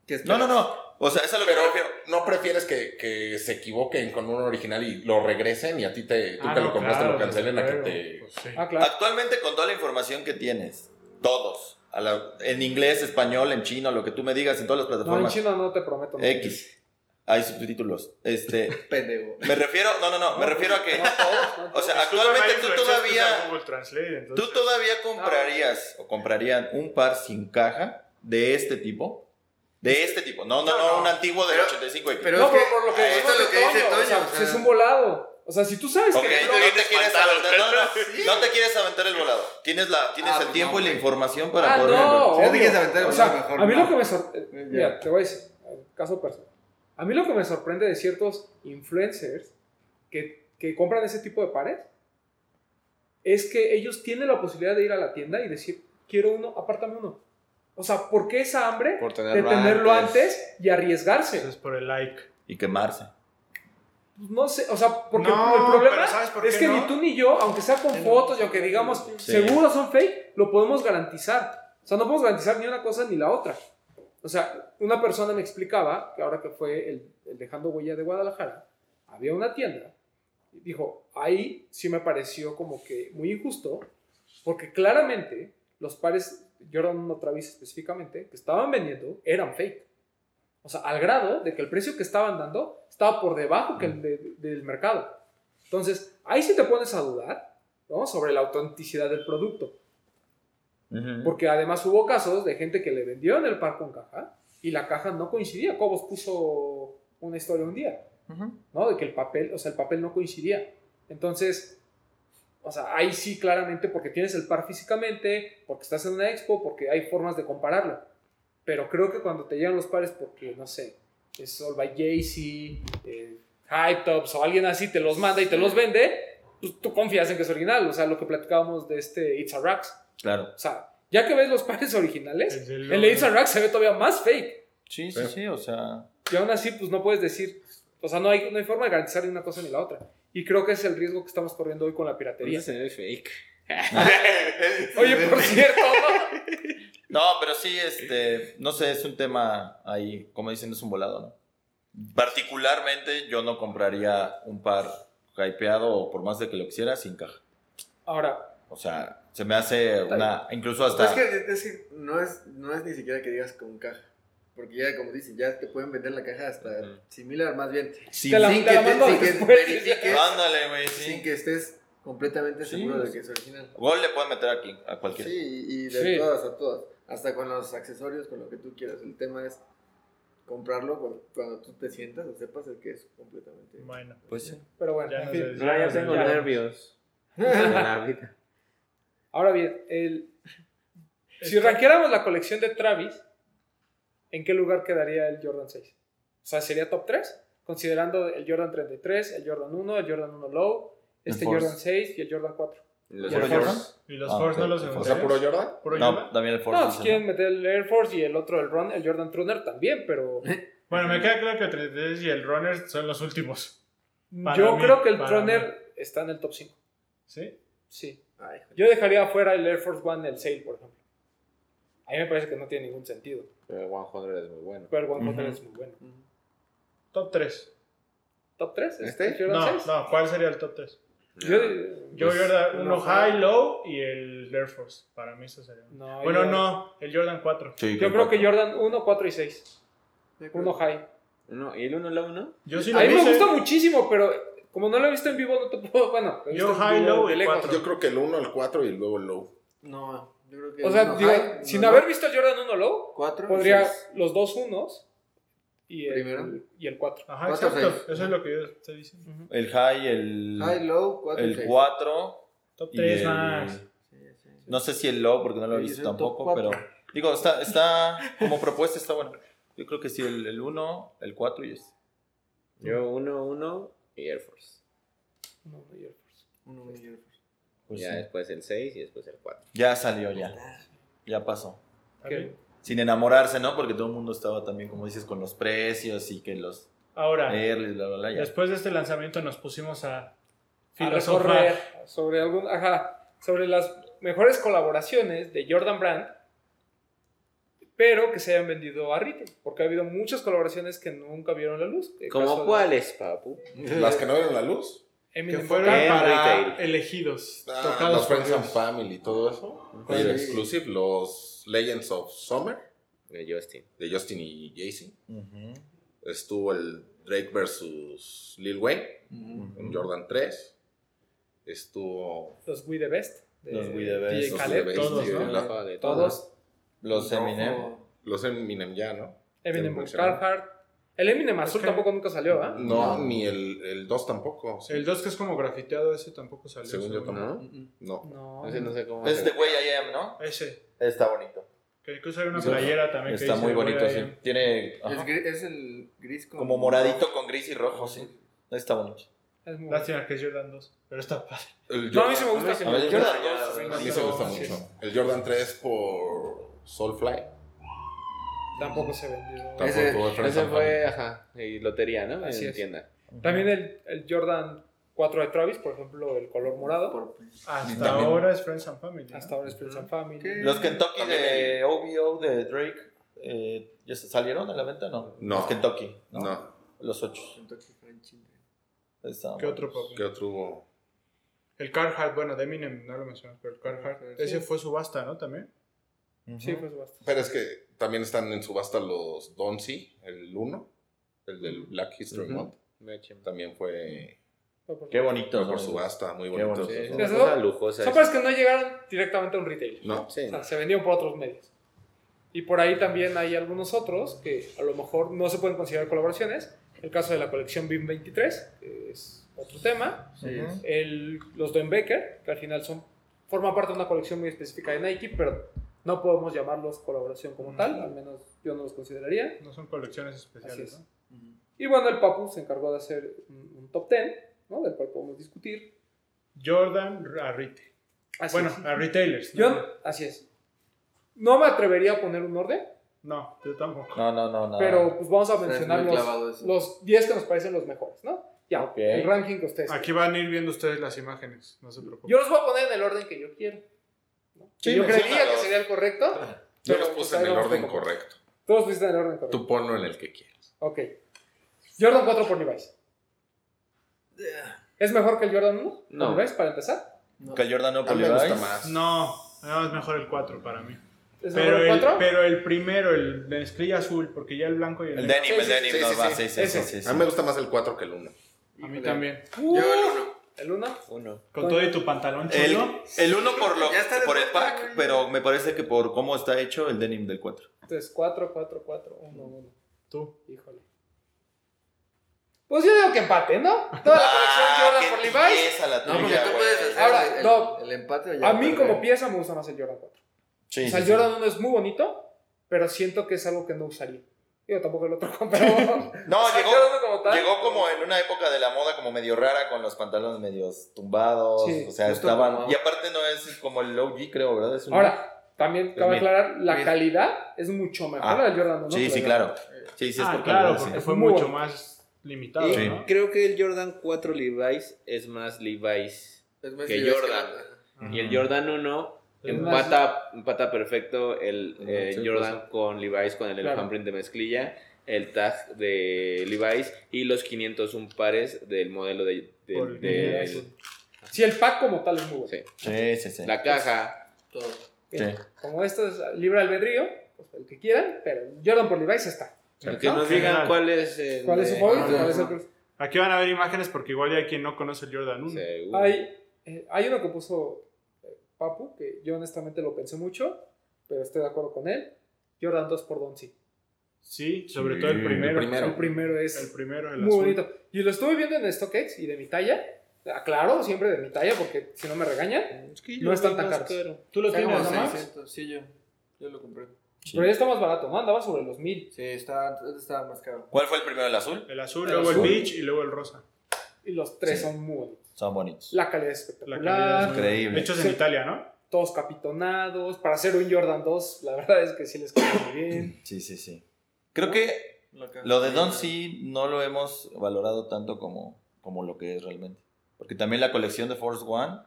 S5: ¿qué esperas?
S6: No, no, no. O sea, eso es lo que me
S3: Pero
S6: refiero.
S3: no prefieres que, que se equivoquen con un original y lo regresen y a ti te, tú
S4: ah,
S3: que
S4: no,
S3: lo compraste
S4: claro,
S3: lo cancelen a que
S4: claro,
S3: te...
S4: pues sí.
S2: Ah, claro.
S6: Actualmente, con toda la información que tienes, todos, a la- en inglés, español, en chino, lo que tú me digas, en todas las
S2: No, en
S6: plataformas.
S2: chino no te prometo. no.
S6: X. Hay subtítulos. Este,
S5: Pendejo.
S6: me refiero, no, no, no, me refiero a que,
S2: No, todos, no,
S6: (laughs) o
S2: todos.
S6: sea,
S4: Pues tú
S6: actualmente
S4: también
S6: tú
S4: lo echas, pues, a
S6: todavía,
S4: Google Translate, entonces-
S6: tú todavía comprarías o comprarían un par sin caja de este tipo, de este tipo, no, no, no, un antiguo del
S5: Pero-
S6: 85 X.
S5: Pero
S2: no,
S5: es
S2: pero
S5: que-
S2: por lo que,
S5: ah, esto es lo que dice
S2: o
S5: Toño.
S2: sea,
S5: o
S2: pues
S5: sea,
S2: es un volado. O sea, si tú sabes
S6: Ok,
S2: que
S6: no, te quieres aventar, no, no, no te quieres aventar el volado. Tienes, la, tienes
S5: Ah,
S6: el
S5: no,
S6: tiempo y la
S5: güey.
S6: información para
S2: Ah,
S6: poder
S2: no,
S6: verlo.
S5: Si no te quieres
S2: obvio.
S5: aventar,
S2: O
S5: pues,
S2: sea,
S5: mejor
S2: a mí
S5: no.
S2: lo que me sorprende.
S5: Ya.
S2: Mira, te voy a decir, eh, caso personal. A mí lo que me sorprende de ciertos influencers que, que compran ese tipo de pares es que ellos tienen la posibilidad de ir a la tienda y decir, quiero uno, apártame uno. O sea, ¿por qué esa hambre
S7: Por
S2: de
S7: tenerlo,
S2: tenerlo antes y
S4: Eso
S2: arriesgarse?
S4: pues, es por el like.
S6: Y quemarse.
S2: No sé, o sea, porque
S4: No,
S2: el problema
S4: pero ¿sabes por
S2: es
S4: qué
S2: que
S4: no?
S2: ni tú ni yo, aunque sea con fotos y aunque digamos
S6: Sí.
S2: seguro son fake, lo podemos garantizar. O sea, no podemos garantizar ni una cosa ni la otra. O sea, una persona me explicaba que ahora que fue el, el Dejando Huella de Guadalajara, había una tienda y dijo, ahí sí me pareció como que muy injusto, porque claramente los pares, Jordan 1 Travis específicamente, que estaban vendiendo eran fake. O sea, al grado de que el precio que estaban dando estaba por debajo que el de- del mercado. Entonces, ahí sí te pones a dudar, ¿no? Sobre la autenticidad del producto. Porque además hubo casos de gente que le vendió en el par con caja y la caja no coincidía. Cobos puso una historia un día, ¿no? De que el papel, o sea, el papel no coincidía. Entonces, o sea, ahí sí claramente porque tienes el par físicamente, porque estás en una expo, porque hay formas de compararlo. Pero creo que cuando te llegan los pares porque, no sé, es All by Jay-Z, eh, Hype Tops o alguien así te los manda y te los vende, pues tú confías en que es original. O sea, lo que platicábamos de este It's a Racks.
S6: Claro.
S2: O sea, ya que ves los pares originales,
S4: El
S2: el de It's a Rack se ve todavía más fake.
S6: Sí, sí, sí, o sea.
S2: Y aún así, pues no puedes decir, O sea, no hay, no hay forma de garantizar ni una cosa ni la otra. Y creo que es el riesgo que estamos corriendo hoy con la piratería.
S7: se ve fake.
S2: Oye, por cierto, (laughs)
S6: No, pero sí, este, no sé, es un tema ahí, como dicen, es un volado, ¿no? Particularmente yo no compraría un par hypeado o por más de que lo quisiera sin caja.
S2: ahora,
S6: O sea, se me hace una, incluso
S5: Pues
S6: hasta...
S5: es que, es que no, es, no es ni siquiera que digas con caja. Porque ya, como dicen, ya te pueden vender la caja hasta
S6: Ujú.
S5: similar, más bien.
S6: Sí,
S2: te la,
S5: sin
S2: te
S5: que
S2: la
S5: te-
S2: mando
S5: sin que
S2: después.
S5: verifiques.
S6: Ándale, güey,
S5: Sin
S6: sí.
S5: que estés completamente
S6: Sí,
S5: seguro
S6: pues.
S5: de que es original.
S6: Gol le pueden meter aquí, a cualquiera.
S5: Sí, y de
S2: Sí.
S5: todas a todas. Hasta con los accesorios, con lo que tú quieras. El tema es comprarlo cu- cuando tú te sientas o sepas el que es completamente.
S4: Bueno,
S6: Pues sí.
S2: Pero bueno,
S4: ya
S2: en
S4: nos
S2: fin.
S4: desviamos del tema.
S7: (laughs) nervios. la vida.
S2: Ahora bien, el, si ranqueáramos la colección de Travis, ¿en qué lugar quedaría el Jordan 6? O sea, ¿sería top 3? Considerando el Jordan 33, el Jordan 1, el Jordan 1 Low,
S6: El
S2: este
S6: Force.
S2: Jordan 6 y el Jordan 4.
S7: Los
S2: ¿Y el
S7: Air
S2: Force?
S7: Force.
S4: ¿Y los
S6: Ah,
S4: Force
S6: ok.
S4: no los
S6: O sea,
S3: O sea,
S4: encontramos?
S3: puro Jordan.
S4: ¿Puro
S6: No,
S4: Yoda?
S6: también el Force.
S2: No, si
S6: dice,
S2: quieren meter el Air Force y el otro, el, Run, el Jordan Truner también, pero
S4: Bueno, me queda claro que el 33 y el Runner son los últimos. (laughs) Para
S2: yo
S4: mí,
S2: creo que el
S4: para
S2: Truner está en el top 5.
S4: ¿Sí?
S2: Sí.
S5: Ay,
S2: Yo dejaría afuera el Air Force One, el Sale, por ejemplo. A mí me parece que no tiene ningún sentido.
S7: Pero 100 es muy bueno.
S2: Pero el One Hunter
S6: Ujú.
S2: es muy bueno.
S4: Top 3.
S2: ¿Top 3?
S3: ¿Este?
S2: Jordan
S4: No,
S2: 6?
S4: no, ¿cuál sería el top 3?
S2: Yo,
S4: Yo
S2: pues,
S4: Jordan 1
S2: uno
S4: High, Low y el Air Force. Para mí eso sería.
S2: No,
S4: bueno,
S2: yo-
S4: no, el Jordan 4.
S6: Sí,
S2: Yo creo que Jordan 1, 4 y 6.
S5: yo creo-
S2: 1 high.
S7: Uno- ¿Y el 1 low no?
S4: Yo sí
S2: A
S4: lo
S2: mí me
S4: hice.
S2: gusta muchísimo, pero como no lo he visto en vivo, no te puedo. Bueno, lo he
S4: Yo
S2: visto en
S4: high,
S2: vivo
S4: low
S2: de
S4: y
S2: lejos.
S4: cuatro.
S3: Yo creo que el 1, el 4 y luego el low.
S5: No, yo creo que.
S2: O sea,
S5: uno
S2: digo,
S5: high,
S2: sin
S5: uno
S2: haber
S5: low,
S2: visto el Jordan 1 low,
S5: Cuatro.
S2: podría
S5: seis.
S2: los dos unos y el,
S5: Primero.
S2: y el 4.
S4: Ajá,
S5: Cuatro,
S4: exacto.
S5: seis.
S4: Eso es lo que yo estoy diciendo.
S6: El High, el,
S5: High, low, cuatro.
S6: el
S5: seis.
S6: 4.
S4: Top
S6: y
S4: 3
S6: el-
S4: más.
S5: Sí, sí, sí.
S6: No sé si el Low, porque no lo he
S5: Sí,
S6: visto
S5: es el top
S6: tampoco, pero...
S5: cuatro.
S6: Digo, está, está como propuesta, está bueno. Yo creo que sí, el 1, el 4 y este.
S7: Yo 1, 1 y Air Force.
S2: No, no, y el Force.
S5: Uno, uno y otro.
S6: Pues
S7: ya
S6: sí.
S7: después el 6 y después el 4.
S6: Ya salió, ya. Ya pasó.
S2: Que-
S6: Sin enamorarse, ¿no? Porque todo el mundo estaba también, como dices, con los precios y que los
S4: Ahora,
S6: early, bla, bla, bla. Eh, ya.
S4: después de este lanzamiento nos pusimos a
S2: a
S4: filosofar.
S2: recorrer sobre algún, ajá, sobre las mejores colaboraciones de Jordan Brand, pero que se hayan vendido a retail, porque ha habido muchas colaboraciones que nunca vieron la luz. El caso
S7: ¿Cómo
S2: de
S7: cuáles, papu?
S3: Las que no vieron la luz.
S4: Que
S2: Eminem
S4: fueron
S2: Cocaine.
S7: En
S4: para
S7: retail.
S4: elegidos.
S3: Ah,
S4: tocados
S3: los
S4: por
S3: Friends and
S4: Dios.
S3: Family y todo eso. Y el exclusive, los Legends of Summer,
S7: De Justin.
S3: de Justin y Jay-Z.
S6: Ujú.
S3: Estuvo el Drake versus Lil Wayne,
S5: Ujú.
S3: en Jordan 3. Estuvo
S2: Los We The Best. De
S6: Los We The Best,
S2: DJ
S3: los
S2: Khaled,
S3: Bass,
S4: todos,
S3: y
S4: ¿no?
S3: la-
S7: de
S2: Todos.
S6: Los Eminem.
S5: Rojo.
S3: los Eminem ya, ¿no?
S2: Eminem
S3: Eminem.
S2: Carhartt. El Eminem Azul
S4: que-
S2: tampoco nunca salió, ¿ah?
S3: No, ni el, el 2 tampoco. sí.
S4: El 2 que es como grafiteado, ese tampoco salió.
S3: Según yo
S4: según
S3: tampoco.
S5: Mm, mm.
S3: No.
S2: No.
S7: No sé, no sé cómo.
S6: Es
S7: se-
S6: de Way I Am, ¿no?
S4: Ese.
S6: Está bonito.
S4: Que incluso hay una
S6: Sí.
S4: playera también que
S6: Está
S4: dice
S6: muy bonito,
S4: Way I
S6: sí.
S4: Am.
S6: Tiene ajá,
S5: Es, gri- es el gris con-
S6: como moradito con gris y rojo, sí. Está bonito.
S2: Es muy
S4: Lástima que es Jordan 2, pero está padre.
S3: El
S2: No, a mí sí me gusta.
S6: A ver,
S2: Yo-
S6: Jordan
S3: A mí se me gusta mucho. El Jordan 3 por Soulfly.
S2: Tampoco se vendió.
S3: Tampoco
S5: Ese-
S3: fue Friends
S7: Ese
S3: and
S7: fue, ajá, y lotería, ¿no?
S2: Así
S7: en
S2: es.
S7: tienda.
S2: También el, el Jordan 4 de Travis, por ejemplo, el color morado.
S5: por-
S4: Hasta
S6: También.
S4: ahora es Friends and Family. ¿no?
S2: Hasta ahora es Friends and Family.
S5: ¿Qué?
S6: Los Kentucky
S3: También
S6: de OVO de Drake, eh, ¿ya se salieron a la venta? No.
S3: No.
S6: Los Kentucky, ¿no?
S3: Family. No,
S6: Los ocho.
S5: Kentucky Fried Chicken.
S6: Está
S4: ¿Qué
S6: bueno.
S4: otro papi?
S3: ¿qué otro hubo?
S4: El Carhartt, bueno, de Eminem no lo mencionas, pero el Carhartt.
S5: Sí.
S4: Ese fue subasta, ¿no? También.
S6: Ujú.
S2: Sí, pues basta.
S3: Pero es que también están en subasta los Donzi, el 1, el del Black History
S7: Ujú.
S3: Month. También fue
S2: Fue por-
S6: Qué bonito.
S3: fue por
S6: ¿no?
S3: subasta, muy
S6: Qué
S3: bonito.
S6: bonito.
S2: Sí,
S7: Una
S2: eso-
S7: cosa lujosa.
S2: Son
S7: esa.
S2: partes que no llegaron directamente a un retail.
S3: No,
S7: Sí,
S2: O sea, se vendieron por otros medios. Y por ahí también hay algunos otros que a lo mejor no se pueden considerar colaboraciones. El caso de la colección BIM 23, que es otro tema.
S5: Sí,
S6: Ujú.
S5: es-
S2: El, los Don Baker, que al final son, forman parte de una colección muy específica de Nike, pero no podemos llamarlos colaboración como tal, al menos yo no los consideraría.
S4: No son colecciones
S2: Así
S4: especiales,
S2: es.
S4: ¿no?
S5: Ujú.
S2: Y bueno, el Papu se encargó de hacer un, un top 10, ¿no? del cual podemos discutir.
S4: Jordan a retail.
S2: Así
S4: Bueno,
S2: es.
S4: a retailers. ¿no?
S2: Yo, así es. No me atrevería a poner un orden,
S4: No, yo tampoco.
S6: No, no,
S5: Ah,
S6: no, no.
S2: Pero pues vamos a
S5: muy
S2: mencionar
S5: clavado
S2: los,
S5: eso.
S2: los 10 que nos parecen los mejores, ¿no? Ya,
S6: Ok.
S2: el ranking que ustedes.
S4: Aquí van a ir viendo ustedes las imágenes, no se preocupen.
S2: Yo los voy a poner en el orden que yo quiero. ¿no?
S3: Sí,
S2: Que yo creía que
S3: menciónalos.
S2: sería el correcto.
S3: Yo
S2: pero,
S3: los
S2: pues,
S3: puse
S2: ahí
S3: en el
S2: vamos
S3: orden
S2: poco a poco.
S3: correcto.
S2: Todos pusiste en el orden correcto.
S3: Tú ponlo en el que quieras.
S2: Ok. Jordan 4 por Levi's. ¿Es mejor que el Jordan 1?
S7: No.
S2: ¿Por Levi's para empezar?
S6: Que el Jordan no
S3: A mí me
S6: Levi's.
S3: gusta más.
S4: No, no, es mejor el 4 para mí.
S2: ¿Es
S4: Pero
S2: mejor el
S4: el,
S2: 4?
S4: pero el primero, el mezclilla azul, porque ya el blanco y el,
S6: El
S4: negro-
S6: denim,
S2: Sí,
S6: el
S2: sí,
S6: denim.
S3: sí,
S6: no,
S3: sí,
S6: va,
S3: sí.
S6: sí, sí,
S2: Ese.
S6: sí, sí.
S3: A mí me gusta más el 4 que el 1.
S4: A mí también.
S5: Yo el uno.
S2: ¿El 1?
S7: Uno.
S4: Con todo y tu pantalón
S6: El,
S4: chulo.
S6: el uno por, lo,
S5: Ya está de
S6: por el
S5: moda,
S6: pack,
S5: güey.
S6: pero me parece que por cómo está hecho el denim del 4.
S2: Entonces 4, 4, 4, 1, 1.
S4: Tú.
S2: Híjole. Pues yo digo que empate, ¿no? Toda la colección
S6: Ah,
S2: Jordan por Levi's.
S6: la
S5: No, porque
S6: tuya,
S5: tú
S6: güey.
S5: puedes hacer
S2: Ahora,
S5: el,
S2: no.
S5: el empate o ya
S2: A mí
S5: perder.
S2: como pieza me gusta más el Jordan 4.
S6: Sí,
S2: O sea,
S6: sí,
S2: el
S6: sí.
S2: Jordan 1 es muy bonito, pero siento que es algo que no usaría. Yo tampoco el otro (laughs)
S6: (laughs)
S2: compré.
S6: No, llegó,
S2: como
S6: llegó como en una época de la moda como medio rara con los pantalones medios tumbados,
S2: Sí,
S6: o sea,
S5: justo
S6: estaban
S5: como-
S6: y aparte no es como el OG, creo, ¿verdad? Es un-
S2: Ahora, también cabe
S6: mira,
S2: aclarar, la
S5: mira.
S2: calidad es mucho mejor
S6: Ah,
S2: la del Jordan 1.
S6: Sí, sí, claro. Sí, sí, es
S4: Ah,
S6: por
S4: claro,
S6: calidad, sí.
S4: porque
S2: Es
S4: fue
S2: muy
S4: mucho
S2: bueno.
S4: más limitado,
S7: Y
S6: Sí.
S4: ¿no?
S7: creo que el Jordan 4 Levi's es más Levi's.
S5: Es más
S7: que
S5: Levi's
S7: Jordan.
S5: la-
S7: Y el Jordan 1
S2: Es
S7: empata, empata perfecto el
S6: Ujú,
S7: eh,
S6: sí,
S7: Jordan con Levi's, con el
S2: Claro.
S7: handprint de mezclilla, el tag de Levi's y los 501 pares del modelo de... de-
S4: Por el
S7: de-
S4: dinero
S7: del-
S4: azul.
S2: Si el pack como tal es muy bueno.
S7: sí.
S6: Sí, sí, sí.
S7: La caja,
S5: todo.
S2: Bien,
S6: Sí.
S2: Como esto es libre albedrío, pues el que quieran, pero Jordan por Levi's está.
S7: el que
S2: ¿No?
S7: nos digan
S4: General.
S7: cuál es... el
S2: ¿Cuál es su
S7: de-
S2: favorito?
S5: Ajá.
S2: ¿Cuál es el-
S4: Aquí van a ver imágenes porque igual ya hay quien no conoce el Jordan 1.
S7: Seguro.
S2: Hay, eh, hay uno que puso eh, Papu, que yo honestamente lo pensé mucho, pero estoy de acuerdo con él. Jordan 2 por Donzi.
S4: Sí, sobre
S3: Sí,
S4: todo el primero.
S3: el primero.
S2: El primero es
S4: El primero, el
S2: muy
S4: azul.
S2: bonito. Y lo estuve viendo en StockX y de mi talla. Aclaro, siempre de mi talla, porque si no me regañan. no están tan caros.
S4: ¿Tú lo
S5: Está
S4: tienes,
S5: como
S4: no más?
S5: 600, Sí, yo. Yo lo compré.
S2: Pero ya está más barato, ¿no? Andaba sobre los mil.
S5: Sí, estaba, antes estaba más caro.
S6: ¿Cuál fue el primero, el azul?
S4: El azul,
S2: El
S4: luego
S2: azul.
S4: el beach y luego el rosa.
S2: Y los tres
S6: Sí.
S2: son muy bonitos.
S6: Son bonitos.
S2: La calidad es
S4: La
S2: espectacular.
S4: calidad es muy-
S6: Increíble.
S4: Hechos
S2: Sí.
S4: en Italia, ¿no?
S2: Todos capitonados. Para hacer un Jordan 2, la verdad es que sí les quedó muy bien.
S6: Sí, sí, sí. Creo que Lo de Don sí no lo hemos valorado tanto como, como lo que es realmente. Porque también la colección de Force One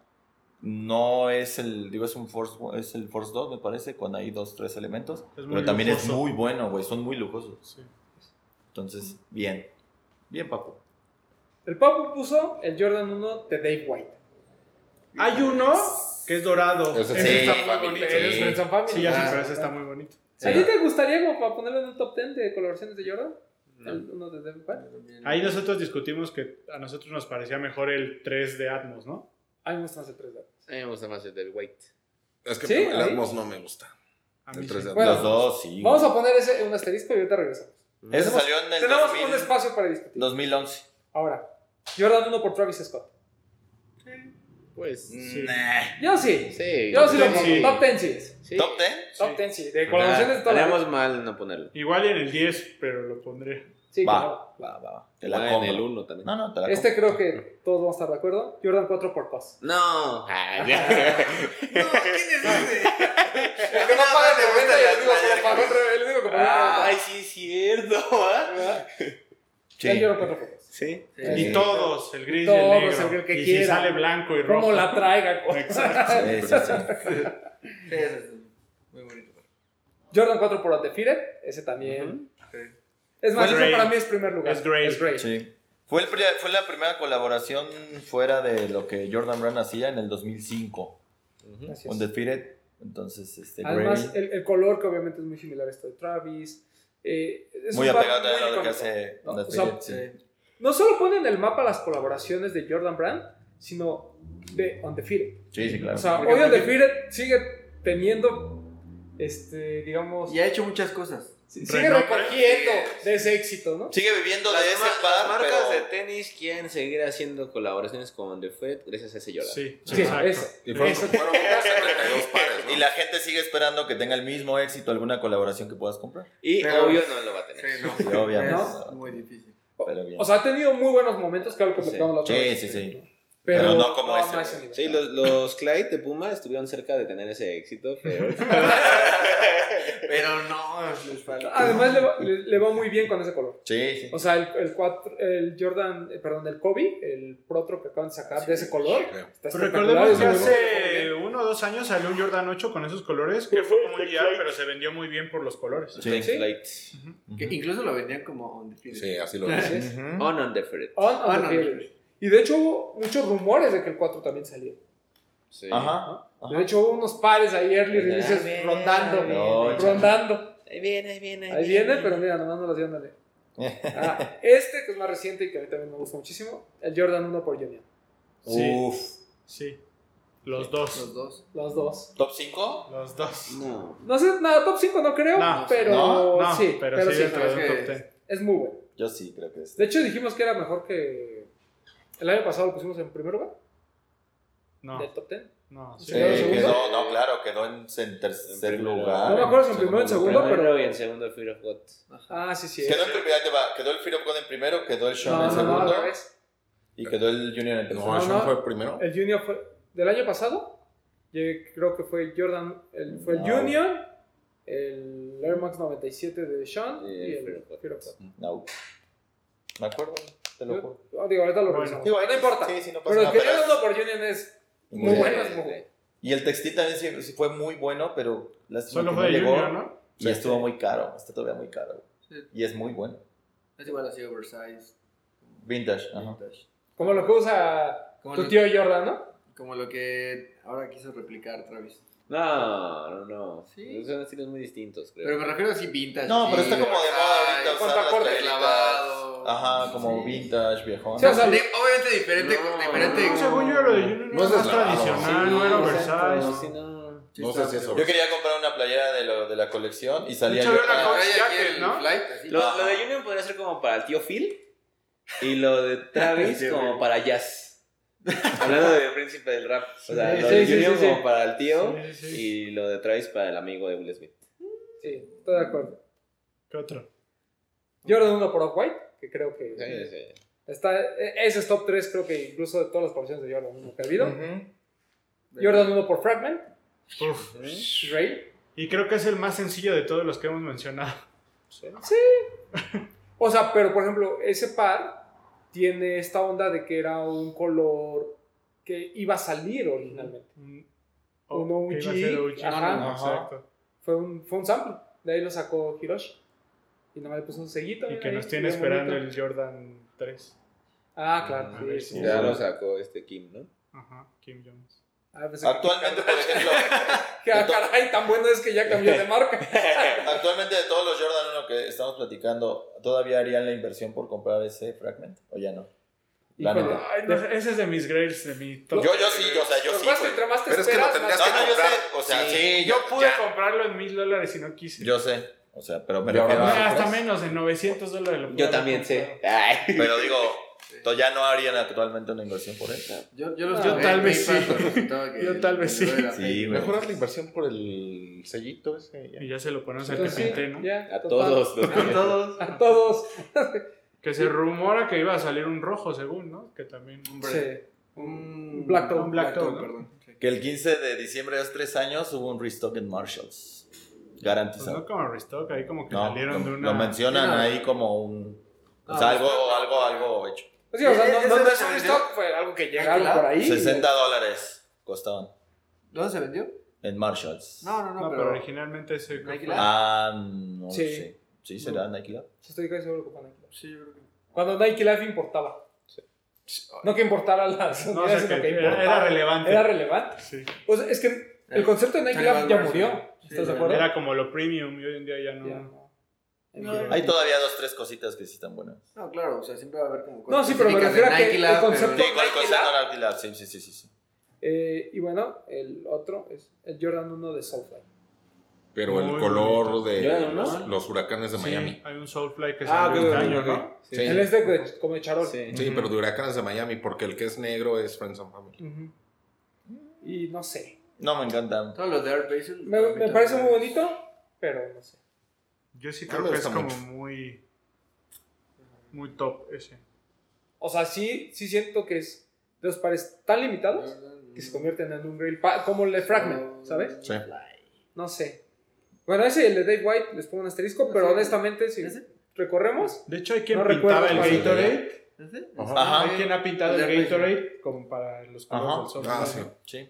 S6: no es el, digo, es un Force One- es el Force 2, me parece, con ahí dos, tres elementos.
S4: Es muy
S6: pero también es
S4: lujoso.
S6: muy bueno, güey, son muy lujosos.
S4: Sí.
S6: Entonces, bien. Bien, papo.
S2: El Papu puso el Jordan 1 de Dave White.
S4: Hay uno que es dorado.
S3: Ese
S4: Ese
S3: sí,
S4: está muy
S3: family,
S4: bonito.
S3: sí.
S2: Eres Friends and Family.
S4: Sí, ya sé,
S5: Ah,
S4: pero ese está muy bonito.
S2: ¿A ti te gustaría como para ponerlo en un top 10 de coloraciones de Jordan? El uno de Dave White.
S4: Ahí nosotros discutimos que a nosotros nos parecía mejor el 3 de Atmos, ¿no?
S2: A mí me gustan los de 3D.
S7: A mí me gusta más el del White.
S3: Es que
S2: ¿Sí?
S3: el
S2: ¿Ahí?
S3: Atmos no me gusta.
S4: A
S3: El
S4: mí
S3: tres
S4: sí.
S3: de-
S2: Bueno, pues,
S6: Los dos, sí.
S2: Vamos
S6: güey.
S2: a poner ese en un asterisco y ahorita regresamos.
S6: Ese
S2: tenemos-
S6: salió en el
S2: Tenemos
S6: 2000
S2: un espacio para discutir.
S6: 2011.
S2: Ahora, Jordan 1 por Travis Scott.
S7: Pues... Sí.
S6: Nah.
S2: Yo sí.
S7: Sí.
S2: Yo sí lo
S4: Top
S2: pongo.
S4: 10 sí.
S2: Top 10 sí es.
S7: Sí.
S6: ¿Top 10?
S2: Top
S4: Sí.
S2: 10 sí. De colaboraciones de
S7: Ah,
S2: toda la
S7: Haríamos mal en no ponerlo.
S4: Igual en el 10, pero lo pondré.
S2: Sí, claro.
S6: Va, va, va, va. Te la
S7: Ah, en
S6: compro.
S7: el 1 también.
S6: No, no, te la compro.
S2: Este creo que todos vamos a estar de acuerdo. Jordan 4 por Cos.
S7: No. Ah, ya.
S5: No, ¿quién es ese?
S2: El que no paga de renta y el único que pagó en re- el único que pagó en renta.
S7: Ay, sí es cierto. ¿ah?
S2: ¿Verdad?
S6: Sí.
S2: El Jordan 4 por Cos.
S7: Sí.
S4: Y todos, el gris y,
S2: Todos,
S4: el negro.
S2: el que
S4: y
S2: quiera.
S4: si sale blanco y rojo.
S2: Como la traiga. Cos.
S4: Exacto.
S6: Sí, sí, sí.
S5: Sí, ese es muy bonito.
S2: Jordan 4 por Undefeated. Ese también. Es más,
S4: Fue
S2: ese
S4: Gray.
S2: para mí es primer lugar.
S4: Es Gray.
S2: Es Gray.
S6: Sí. Fue, el, pri- fue la primera colaboración fuera de lo que Jordan Brand hacía en el 2005
S7: Ujú.
S2: Así es.
S6: con The Fitted. Entonces, este,
S2: Además,
S6: Gray,
S2: el, el color que obviamente es muy similar a este de Travis. eh, es
S6: muy
S2: un
S6: apegado
S2: pack muy
S6: también a lo que
S2: icónico.
S6: hace
S2: ¿no?
S6: The
S2: O sea, eh,
S6: Fitted, sí.
S5: Sí.
S2: No solo pone en el mapa las colaboraciones de Jordan Brand, sino de Undefeated.
S6: sí, sí, claro.
S2: O sea, hoy Undefeated sigue teniendo, este, digamos,
S5: Y ha hecho muchas cosas.
S2: si- sigue
S4: Renombre.
S2: recogiendo de ese éxito, ¿no?
S6: Sigue viviendo
S7: Las
S6: de ese
S7: ma-
S6: par,
S7: las marcas
S6: pero-
S7: de tenis quieren seguir haciendo colaboraciones con The Fed gracias a ese Jordan.
S4: Sí,
S2: Sí,
S4: exacto.
S2: ese.
S3: Y fueron,
S2: Eso.
S7: (laughs)
S3: fueron como 72 pares, ¿no?
S6: Y la gente sigue esperando que tenga el mismo éxito alguna colaboración que puedas comprar.
S7: Y
S5: Pero-
S7: obvio no lo va a
S5: Sí,
S7: tener.
S5: no.
S6: Sí, obviamente.
S5: Es muy difícil.
S6: Pero bien.
S2: O sea, ha tenido muy buenos momentos, claro que
S7: Sí.
S2: platicamos la otra
S6: Sí,
S2: vez.
S6: sí, sí.
S2: Pero,
S6: Pero no como este,
S2: a
S6: güey.
S2: nivel.
S7: Sí, los, los Clyde de Puma estuvieron cerca de tener ese éxito, (laughs) pero
S5: Pero no, les falta.
S2: Además, le va, le- le va muy bien con ese color.
S6: Sí, sí.
S2: O sea, el, el, cuatro- el Jordan, eh, perdón, el Kobe, el Protro que acaban de sacar de ese color. Está
S4: Pero
S2: espectacular,
S4: recordemos
S2: es
S4: que
S2: muy bueno.
S4: hace uno o dos años salió un Jordan 8 con esos colores, que fue como un guía, pero se vendió muy bien por los colores.
S6: Sí.
S7: Thanks, Light.
S5: Que incluso lo vendían como on the field.
S3: Sí, así lo
S2: Así
S3: dice.
S2: es.
S7: On on the Fred.
S2: On, on
S5: Ah,
S2: the
S5: no,
S2: field.
S5: no.
S2: Y de hecho hubo muchos rumores de que el 4 también salía.
S7: Sí.
S6: Ajá.
S2: De hecho hubo unos pares ahí early
S7: Ajá.
S2: releases rondando,
S6: No,
S2: güey, rondando.
S7: Ahí viene, ahí viene.
S2: Ahí viene, pero mira, nomás no las dio nadie. Ah, este que es más reciente y que a mí también me gusta muchísimo, el Jordan 1 por Junior.
S4: Sí.
S6: Uf.
S4: Sí. Los dos.
S5: Los dos.
S2: Los dos.
S6: ¿Top 5?
S4: Los dos.
S7: No.
S2: No sé, no, top 5 no creo,
S4: No,
S2: pero
S4: no, no,
S2: sí,
S4: pero, sí,
S2: sí,
S4: dentro
S5: pero
S4: de
S5: es
S4: un
S5: que-
S4: top 10.
S2: es muy bueno.
S6: Yo sí creo que es.
S2: De hecho dijimos que era mejor que el año pasado lo pusimos en primer lugar del
S4: No,
S2: top 10.
S4: no. Sí.
S6: Sí,
S2: ¿Quedó en segundo?
S6: Eh, quedó, no, claro, quedó en en tercer
S7: En primero.
S6: lugar.
S7: No me
S2: acuerdo si en primero o en
S6: lugar.
S2: segundo, pero-
S7: Primero y en segundo Fear of God.
S2: Ah, sí, sí.
S6: Quedó
S2: es.
S6: en primera, te va- quedó el Fear of God en primero, quedó el Sean
S2: No,
S6: en
S2: no, no,
S6: segundo
S2: al revés.
S6: y quedó el Junior en tercero.
S3: No,
S2: no.
S3: Sean fue primero.
S2: El Junior fue del año pasado. Yo creo que fue el Jordan, el, fue el
S6: No.
S2: Junior, el Air Max 97 de Sean
S7: Y
S2: y,
S7: el Fear
S2: el
S7: of God.
S2: Fear of God.
S6: No. Me acuerdo, te lo juro.
S2: Ah, digo, ahorita lo
S4: Bueno.
S2: revisamos.
S6: Digo, ahí
S2: no importa.
S6: Sí, sí, no pasa
S2: pero el
S6: nada,
S2: que
S6: pero
S2: yo
S6: es-
S2: uno por Union es muy
S6: Sí.
S2: bueno, es muy bueno.
S6: Y el textil también sí, sí fue muy bueno, pero lástima
S4: Solo
S6: que
S4: fue
S6: no
S4: de
S6: llegó.
S4: Junior, ¿no?
S6: Y estuvo muy caro, está todavía muy caro.
S5: Sí.
S6: Y es muy bueno.
S5: Es igual así, oversize.
S6: Vintage, ajá.
S5: vintage.
S2: Como lo que usa
S5: Como
S2: tu
S5: lo-
S2: tío Jordan, ¿no?
S5: Como lo que ahora quiso replicar Travis.
S7: No, no, no.
S5: Sí.
S7: Son estilos muy distintos, creo.
S5: Pero me refiero así vintage.
S6: No, pero
S5: sí,
S6: está como de moda
S5: oversize,
S6: ahorita
S2: con
S6: usar las
S2: tacones
S6: playeras.
S5: clavados.
S6: Ajá, como
S5: Sí.
S6: vintage, viejón.
S2: Sí, o sea,
S5: De- obviamente diferente,
S7: No,
S5: diferente.
S7: no,
S4: Según yo, lo de Junior
S3: No
S4: no era
S3: seas
S4: más
S3: lavado.
S4: tradicional, no era oversize.
S7: Sí, no.
S3: No sé si es
S6: Yo quería comprar una playera de, lo, de la colección y salía
S4: De
S6: yo.
S4: hecho, había una
S5: Ah,
S4: cosa-
S6: Ah,
S5: trae aquí
S4: jacket,
S5: el
S4: ¿no?
S5: flight, así.
S7: Lo, lo de Union podría ser como para el tío Phil y lo de Travis
S5: Sí,
S7: como
S5: güey.
S7: para Jazz. Hablando de Príncipe del Rap. O sea,
S2: Sí,
S7: lo
S2: sí,
S7: de
S2: sí,
S7: Union
S2: sí,
S7: como
S2: sí.
S7: para el tío
S4: Sí, sí, sí.
S7: y lo de Travis para el amigo de Will Smith.
S2: Sí, estoy de acuerdo.
S4: ¿Qué otro?
S2: Jordan 1 por Off-White, que creo que
S7: Sí, sí.
S2: está. e- Ese es top 3, creo que incluso de todas las colecciones de Jordan 1 que ha habido.
S6: ujú.
S2: Jordan 1 por Fragment,
S4: Uf.
S2: Ray.
S4: Y creo que es el más sencillo de todos los que hemos mencionado.
S2: O sea, pero por ejemplo, ese par tiene esta onda de que era un color que iba a salir originalmente.
S4: Un,
S2: Un
S4: oh, que iba a ser
S2: OG,
S4: OG.
S2: ajá.
S4: Ajá. Exacto.
S2: Fue un, fue un sample, de ahí lo sacó Hiroshi. Y nada más le puso un sellito.
S4: Y que
S2: ahí,
S4: nos tiene
S2: bien
S4: esperando
S2: bonito.
S4: el Jordan 3.
S2: Ah, claro.
S4: A
S2: sí,
S4: ver
S2: sí.
S4: si-
S7: Ya lo sacó este Kim, ¿no?
S4: Ajá, Kim Jones.
S2: Ah, pensé que- (laughs)
S6: Actualmente, por ejemplo, (laughs)
S2: que, ah, caray, tan bueno es que ya cambió de marca.
S6: actualmente de todos los Jordan 1 que estamos platicando, ¿todavía harían la inversión por comprar ese fragment? ¿O ya no? La
S2: Híjole.
S6: neta.
S4: Ay, no, ese es de mis grails, de mi
S6: Yo,
S4: top.
S6: yo sí, yo, o sea, yo
S2: Lo que
S6: sí.
S2: pasa es que
S6: güey.
S2: entre Pues más te
S3: Pero es que lo
S2: esperas,
S3: tendrías
S2: más
S3: que
S6: No, no, yo
S3: comprar.
S6: sé, o sea, sí,
S4: Yo
S6: ya-
S4: pude
S6: ya.
S4: comprarlo en mil dólares y no quise.
S6: Yo sé, o sea, pero me
S3: Yo
S6: refiero
S3: no.
S4: Ah,
S6: a-
S4: hasta menos, en 900 dólares lo pude
S7: pues. Yo
S4: haber
S7: también sé.
S4: comprado.
S7: Ay.
S6: Pero digo, to- ya no harían actualmente una inversión por él.
S5: Yo, yo los
S2: Yo
S5: probé
S4: tal
S5: en
S4: vez
S5: PayPal,
S4: sí.
S5: pero resultaba que
S4: Yo tal vez sí.
S5: era
S6: Sí, güey.
S3: Mejor haz la inversión por el sellito ese. ya.
S4: Y ya se lo ponemos al Pues que
S2: Entonces, sí,
S4: pinté, ¿no?
S2: ya,
S7: A
S2: total.
S7: todos los
S5: fake. Todos.
S2: A todos.
S4: Que se rumora que iba a salir un rojo, según, ¿no? Que también.
S2: Sí.
S5: Un
S2: Black Tone,
S5: un
S4: Black Tone, ¿no?
S5: perdón. Sí.
S6: Que el 15 de diciembre de hace tres años hubo un restock en Marshalls.
S4: Pues no
S6: Garantizado.
S4: como restock, ahí como que
S6: No,
S4: salieron
S6: lo,
S4: de
S6: lo
S4: una.
S6: mencionan
S5: Sí, no.
S6: ahí como un. O
S5: No,
S6: sea,
S5: pues,
S6: algo, algo, algo hecho.
S2: O sea, o sea,
S5: Eh,
S2: no,
S5: ese
S2: no, no
S5: no
S2: es un
S5: se
S2: stock,
S5: vendió.
S2: fue algo que llegaron
S5: Ah, claro.
S2: por ahí.
S6: 60 dólares costaban
S5: ¿Dónde se vendió?
S6: en Marshalls.
S5: No, no, no,
S4: No,
S5: pero.
S4: pero originalmente ese.
S5: Nike Lab.
S6: Ah, no
S2: Sí.
S6: sé. Sí, será Nike Lab.
S2: Sí, Estoy casi seguro que fue Nike Life.
S5: Sí, yo creo que.
S2: Cuando Nike Life importaba. No que importara las
S4: No, o
S2: unidades,
S4: sea,
S2: sino
S4: que
S2: que
S4: era,
S2: importaba.
S4: era relevante.
S2: Era relevante.
S4: Sí.
S2: O sea, es que el concepto de Nike
S5: Charlie
S2: Life ya
S5: Van Warner,
S2: murió.
S5: sí.
S2: ¿Estás
S5: Sí,
S2: de acuerdo?
S4: Era como lo premium y hoy en día ya no.
S2: Ya
S5: No.
S6: Hay todavía dos, tres cositas que sí están buenas.
S5: No, claro, o sea, siempre va a haber como.
S2: No, sí, pero me
S5: específicas de
S2: refiero a que
S5: Nike
S2: el
S5: Lab, pero-
S2: concepto-
S6: Sí,
S2: Nike
S6: cuál cosa
S2: Lab.
S6: no Nike Lab, sí, sí, sí, sí, sí.
S2: Eh, y bueno, el otro es el Jordan 1 de Soulfly.
S3: Pero
S4: Muy
S3: el color
S7: ¿Ya,
S3: de
S7: no?
S3: los, los huracanes de
S4: Sí,
S3: Miami.
S4: hay un Soulfly que
S7: Ah,
S4: salió
S7: ok,
S4: este
S7: ok,
S4: año,
S7: ok.
S4: ¿no?
S3: Sí.
S2: Él es de, de- como de charol.
S7: Sí.
S3: Sí,
S4: Ujú.
S3: pero de huracanes de Miami, porque el que es negro es Friends and Family.
S2: Ujú. Y no sé.
S6: No, me encantan.
S5: Todos los de Art Basel.
S2: Me, me parece muy bonito, pero no sé.
S4: Yo sí
S3: No
S4: creo
S3: Ah, me
S4: que es
S3: gusta
S4: como
S3: mucho.
S4: muy. Muy top ese.
S2: O sea, sí, sí siento que es dos pares tan limitados que se convierten en un Grail pa- como el de
S5: Ah.
S2: Fragment, ¿sabes?
S3: Sí.
S2: No sé. Bueno, ese y el de Dave White les pongo un asterisco, pero
S5: Ajá.
S2: honestamente, si
S5: ¿Ese?
S2: recorremos,
S4: De hecho, hay quien
S2: No
S4: pintaba el
S2: recuerdo cuál.
S4: Gatorade. Ah,
S5: ¿Ese?
S3: Ajá.
S4: Hay quien ha pintado
S5: El de
S4: el
S5: Racing.
S4: Gatorade como para los colores
S3: Ajá.
S4: del sol.
S3: Ah, sí.
S6: Sí.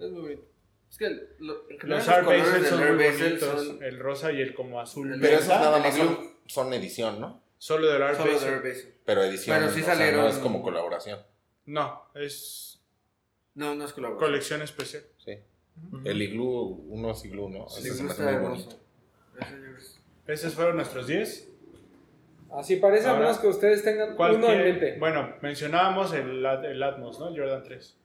S5: Es muy bonito. Es que el- lo- en general
S4: Los Art
S5: colores
S4: Basel
S5: del
S4: son
S5: Art
S4: muy
S5: Basel
S4: bonitos.
S5: son
S4: El rosa y el como azul.
S3: Pero esos
S5: Está,
S3: nada
S5: el
S3: más
S5: iglú.
S3: son, son edición, ¿no?
S4: Solo del Art
S5: solo de
S4: Basel.
S5: Art Basel.
S3: Pero edición.
S5: Bueno, sí
S3: o sea,
S5: salieron-
S3: no es como colaboración.
S4: No, es
S5: No, no es colaboración.
S4: colección especial.
S3: El iglú, uno es iglú, ¿no?
S5: Sí,
S3: Ese se me
S5: está
S3: hace muy
S5: hermoso.
S3: bonito.
S5: Ese es-
S4: Esos fueron nuestros 10.
S2: así parece, a
S4: Ahora,
S2: menos que ustedes tengan
S4: ¿Cuál
S2: uno en
S4: quiere-
S2: mente.
S4: Bueno, mencionábamos el, At- el Atmos, ¿no? Jordan 3.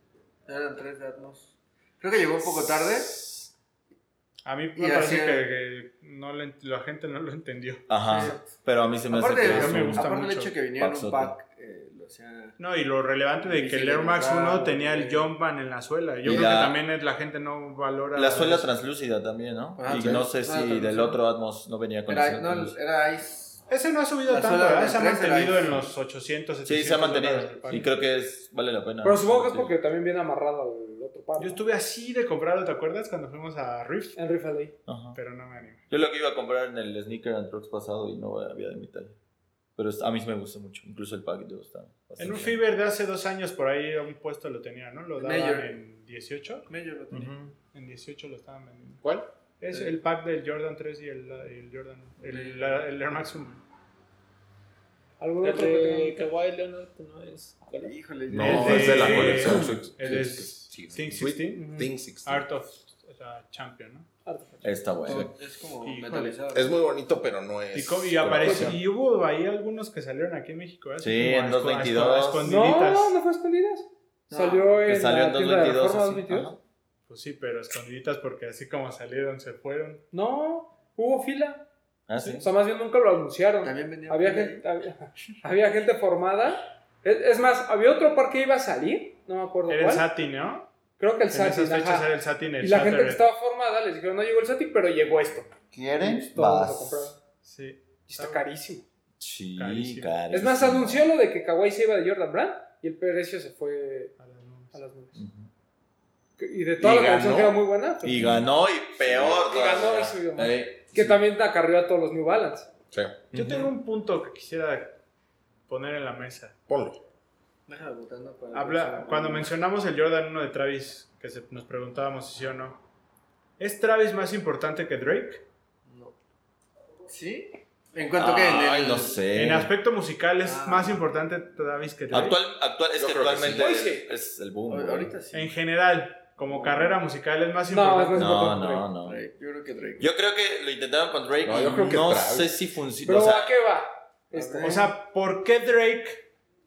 S5: Eran tres de Atmos. Creo que llegó un poco tarde.
S4: A mí
S5: Y
S4: me parece
S5: hacía-
S4: que, que no le ent- la gente no lo entendió.
S6: Ajá. Pero a mí se Ah, me hace
S5: Eh, Aparte,
S6: que
S4: a
S6: es
S4: mí me
S6: un-
S4: gusta
S5: aparte el
S4: mucho.
S5: hecho que viniera en un
S6: Paxote.
S5: pack, eh, lo hacía...
S4: No, y lo relevante de que
S5: Difícil
S4: el
S5: de
S4: Air Max
S5: encontrar,
S4: 1 tenía el
S5: eh.
S4: Jumpman en la suela. Yo
S6: Y
S4: creo
S6: la-
S4: que también es- la gente no valora. pues,
S6: La suela translúcida también, ¿no?
S5: Ajá,
S6: y
S5: sí.
S6: no sé
S5: Ah,
S6: si
S5: también,
S6: del
S5: sí.
S6: otro Atmos no venía con
S5: Era,
S6: esa
S5: no,
S6: translúcida.
S5: era Ice.
S4: Ese no ha subido
S5: La
S4: tanto,
S5: suela
S4: ¿verdad?
S5: del
S4: Se ha
S5: 3 era
S4: mantenido
S5: ahí.
S4: en los 800, 700.
S6: Sí, se ha
S4: dólares
S6: mantenido.
S4: del pack.
S6: Y creo que es vale la pena.
S2: Pero supongo que es
S6: Sí.
S2: porque también viene amarrado al otro par.
S4: Yo
S2: ¿no?
S4: estuve así de comprarlo, ¿te acuerdas? Cuando fuimos a Rift,
S2: En Riff Alley.
S6: Ajá.
S4: pero no me animé.
S6: Yo lo que iba a comprar en el Sneaker and Trucks pasado y no había de mi talla. Pero es- a mí sí me gusta mucho. Incluso el pack de está bastante
S4: En un
S6: bien.
S4: Fever de hace dos años, por ahí a un puesto lo tenía, ¿no? Lo daban
S5: Major.
S4: en 18.
S5: Mello lo tenía.
S6: Ujú.
S4: En 18 lo estaban vendiendo.
S6: ¿Cuál?
S4: Es
S5: Sí.
S4: el pack del Jordan 3 y el, el Jordan. El, la- el Air Max 1.
S2: ¿Algún
S7: El
S2: otro que tengan en
S7: de
S2: mente?
S7: Kawhi Leonard no es. ¿cuál?
S5: Híjole,
S3: No,
S5: ya-
S4: El de-
S3: es de la colección. Six-
S4: El de
S3: Six-
S4: Think
S3: Sweet-
S4: 16.
S3: Think 16.
S4: Art of o sea, Champion, ¿no?
S2: Artefacto.
S6: Está bueno.
S5: Es como
S4: Híjole.
S5: metalizado.
S3: Es muy bonito, pero no es.
S4: Y, co- y aparece,
S3: colaboración.
S4: y hubo ahí algunos que salieron aquí en México. ¿eh?
S6: Sí,
S4: Así como
S6: en
S4: a esco-
S6: 2.22.
S4: a escondiditas.
S2: No, no fue escondidas.
S5: No,
S2: salió
S6: Que
S2: en
S6: salió en
S2: la tienda de
S6: 222.
S2: Reforma,
S6: así.
S2: 222.
S6: Ajá.
S4: Pues sí, pero escondiditas porque así como salieron se fueron.
S2: No, hubo fila.
S6: Ah, sí.
S2: O sea, más bien nunca lo anunciaron.
S5: También vendía
S2: Había
S5: pila
S2: gente, había, (laughs) había gente formada. Es, es más, había otro par que iba a salir. No me acuerdo
S4: Era el
S2: cuál.
S4: Sati, ¿no?
S2: Creo que el
S4: En
S2: Sati.
S4: esas fechas era el Sati en el
S2: Y la gente que
S4: Shattered.
S2: estaba formada les dijeron, no llegó el Sati, pero llegó esto.
S6: ¿Quieren?
S2: Todos lo compraron.
S4: Sí.
S2: Y está carísimo.
S6: Sí,
S4: Carísimo.
S6: carísimo.
S2: Es más, anunció lo de que Kawhi se iba de Jordan Brand y el precio se fue
S4: A las nubes.
S2: a las nubes.
S6: Ujú.
S2: Y de toda
S6: Y
S2: la canción
S6: ganó.
S2: que era muy buena. pues,
S6: Y ganó y peor.
S2: Y ganó
S6: todavía.
S2: y subió más.
S6: Ey,
S2: Que también acarreó a todos los New Balance.
S3: Sí,
S4: Yo tengo un punto que quisiera poner en la mesa.
S3: ponlo.
S5: Déjame botando para-
S4: Habla, cuando mencionamos el Jordan 1 de Travis, que se- nos preguntábamos si sí o no, ¿es Travis más importante que Drake?
S5: No. ¿Sí? ¿En cuanto que en
S6: Ay,
S5: el-
S6: no sé.
S4: En ¿eh? aspecto musical es
S5: Ah.
S4: más importante Travis que Drake.
S6: Eh, Actual, actual, es
S3: Yo
S6: que
S3: creo que
S6: actualmente
S2: sí. Hoy sí.
S6: es el boom.
S5: Ahor-
S6: güey.
S5: Ahorita sí.
S4: En general, como carrera musical es más
S2: No,
S4: importante.
S2: es
S6: No,
S2: importante
S6: no, no.
S5: Drake, Yo creo que Drake.
S6: Yo creo que lo intentaron con Drake.
S3: No,
S6: y
S3: yo creo que
S6: no
S3: Travis.
S6: sé si funciona.
S2: Pero
S6: O sea, este,
S2: ¿a qué va? Esto.
S4: O sea, ¿por qué Drake,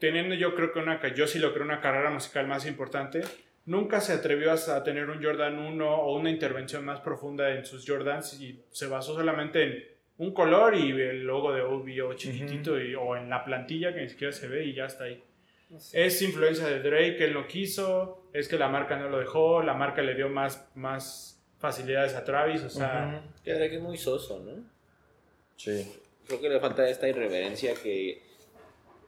S4: teniendo yo creo que una, ca- yo sí lo creo una carrera musical más importante, nunca se atrevió a, a tener un Jordan 1 o una intervención más profunda en sus Jordans y se basó solamente en un color y el logo de OBO chiquitito y- o en la plantilla que ni siquiera se ve y ya está ahí?
S2: No sé.
S4: Es influencia de Drake, él no quiso, es que la marca no lo dejó, la marca le dio más, más facilidades a Travis, o sea,
S7: Que Drake es muy soso, ¿no?
S6: sí.
S7: Creo que le falta esta irreverencia que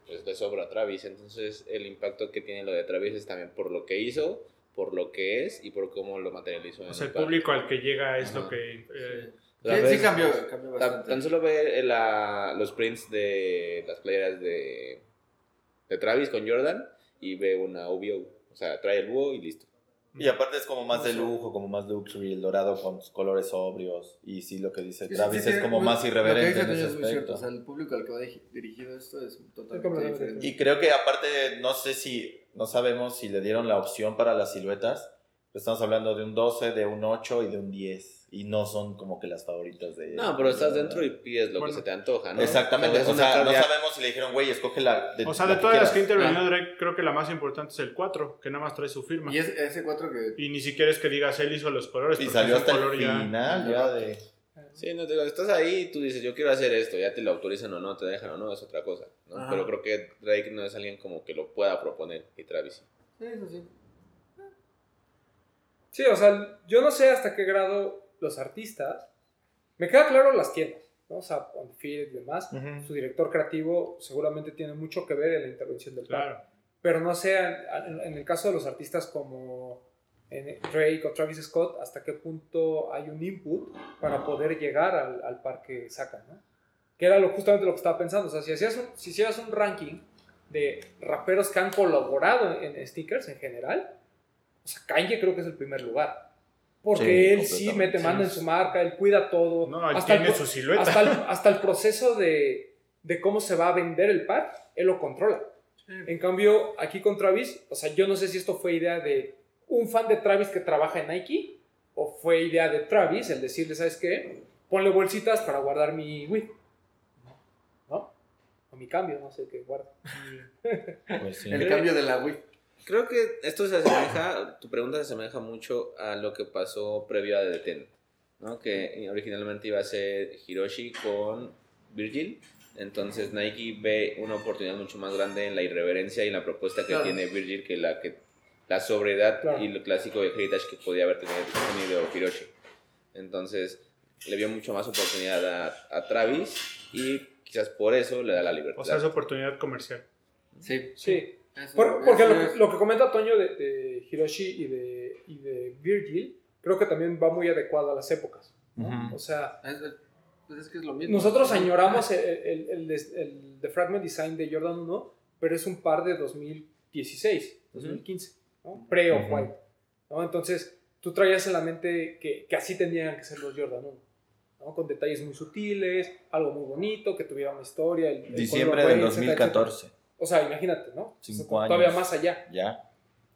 S7: pues, le sobra a Travis. Entonces, el impacto que tiene lo de Travis es también por lo que hizo, por lo que es y por cómo lo materializó en
S4: o sea, el
S7: pack.
S4: público al que llega es lo
S7: Ajá.
S4: que... eh,
S7: La
S5: Sí,
S7: vez-
S5: sí cambió, cambió
S7: Tan,
S5: bastante.
S7: tan solo ve eh, la- los prints de las playeras de, de Travis con Jordan y ve una OBO. O sea, trae el búho y listo.
S6: Y aparte es como más de lujo, como más luxury, el dorado con colores sobrios. Y sí, lo que dice
S5: Sí,
S6: Travis
S5: sí,
S6: es
S5: sí,
S6: como
S5: lo-
S6: más
S5: Lo que
S6: irreverente
S5: dice
S6: en
S5: Toño
S6: ese
S5: es muy cierto.
S6: aspecto.
S5: O sea, el público al que va di- dirigido esto es totalmente
S2: completamente
S5: diferente.
S6: Y creo que aparte, no sé si, no sabemos si le dieron la opción para las siluetas. pero Estamos hablando de un 12, de un 8 y de un 10. Y no son como que las favoritas de...
S7: No, pero estás dentro y pides lo
S4: Bueno.
S7: que se te antoja, ¿no?
S6: Exactamente.
S7: Es
S6: O
S7: una
S6: sea, no
S7: carga-
S6: sabemos si le dijeron, güey, escoge la...
S4: O sea, de todas las que ha
S6: quieras".
S4: intervenido Drake, creo que la más importante es el 4, que nada más trae su firma.
S5: Y es, ese 4 que.
S4: Y ni siquiera es que digas él hizo los colores,
S6: Y
S4: porque
S6: salió
S4: pues, es un
S6: hasta el
S4: color ya-
S6: final ya de...
S7: Sí, no, te digo, estás ahí y tú dices, yo quiero hacer esto, ya te lo autorizan o no, te dejan o no, es otra cosa. ¿no?
S5: Ajá.
S7: Pero creo que Drake no es alguien como que lo pueda proponer y Travis. sí.
S5: Eso sí.
S2: Sí, o sea, yo no sé hasta qué grado los artistas. Me queda claro las tiendas, ¿no? O sea, Unfit y demás. Su director creativo seguramente tiene mucho que ver en la intervención del par.
S4: Claro.
S2: pero no sé, en, en el caso de los artistas como en Drake o Travis Scott, hasta qué punto hay un input para poder llegar al, al par que sacan, ¿no? Que era lo, justamente lo que estaba pensando. O sea, si hacías un, si hicieras un ranking de raperos que han colaborado en, en stickers en general, o sea, Kanye creo que es el primer lugar. Porque
S6: Sí,
S2: él sí mete mano en su marca, él cuida todo.
S4: No, ahí
S2: el
S4: tiene
S2: pro-
S4: su silueta.
S2: hasta el, hasta el proceso de, de cómo se va a vender el par, él lo controla. En cambio, aquí con Travis, o sea, yo no sé si esto fue idea de un fan de Travis que trabaja en Nike o fue idea de Travis el decirle, ¿sabes qué? Ponle bolsitas para guardar mi Wii. ¿No? O mi cambio, no sé qué guarda.
S6: Pues sí.
S5: El cambio de la Wii.
S7: Creo que esto se asemeja, tu pregunta se asemeja mucho a lo que pasó previo a Deten, ¿no? Que originalmente iba a ser Hiroshi con Virgil. Entonces Nike ve una oportunidad mucho más grande en la irreverencia y en la propuesta que
S5: Claro.
S7: tiene Virgil que la que la sobriedad
S2: Claro.
S7: y lo clásico de heritage que podía haber tenido disponible o Hiroshi. Entonces le vio mucho más oportunidad a, a Travis y quizás por eso le da la libertad.
S4: O sea, es oportunidad comercial.
S5: Sí.
S2: Sí,
S5: Eso-
S2: Por- porque
S5: eso
S2: lo,
S5: es-
S2: lo que comenta Toño de, de Hiroshi y de, y de Virgil, creo que también va muy adecuado a las épocas. ¿no? O sea,
S5: es- pues es que es lo mismo.
S2: nosotros añoramos el, el, el des- el de Fragment Design de Jordan 1, pero es un par de 2016, 2015, ¿no? pre o
S3: Ujú.
S2: white. ¿no? Entonces, tú traías en la mente que, que así tenían que ser los Jordan 1. ¿no? con detalles muy sutiles, algo muy bonito, que tuviera una historia. el- el color
S6: Diciembre del
S2: güey, etcétera, etcétera.
S6: 2014.
S2: O sea, imagínate, ¿no?
S6: Cinco
S2: O sea, Todavía
S6: años.
S2: más allá.
S6: Ya.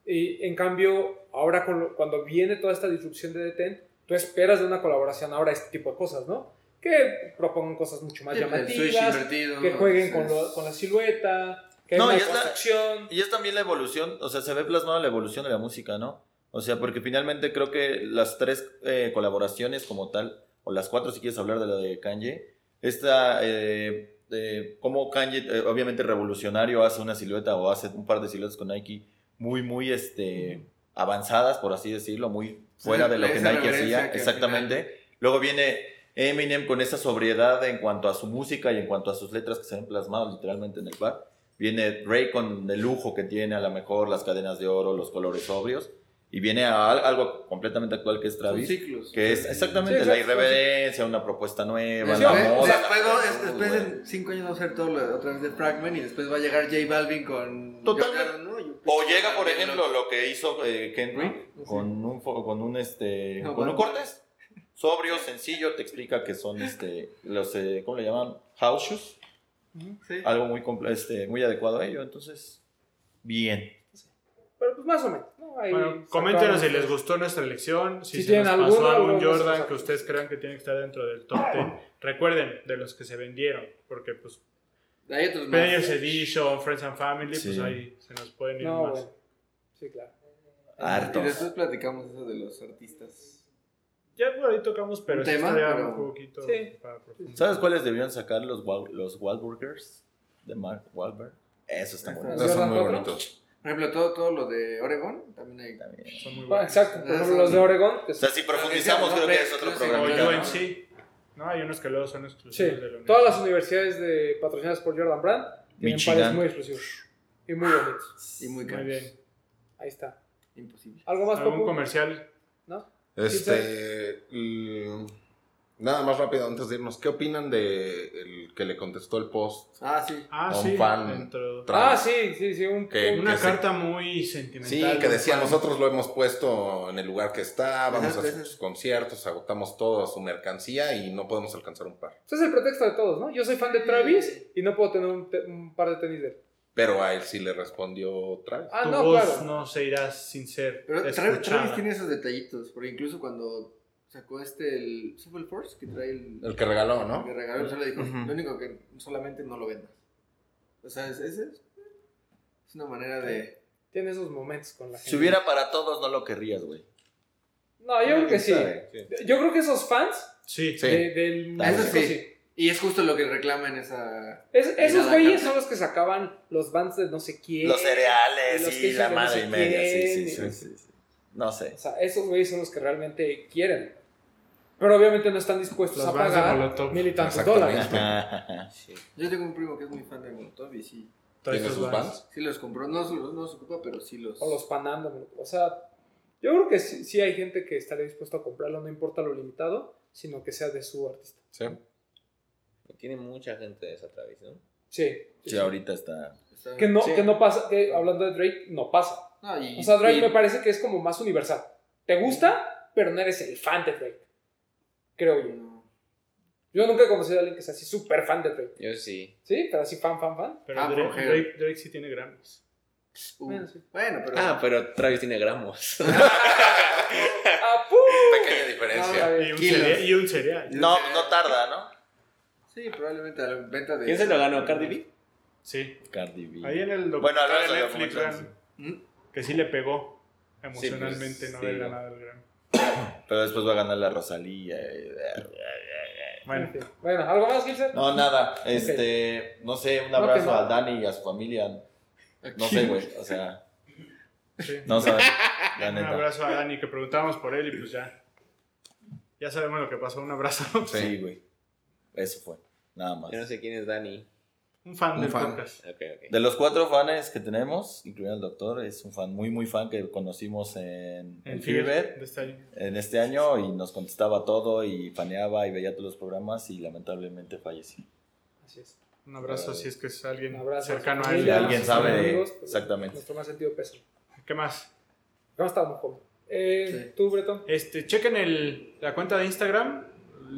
S2: Y en cambio, ahora con lo- cuando viene toda esta disrupción de Deten, tú esperas de una colaboración ahora este tipo de cosas, ¿no? Que propongan cosas mucho más
S5: Sí, el switch
S2: llamativas,
S5: invertido.
S2: que jueguen
S5: pues,
S2: con, lo-
S5: es-
S2: con la silueta, que
S6: No,
S2: hay una
S6: y es la-
S2: construcción.
S6: Y es también la evolución, o sea, se ve plasmada la evolución de la música, ¿no? O sea, porque finalmente creo que las tres eh, colaboraciones como tal, o las cuatro si quieres hablar de la de Kanye, esta, eh, de cómo Kanye, eh, obviamente revolucionario, hace una silueta o hace un par de siluetas con Nike muy, muy, este, avanzadas, por así decirlo, muy fuera de lo que
S5: esa
S6: Nike
S5: reverencia
S6: hacía,
S5: que al
S6: exactamente. Luego viene Eminem con esa sobriedad en cuanto a su música y en cuanto a sus letras que se han plasmado literalmente en el bar. Viene Ray con el lujo que tiene, a lo mejor las cadenas de oro, los colores sobrios. Y viene a al- algo completamente actual que es
S5: son
S6: Travis.
S5: ciclos.
S6: Que es exactamente
S2: Sí,
S6: la
S2: claro, son
S6: irreverencia, una propuesta nueva,
S5: Después,
S2: Sí,
S6: la
S2: ve-
S6: moda.
S5: después,
S6: la-
S5: va- es- después
S6: Bueno.
S5: en 5 años va a ser todo lo, otra vez de Fragment y después va a llegar J Balvin con.
S6: Totalmente.
S5: Jordan, ¿no? Yo-
S6: O llega, por ejemplo, lo que hizo eh,
S2: Ah,
S6: Kendrick
S5: Sí.
S6: con un, fo- con un, este,
S5: No,
S6: con
S5: bueno.
S6: un cortes. Sobrio, sencillo, te explica que son este, los, eh, ¿cómo le llaman? House shoes.
S5: Sí.
S6: Algo muy, comple- este, muy adecuado a ello. Entonces, bien.
S2: Pero pues más o menos. ¿no? Ahí
S4: Bueno,
S2: sacaron-
S4: coméntenos si les gustó nuestra elección, si,
S2: Si
S4: se
S2: tienen
S4: les pasó
S2: alguno,
S4: algún
S2: algunos
S4: Jordan
S2: nos-
S4: que ustedes crean que tiene que estar dentro del top 10. Recuerden, de los que se vendieron, porque pues
S5: Hay otros más.
S4: Players Edition, Friends and Family, pues
S6: Sí.
S4: ahí se nos pueden ir
S2: No,
S4: más.
S2: bueno. Sí, claro.
S5: Y después
S6: Hartos.
S5: platicamos eso de los artistas.
S4: Ya por ahí tocamos, pero
S5: Un
S4: sí
S5: tema,
S4: estaría
S5: pero-
S4: un poquito
S2: Sí.
S4: para profundizar.
S6: ¿Sabes cuáles debían sacar los, Wal- los Wahlburgers? De Mark Wahlberg. Eso está bueno.
S3: Esos son muy
S2: Jordan
S3: bonitos.
S5: Por ejemplo, todo, todo lo de Oregon también hay.
S6: También.
S4: Son muy
S2: Bueno,
S4: buenos.
S2: Ah, exacto, por ejemplo, los de Oregón. que
S6: O sea, si profundizamos, creo que es otro
S4: Como
S6: programa.
S5: Oregon,
S4: yo en
S5: ¿no?
S4: sí. No, hay unos que luego son
S2: Sí,
S4: exclusivos de la
S2: todas
S4: universidad.
S2: las universidades de, patrocinadas por Jordan Brand tienen
S6: Michigan.
S2: pares muy exclusivos y muy bonitos.
S5: Y muy caros.
S4: Muy bien.
S2: Ahí está.
S5: Imposible.
S2: ¿Algo más,
S4: ¿Algún
S2: Papu?
S4: comercial?
S2: ¿No?
S3: Este. mm, Nada más rápido antes de irnos. ¿Qué opinan de el que le contestó el post?
S5: Ah, sí.
S4: Ah,
S3: Un
S4: sí.
S3: fan.
S4: dentro-
S2: Ah,
S3: Travis?
S2: sí, sí, sí. Un,
S3: Que-
S2: un-
S4: Una
S3: se-
S4: carta muy sentimental.
S3: Sí, que
S4: un
S3: decía,
S4: fan.
S3: nosotros lo hemos puesto en el lugar que está, vamos
S5: Ajá,
S3: a
S5: ajá.
S3: sus conciertos, agotamos toda su mercancía y no podemos alcanzar un par.
S2: Ese es el pretexto de todos, ¿no? Yo soy fan de Travis y no puedo tener un, te- un par de tenis de él.
S3: Pero a él sí le respondió otra vez.
S2: Ah,
S4: tu
S2: no,
S4: voz
S2: claro.
S4: no se irá sin ser
S5: Pero Tra-
S4: escuchada.
S5: Travis tiene esos detallitos, porque incluso cuando sacó este, el Super Force, que trae el,
S3: El que regaló, ¿no?
S5: que regaló, solo dijo,
S6: Ujú.
S5: lo único que solamente no lo vendas. O sea, es, es, es una manera de...
S2: Tiene esos momentos con la gente.
S6: Si hubiera para todos, no lo querrías, güey.
S2: No, yo creo que sí.
S6: ¿Sabe?
S2: Yo creo que esos fans
S4: Sí,
S3: Sí.
S2: de- del
S6: Eso
S2: músico,
S5: sí.
S2: sí.
S5: Y es justo lo que reclama en esa...
S2: Es-
S5: Y
S2: esos
S5: nada,
S2: güeyes
S5: acá.
S2: son los que sacaban los bands de no sé quién.
S6: Los
S2: Y los
S6: cereales
S2: que
S6: y la
S2: dicen
S6: madre
S2: no
S6: y
S2: sé
S6: media. Sí,
S2: quién,
S6: sí, sí,
S2: y-
S6: sí, sí. No
S2: (laughs)
S6: sé.
S2: O sea, esos güeyes son los que realmente quieren. Pero obviamente no están dispuestos
S4: Los
S2: a
S4: bands de
S2: pagar
S4: Molotov.
S2: mil y tantos
S3: Exactamente.
S2: dólares.
S6: Ajá, ajá.
S5: Yo tengo un primo que es muy fan de Molotov y sí.
S4: Trae
S3: tiene
S4: sus
S3: sus
S4: Vans.
S3: Vans.
S5: Sí los compró, no, se los- no los ocupa, pero sí los...
S2: O los panando. O sea, yo creo que sí, sí hay gente que estaría dispuesta a comprarlo, no importa lo limitado, sino que sea de su artista.
S3: Sí.
S7: Tiene mucha gente de esa Travis, ¿no?
S2: Sí.
S6: Sí, ahorita está.
S5: Está-
S2: Que no,
S5: Sí.
S2: que no pasa, que hablando de Drake, no pasa.
S5: No, y-
S2: O sea, Drake
S5: y-
S2: me parece que es como más universal. Te gusta, pero no eres el fan de Drake. Creo yo.
S5: No.
S2: Yo nunca he conocido a alguien que sea así súper fan de Drake.
S7: Yo sí.
S2: ¿Sí? Pero así fan, fan, fan.
S4: Pero
S5: Ah,
S4: Drake,
S5: flojera.
S4: Drake- Drake sí tiene Grammys.
S5: Uh,
S2: Bueno, sí.
S5: Bueno, pero...
S7: Ah, pero Travis
S5: (laughs)
S7: tiene gramos.
S2: ¡Ah, pum!
S3: Pequeña
S2: No, a
S3: diferencia.
S2: ver,
S4: Y un,
S5: Kilos.
S4: cereal, y un cereal.
S6: No, no tarda, ¿no?
S5: Sí, probablemente a la venta de...
S7: ¿Quién se lo ganó? ¿Cardi B?
S4: Sí.
S6: Cardi B.
S4: Ahí en el
S6: Bueno,
S4: documental
S6: al
S4: de
S6: menos el
S4: Netflix,
S6: documental,
S4: vean,
S5: ¿Mm?
S4: que sí le pegó emocionalmente,
S6: Sí, pues,
S4: no le
S6: sí.
S4: ganado el Grammy.
S6: Pero después va a ganar la Rosalía. y-
S4: Bueno,
S2: en fin. Bueno, ¿algo más, Gilson?
S6: No, nada. Este, no sé, un
S2: No,
S6: abrazo
S2: que no.
S6: a Dani y a su familia. No sé, güey. O sea,
S4: sí.
S6: no sé. La
S4: Un
S6: neta.
S4: abrazo a Dani, que preguntábamos por él y pues ya. Ya sabemos lo que pasó. Un abrazo.
S6: Sí, güey. Eso fue. Nada más.
S7: Yo no sé quién es Dani.
S4: Un fan
S3: Un
S4: del
S3: fan.
S4: podcast.
S6: Eh,
S7: Ok, ok.
S6: De los cuatro fans que tenemos, incluyendo al doctor, es un fan muy, muy fan que conocimos en, en Fever
S4: de este año.
S6: en este año y nos contestaba todo y faneaba y veía todos los programas y lamentablemente falleció.
S2: Así es.
S4: Un abrazo
S6: Eh,
S4: si es que es alguien
S2: Un abrazo.
S4: cercano a
S2: Sí,
S4: él.
S6: Si alguien
S2: sí,
S6: sabe
S2: amigos, pues,
S6: exactamente.
S2: Nuestro más sentido pésame.
S4: ¿Qué más?
S2: No estaba muy joven. Eh,
S5: Sí.
S2: ¿Tú, Bretón?
S4: Este, chequen el, la cuenta de Instagram.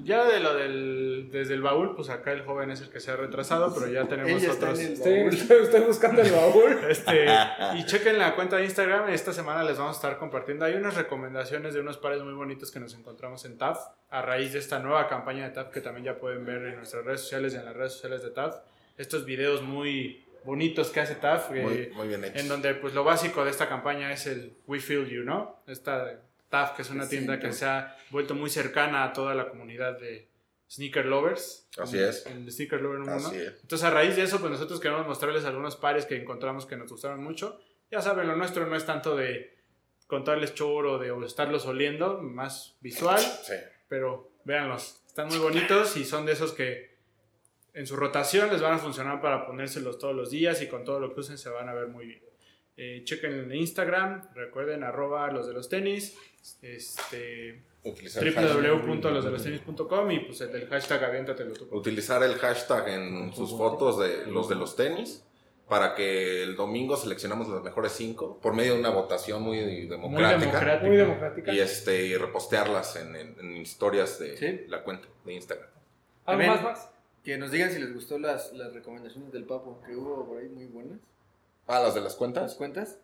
S4: Ya de lo del, desde el baúl, pues acá el joven es el que se ha retrasado, pero ya tenemos
S5: Ella está
S4: otros.
S5: en el
S2: Estoy,
S5: baúl.
S2: estoy buscando el baúl.
S4: Este, y chequen la cuenta de Instagram, esta semana les vamos a estar compartiendo. Hay unas recomendaciones de unos pares muy bonitos que nos encontramos en TAF a raíz de esta nueva campaña de TAF que también ya pueden ver en nuestras redes sociales y en las redes sociales de TAF. Estos videos muy bonitos que hace TAF, eh,
S3: Muy, muy bien hecho.
S4: en donde pues lo básico de esta campaña es el We Feel You, ¿no? Esta TAF, que es una
S5: Sí,
S4: tienda que
S5: TAF.
S4: se ha vuelto muy cercana a toda la comunidad de sneaker lovers.
S3: Así es.
S4: El sneaker lover número uno.
S3: Así es.
S4: Entonces, a raíz de eso, pues nosotros queremos mostrarles algunos pares que encontramos que nos gustaron mucho. Ya saben, lo nuestro no es tanto de contarles choro, de estarlos oliendo, más visual,
S3: Sí.
S4: pero véanlos. Están muy bonitos y son de esos que en su rotación les van a funcionar para ponérselos todos los días y con todo lo que usen se van a ver muy bien. Eh, chequen en Instagram, recuerden arroba los de los tenis, este,
S3: Utilizar el hashtag.
S4: www.losdelostenis.com y pues el del hashtag aviéntatelo tú.
S3: utilizar el hashtag en sus fotos de los de los tenis para que el domingo seleccionamos las mejores cinco por medio de una votación muy
S4: Muy
S3: democrática,
S4: democrático.
S2: Muy democrática.
S3: y este y repostearlas en, en- en historias de
S5: Sí.
S3: la cuenta de Instagram.
S2: ¿Algo
S5: También-
S2: más, Max?
S5: Que nos digan si les gustó las, las recomendaciones del Papo, que hubo por ahí muy buenas.
S3: Ah, las de las
S5: ¿Las
S3: cuentas.
S5: cuentas?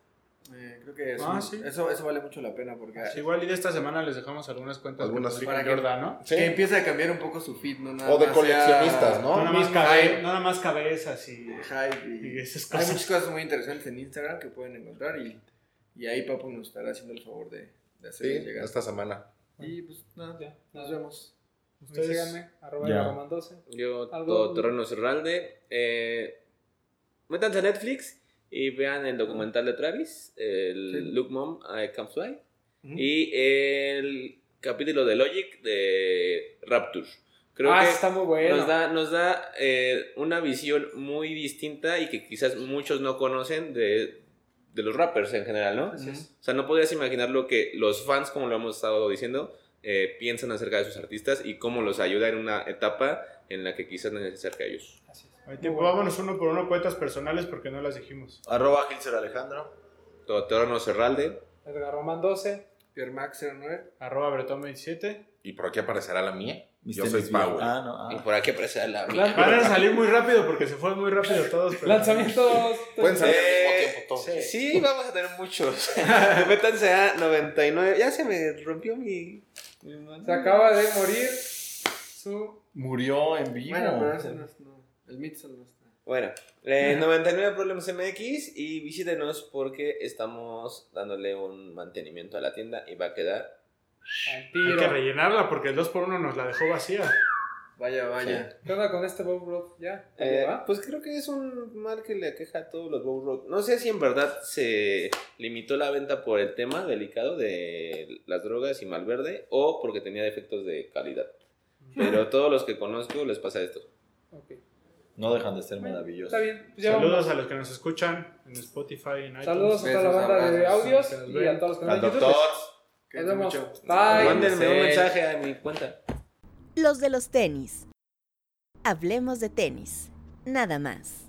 S5: Eh, creo que eso,
S4: Ah, sí.
S5: eso, eso vale mucho la pena porque
S4: Sí, igual y de esta semana les dejamos algunas cuentas
S3: Algunas.
S4: que
S5: Para
S4: para
S5: que-
S4: Jordan, ¿no?
S3: Sí.
S5: que empieza a cambiar un poco su feed, ¿no? Nada
S3: O de
S5: más
S3: coleccionistas,
S5: sea
S3: ¿no?
S4: nada, más
S5: Mis
S4: cabe-
S5: cabe-
S4: nada más cabezas y,
S5: hype y-
S4: y esas
S5: Hay
S4: cosas.
S5: muchas cosas muy interesantes en Instagram que pueden encontrar y, y ahí Papo nos estará haciendo el favor de, de
S3: Sí,
S5: hacerles llegar.
S3: esta semana.
S5: Y pues nada,
S2: Ya,
S5: nos
S2: nada.
S5: vemos.
S2: Ustedes
S4: Ustedes-
S2: síganme, arroba
S6: Ya.
S2: Roman 12.
S7: Yo,
S2: Algo-
S7: todo Torreno Cerralde. Eh, métanse a Netflix y vean el documental de Travis, el
S5: Sí.
S7: Look Mom, I Can Fly.
S5: Ujú.
S7: Y el capítulo de Logic de Rapture. Creo
S2: ah,
S7: que
S2: está muy bueno.
S7: nos da, nos da eh, una visión muy distinta y que quizás muchos no conocen de, de los rappers en general, ¿no?
S5: Así es.
S7: O sea, no podrías imaginar lo que los fans, como lo hemos estado diciendo, eh, piensan acerca de sus artistas y cómo los ayuda en una etapa en la que quizás no es acerca de ellos.
S2: Así es.
S4: Ahí
S2: Muy
S4: te-
S2: bueno.
S4: Vámonos uno por uno cuentas personales porque no las dijimos.
S6: Arroba Gilser Alejandro.
S7: Torno Cerralde,
S2: Edgar Roman 12.
S5: Pierre Max 09.
S4: Arroba Bretón 27.
S3: Y por aquí aparecerá la mía. Yo soy Powell.
S6: Ah, no.
S7: y
S6: ah.
S7: por aquí aparece la
S2: Lan-
S4: Van a salir muy rápido porque se fueron muy rápido todos. pero-
S2: Lanzamientos.
S3: Pueden salir al
S7: Eh,
S3: mismo tiempo todos.
S7: Sí, vamos a tener muchos. (laughs) Métanse a 99. Ya se me rompió mi...
S2: Se acaba de morir su.
S6: Murió en vivo.
S5: Bueno, pero ese no es- no. El Mitzel no está.
S7: Bueno,
S3: (laughs)
S7: eh, 99 Problemas MX y visítenos porque estamos dándole un mantenimiento a la tienda y va a quedar.
S2: Al
S4: Hay que
S2: tiro.
S4: rellenarla porque el 2x1 nos la dejó vacía.
S5: Vaya, vaya.
S2: ¿Qué onda con este Bob Rock? Ya. ¿Ya
S7: Eh,
S2: va?
S7: pues creo que es un mal que le aqueja a todos los Bow Rock. No sé si en verdad se limitó la venta por el tema delicado de las drogas y Malverde o porque
S2: Mm.
S7: tenía defectos de calidad. Pero todos los que conozco les pasa esto.
S2: Ok.
S6: No dejan de ser
S2: Bueno,
S6: maravillosos.
S2: Está bien. pues ya
S4: Saludos
S2: vamos.
S4: a los que nos escuchan en Spotify, en iTunes.
S2: Saludos a toda la
S5: Besos,
S2: banda de
S5: abrazos,
S2: audios
S4: que nos
S2: y
S4: ven.
S2: a todos los que
S6: Al
S2: están en YouTube.
S6: doctor.
S2: Nos vemos.
S5: Cuídense mucho.
S2: Bye.
S7: Mándenme un
S2: Sí.
S7: mensaje a mi cuenta.
S1: Los de los tenis. Hablemos de tenis. Nada más.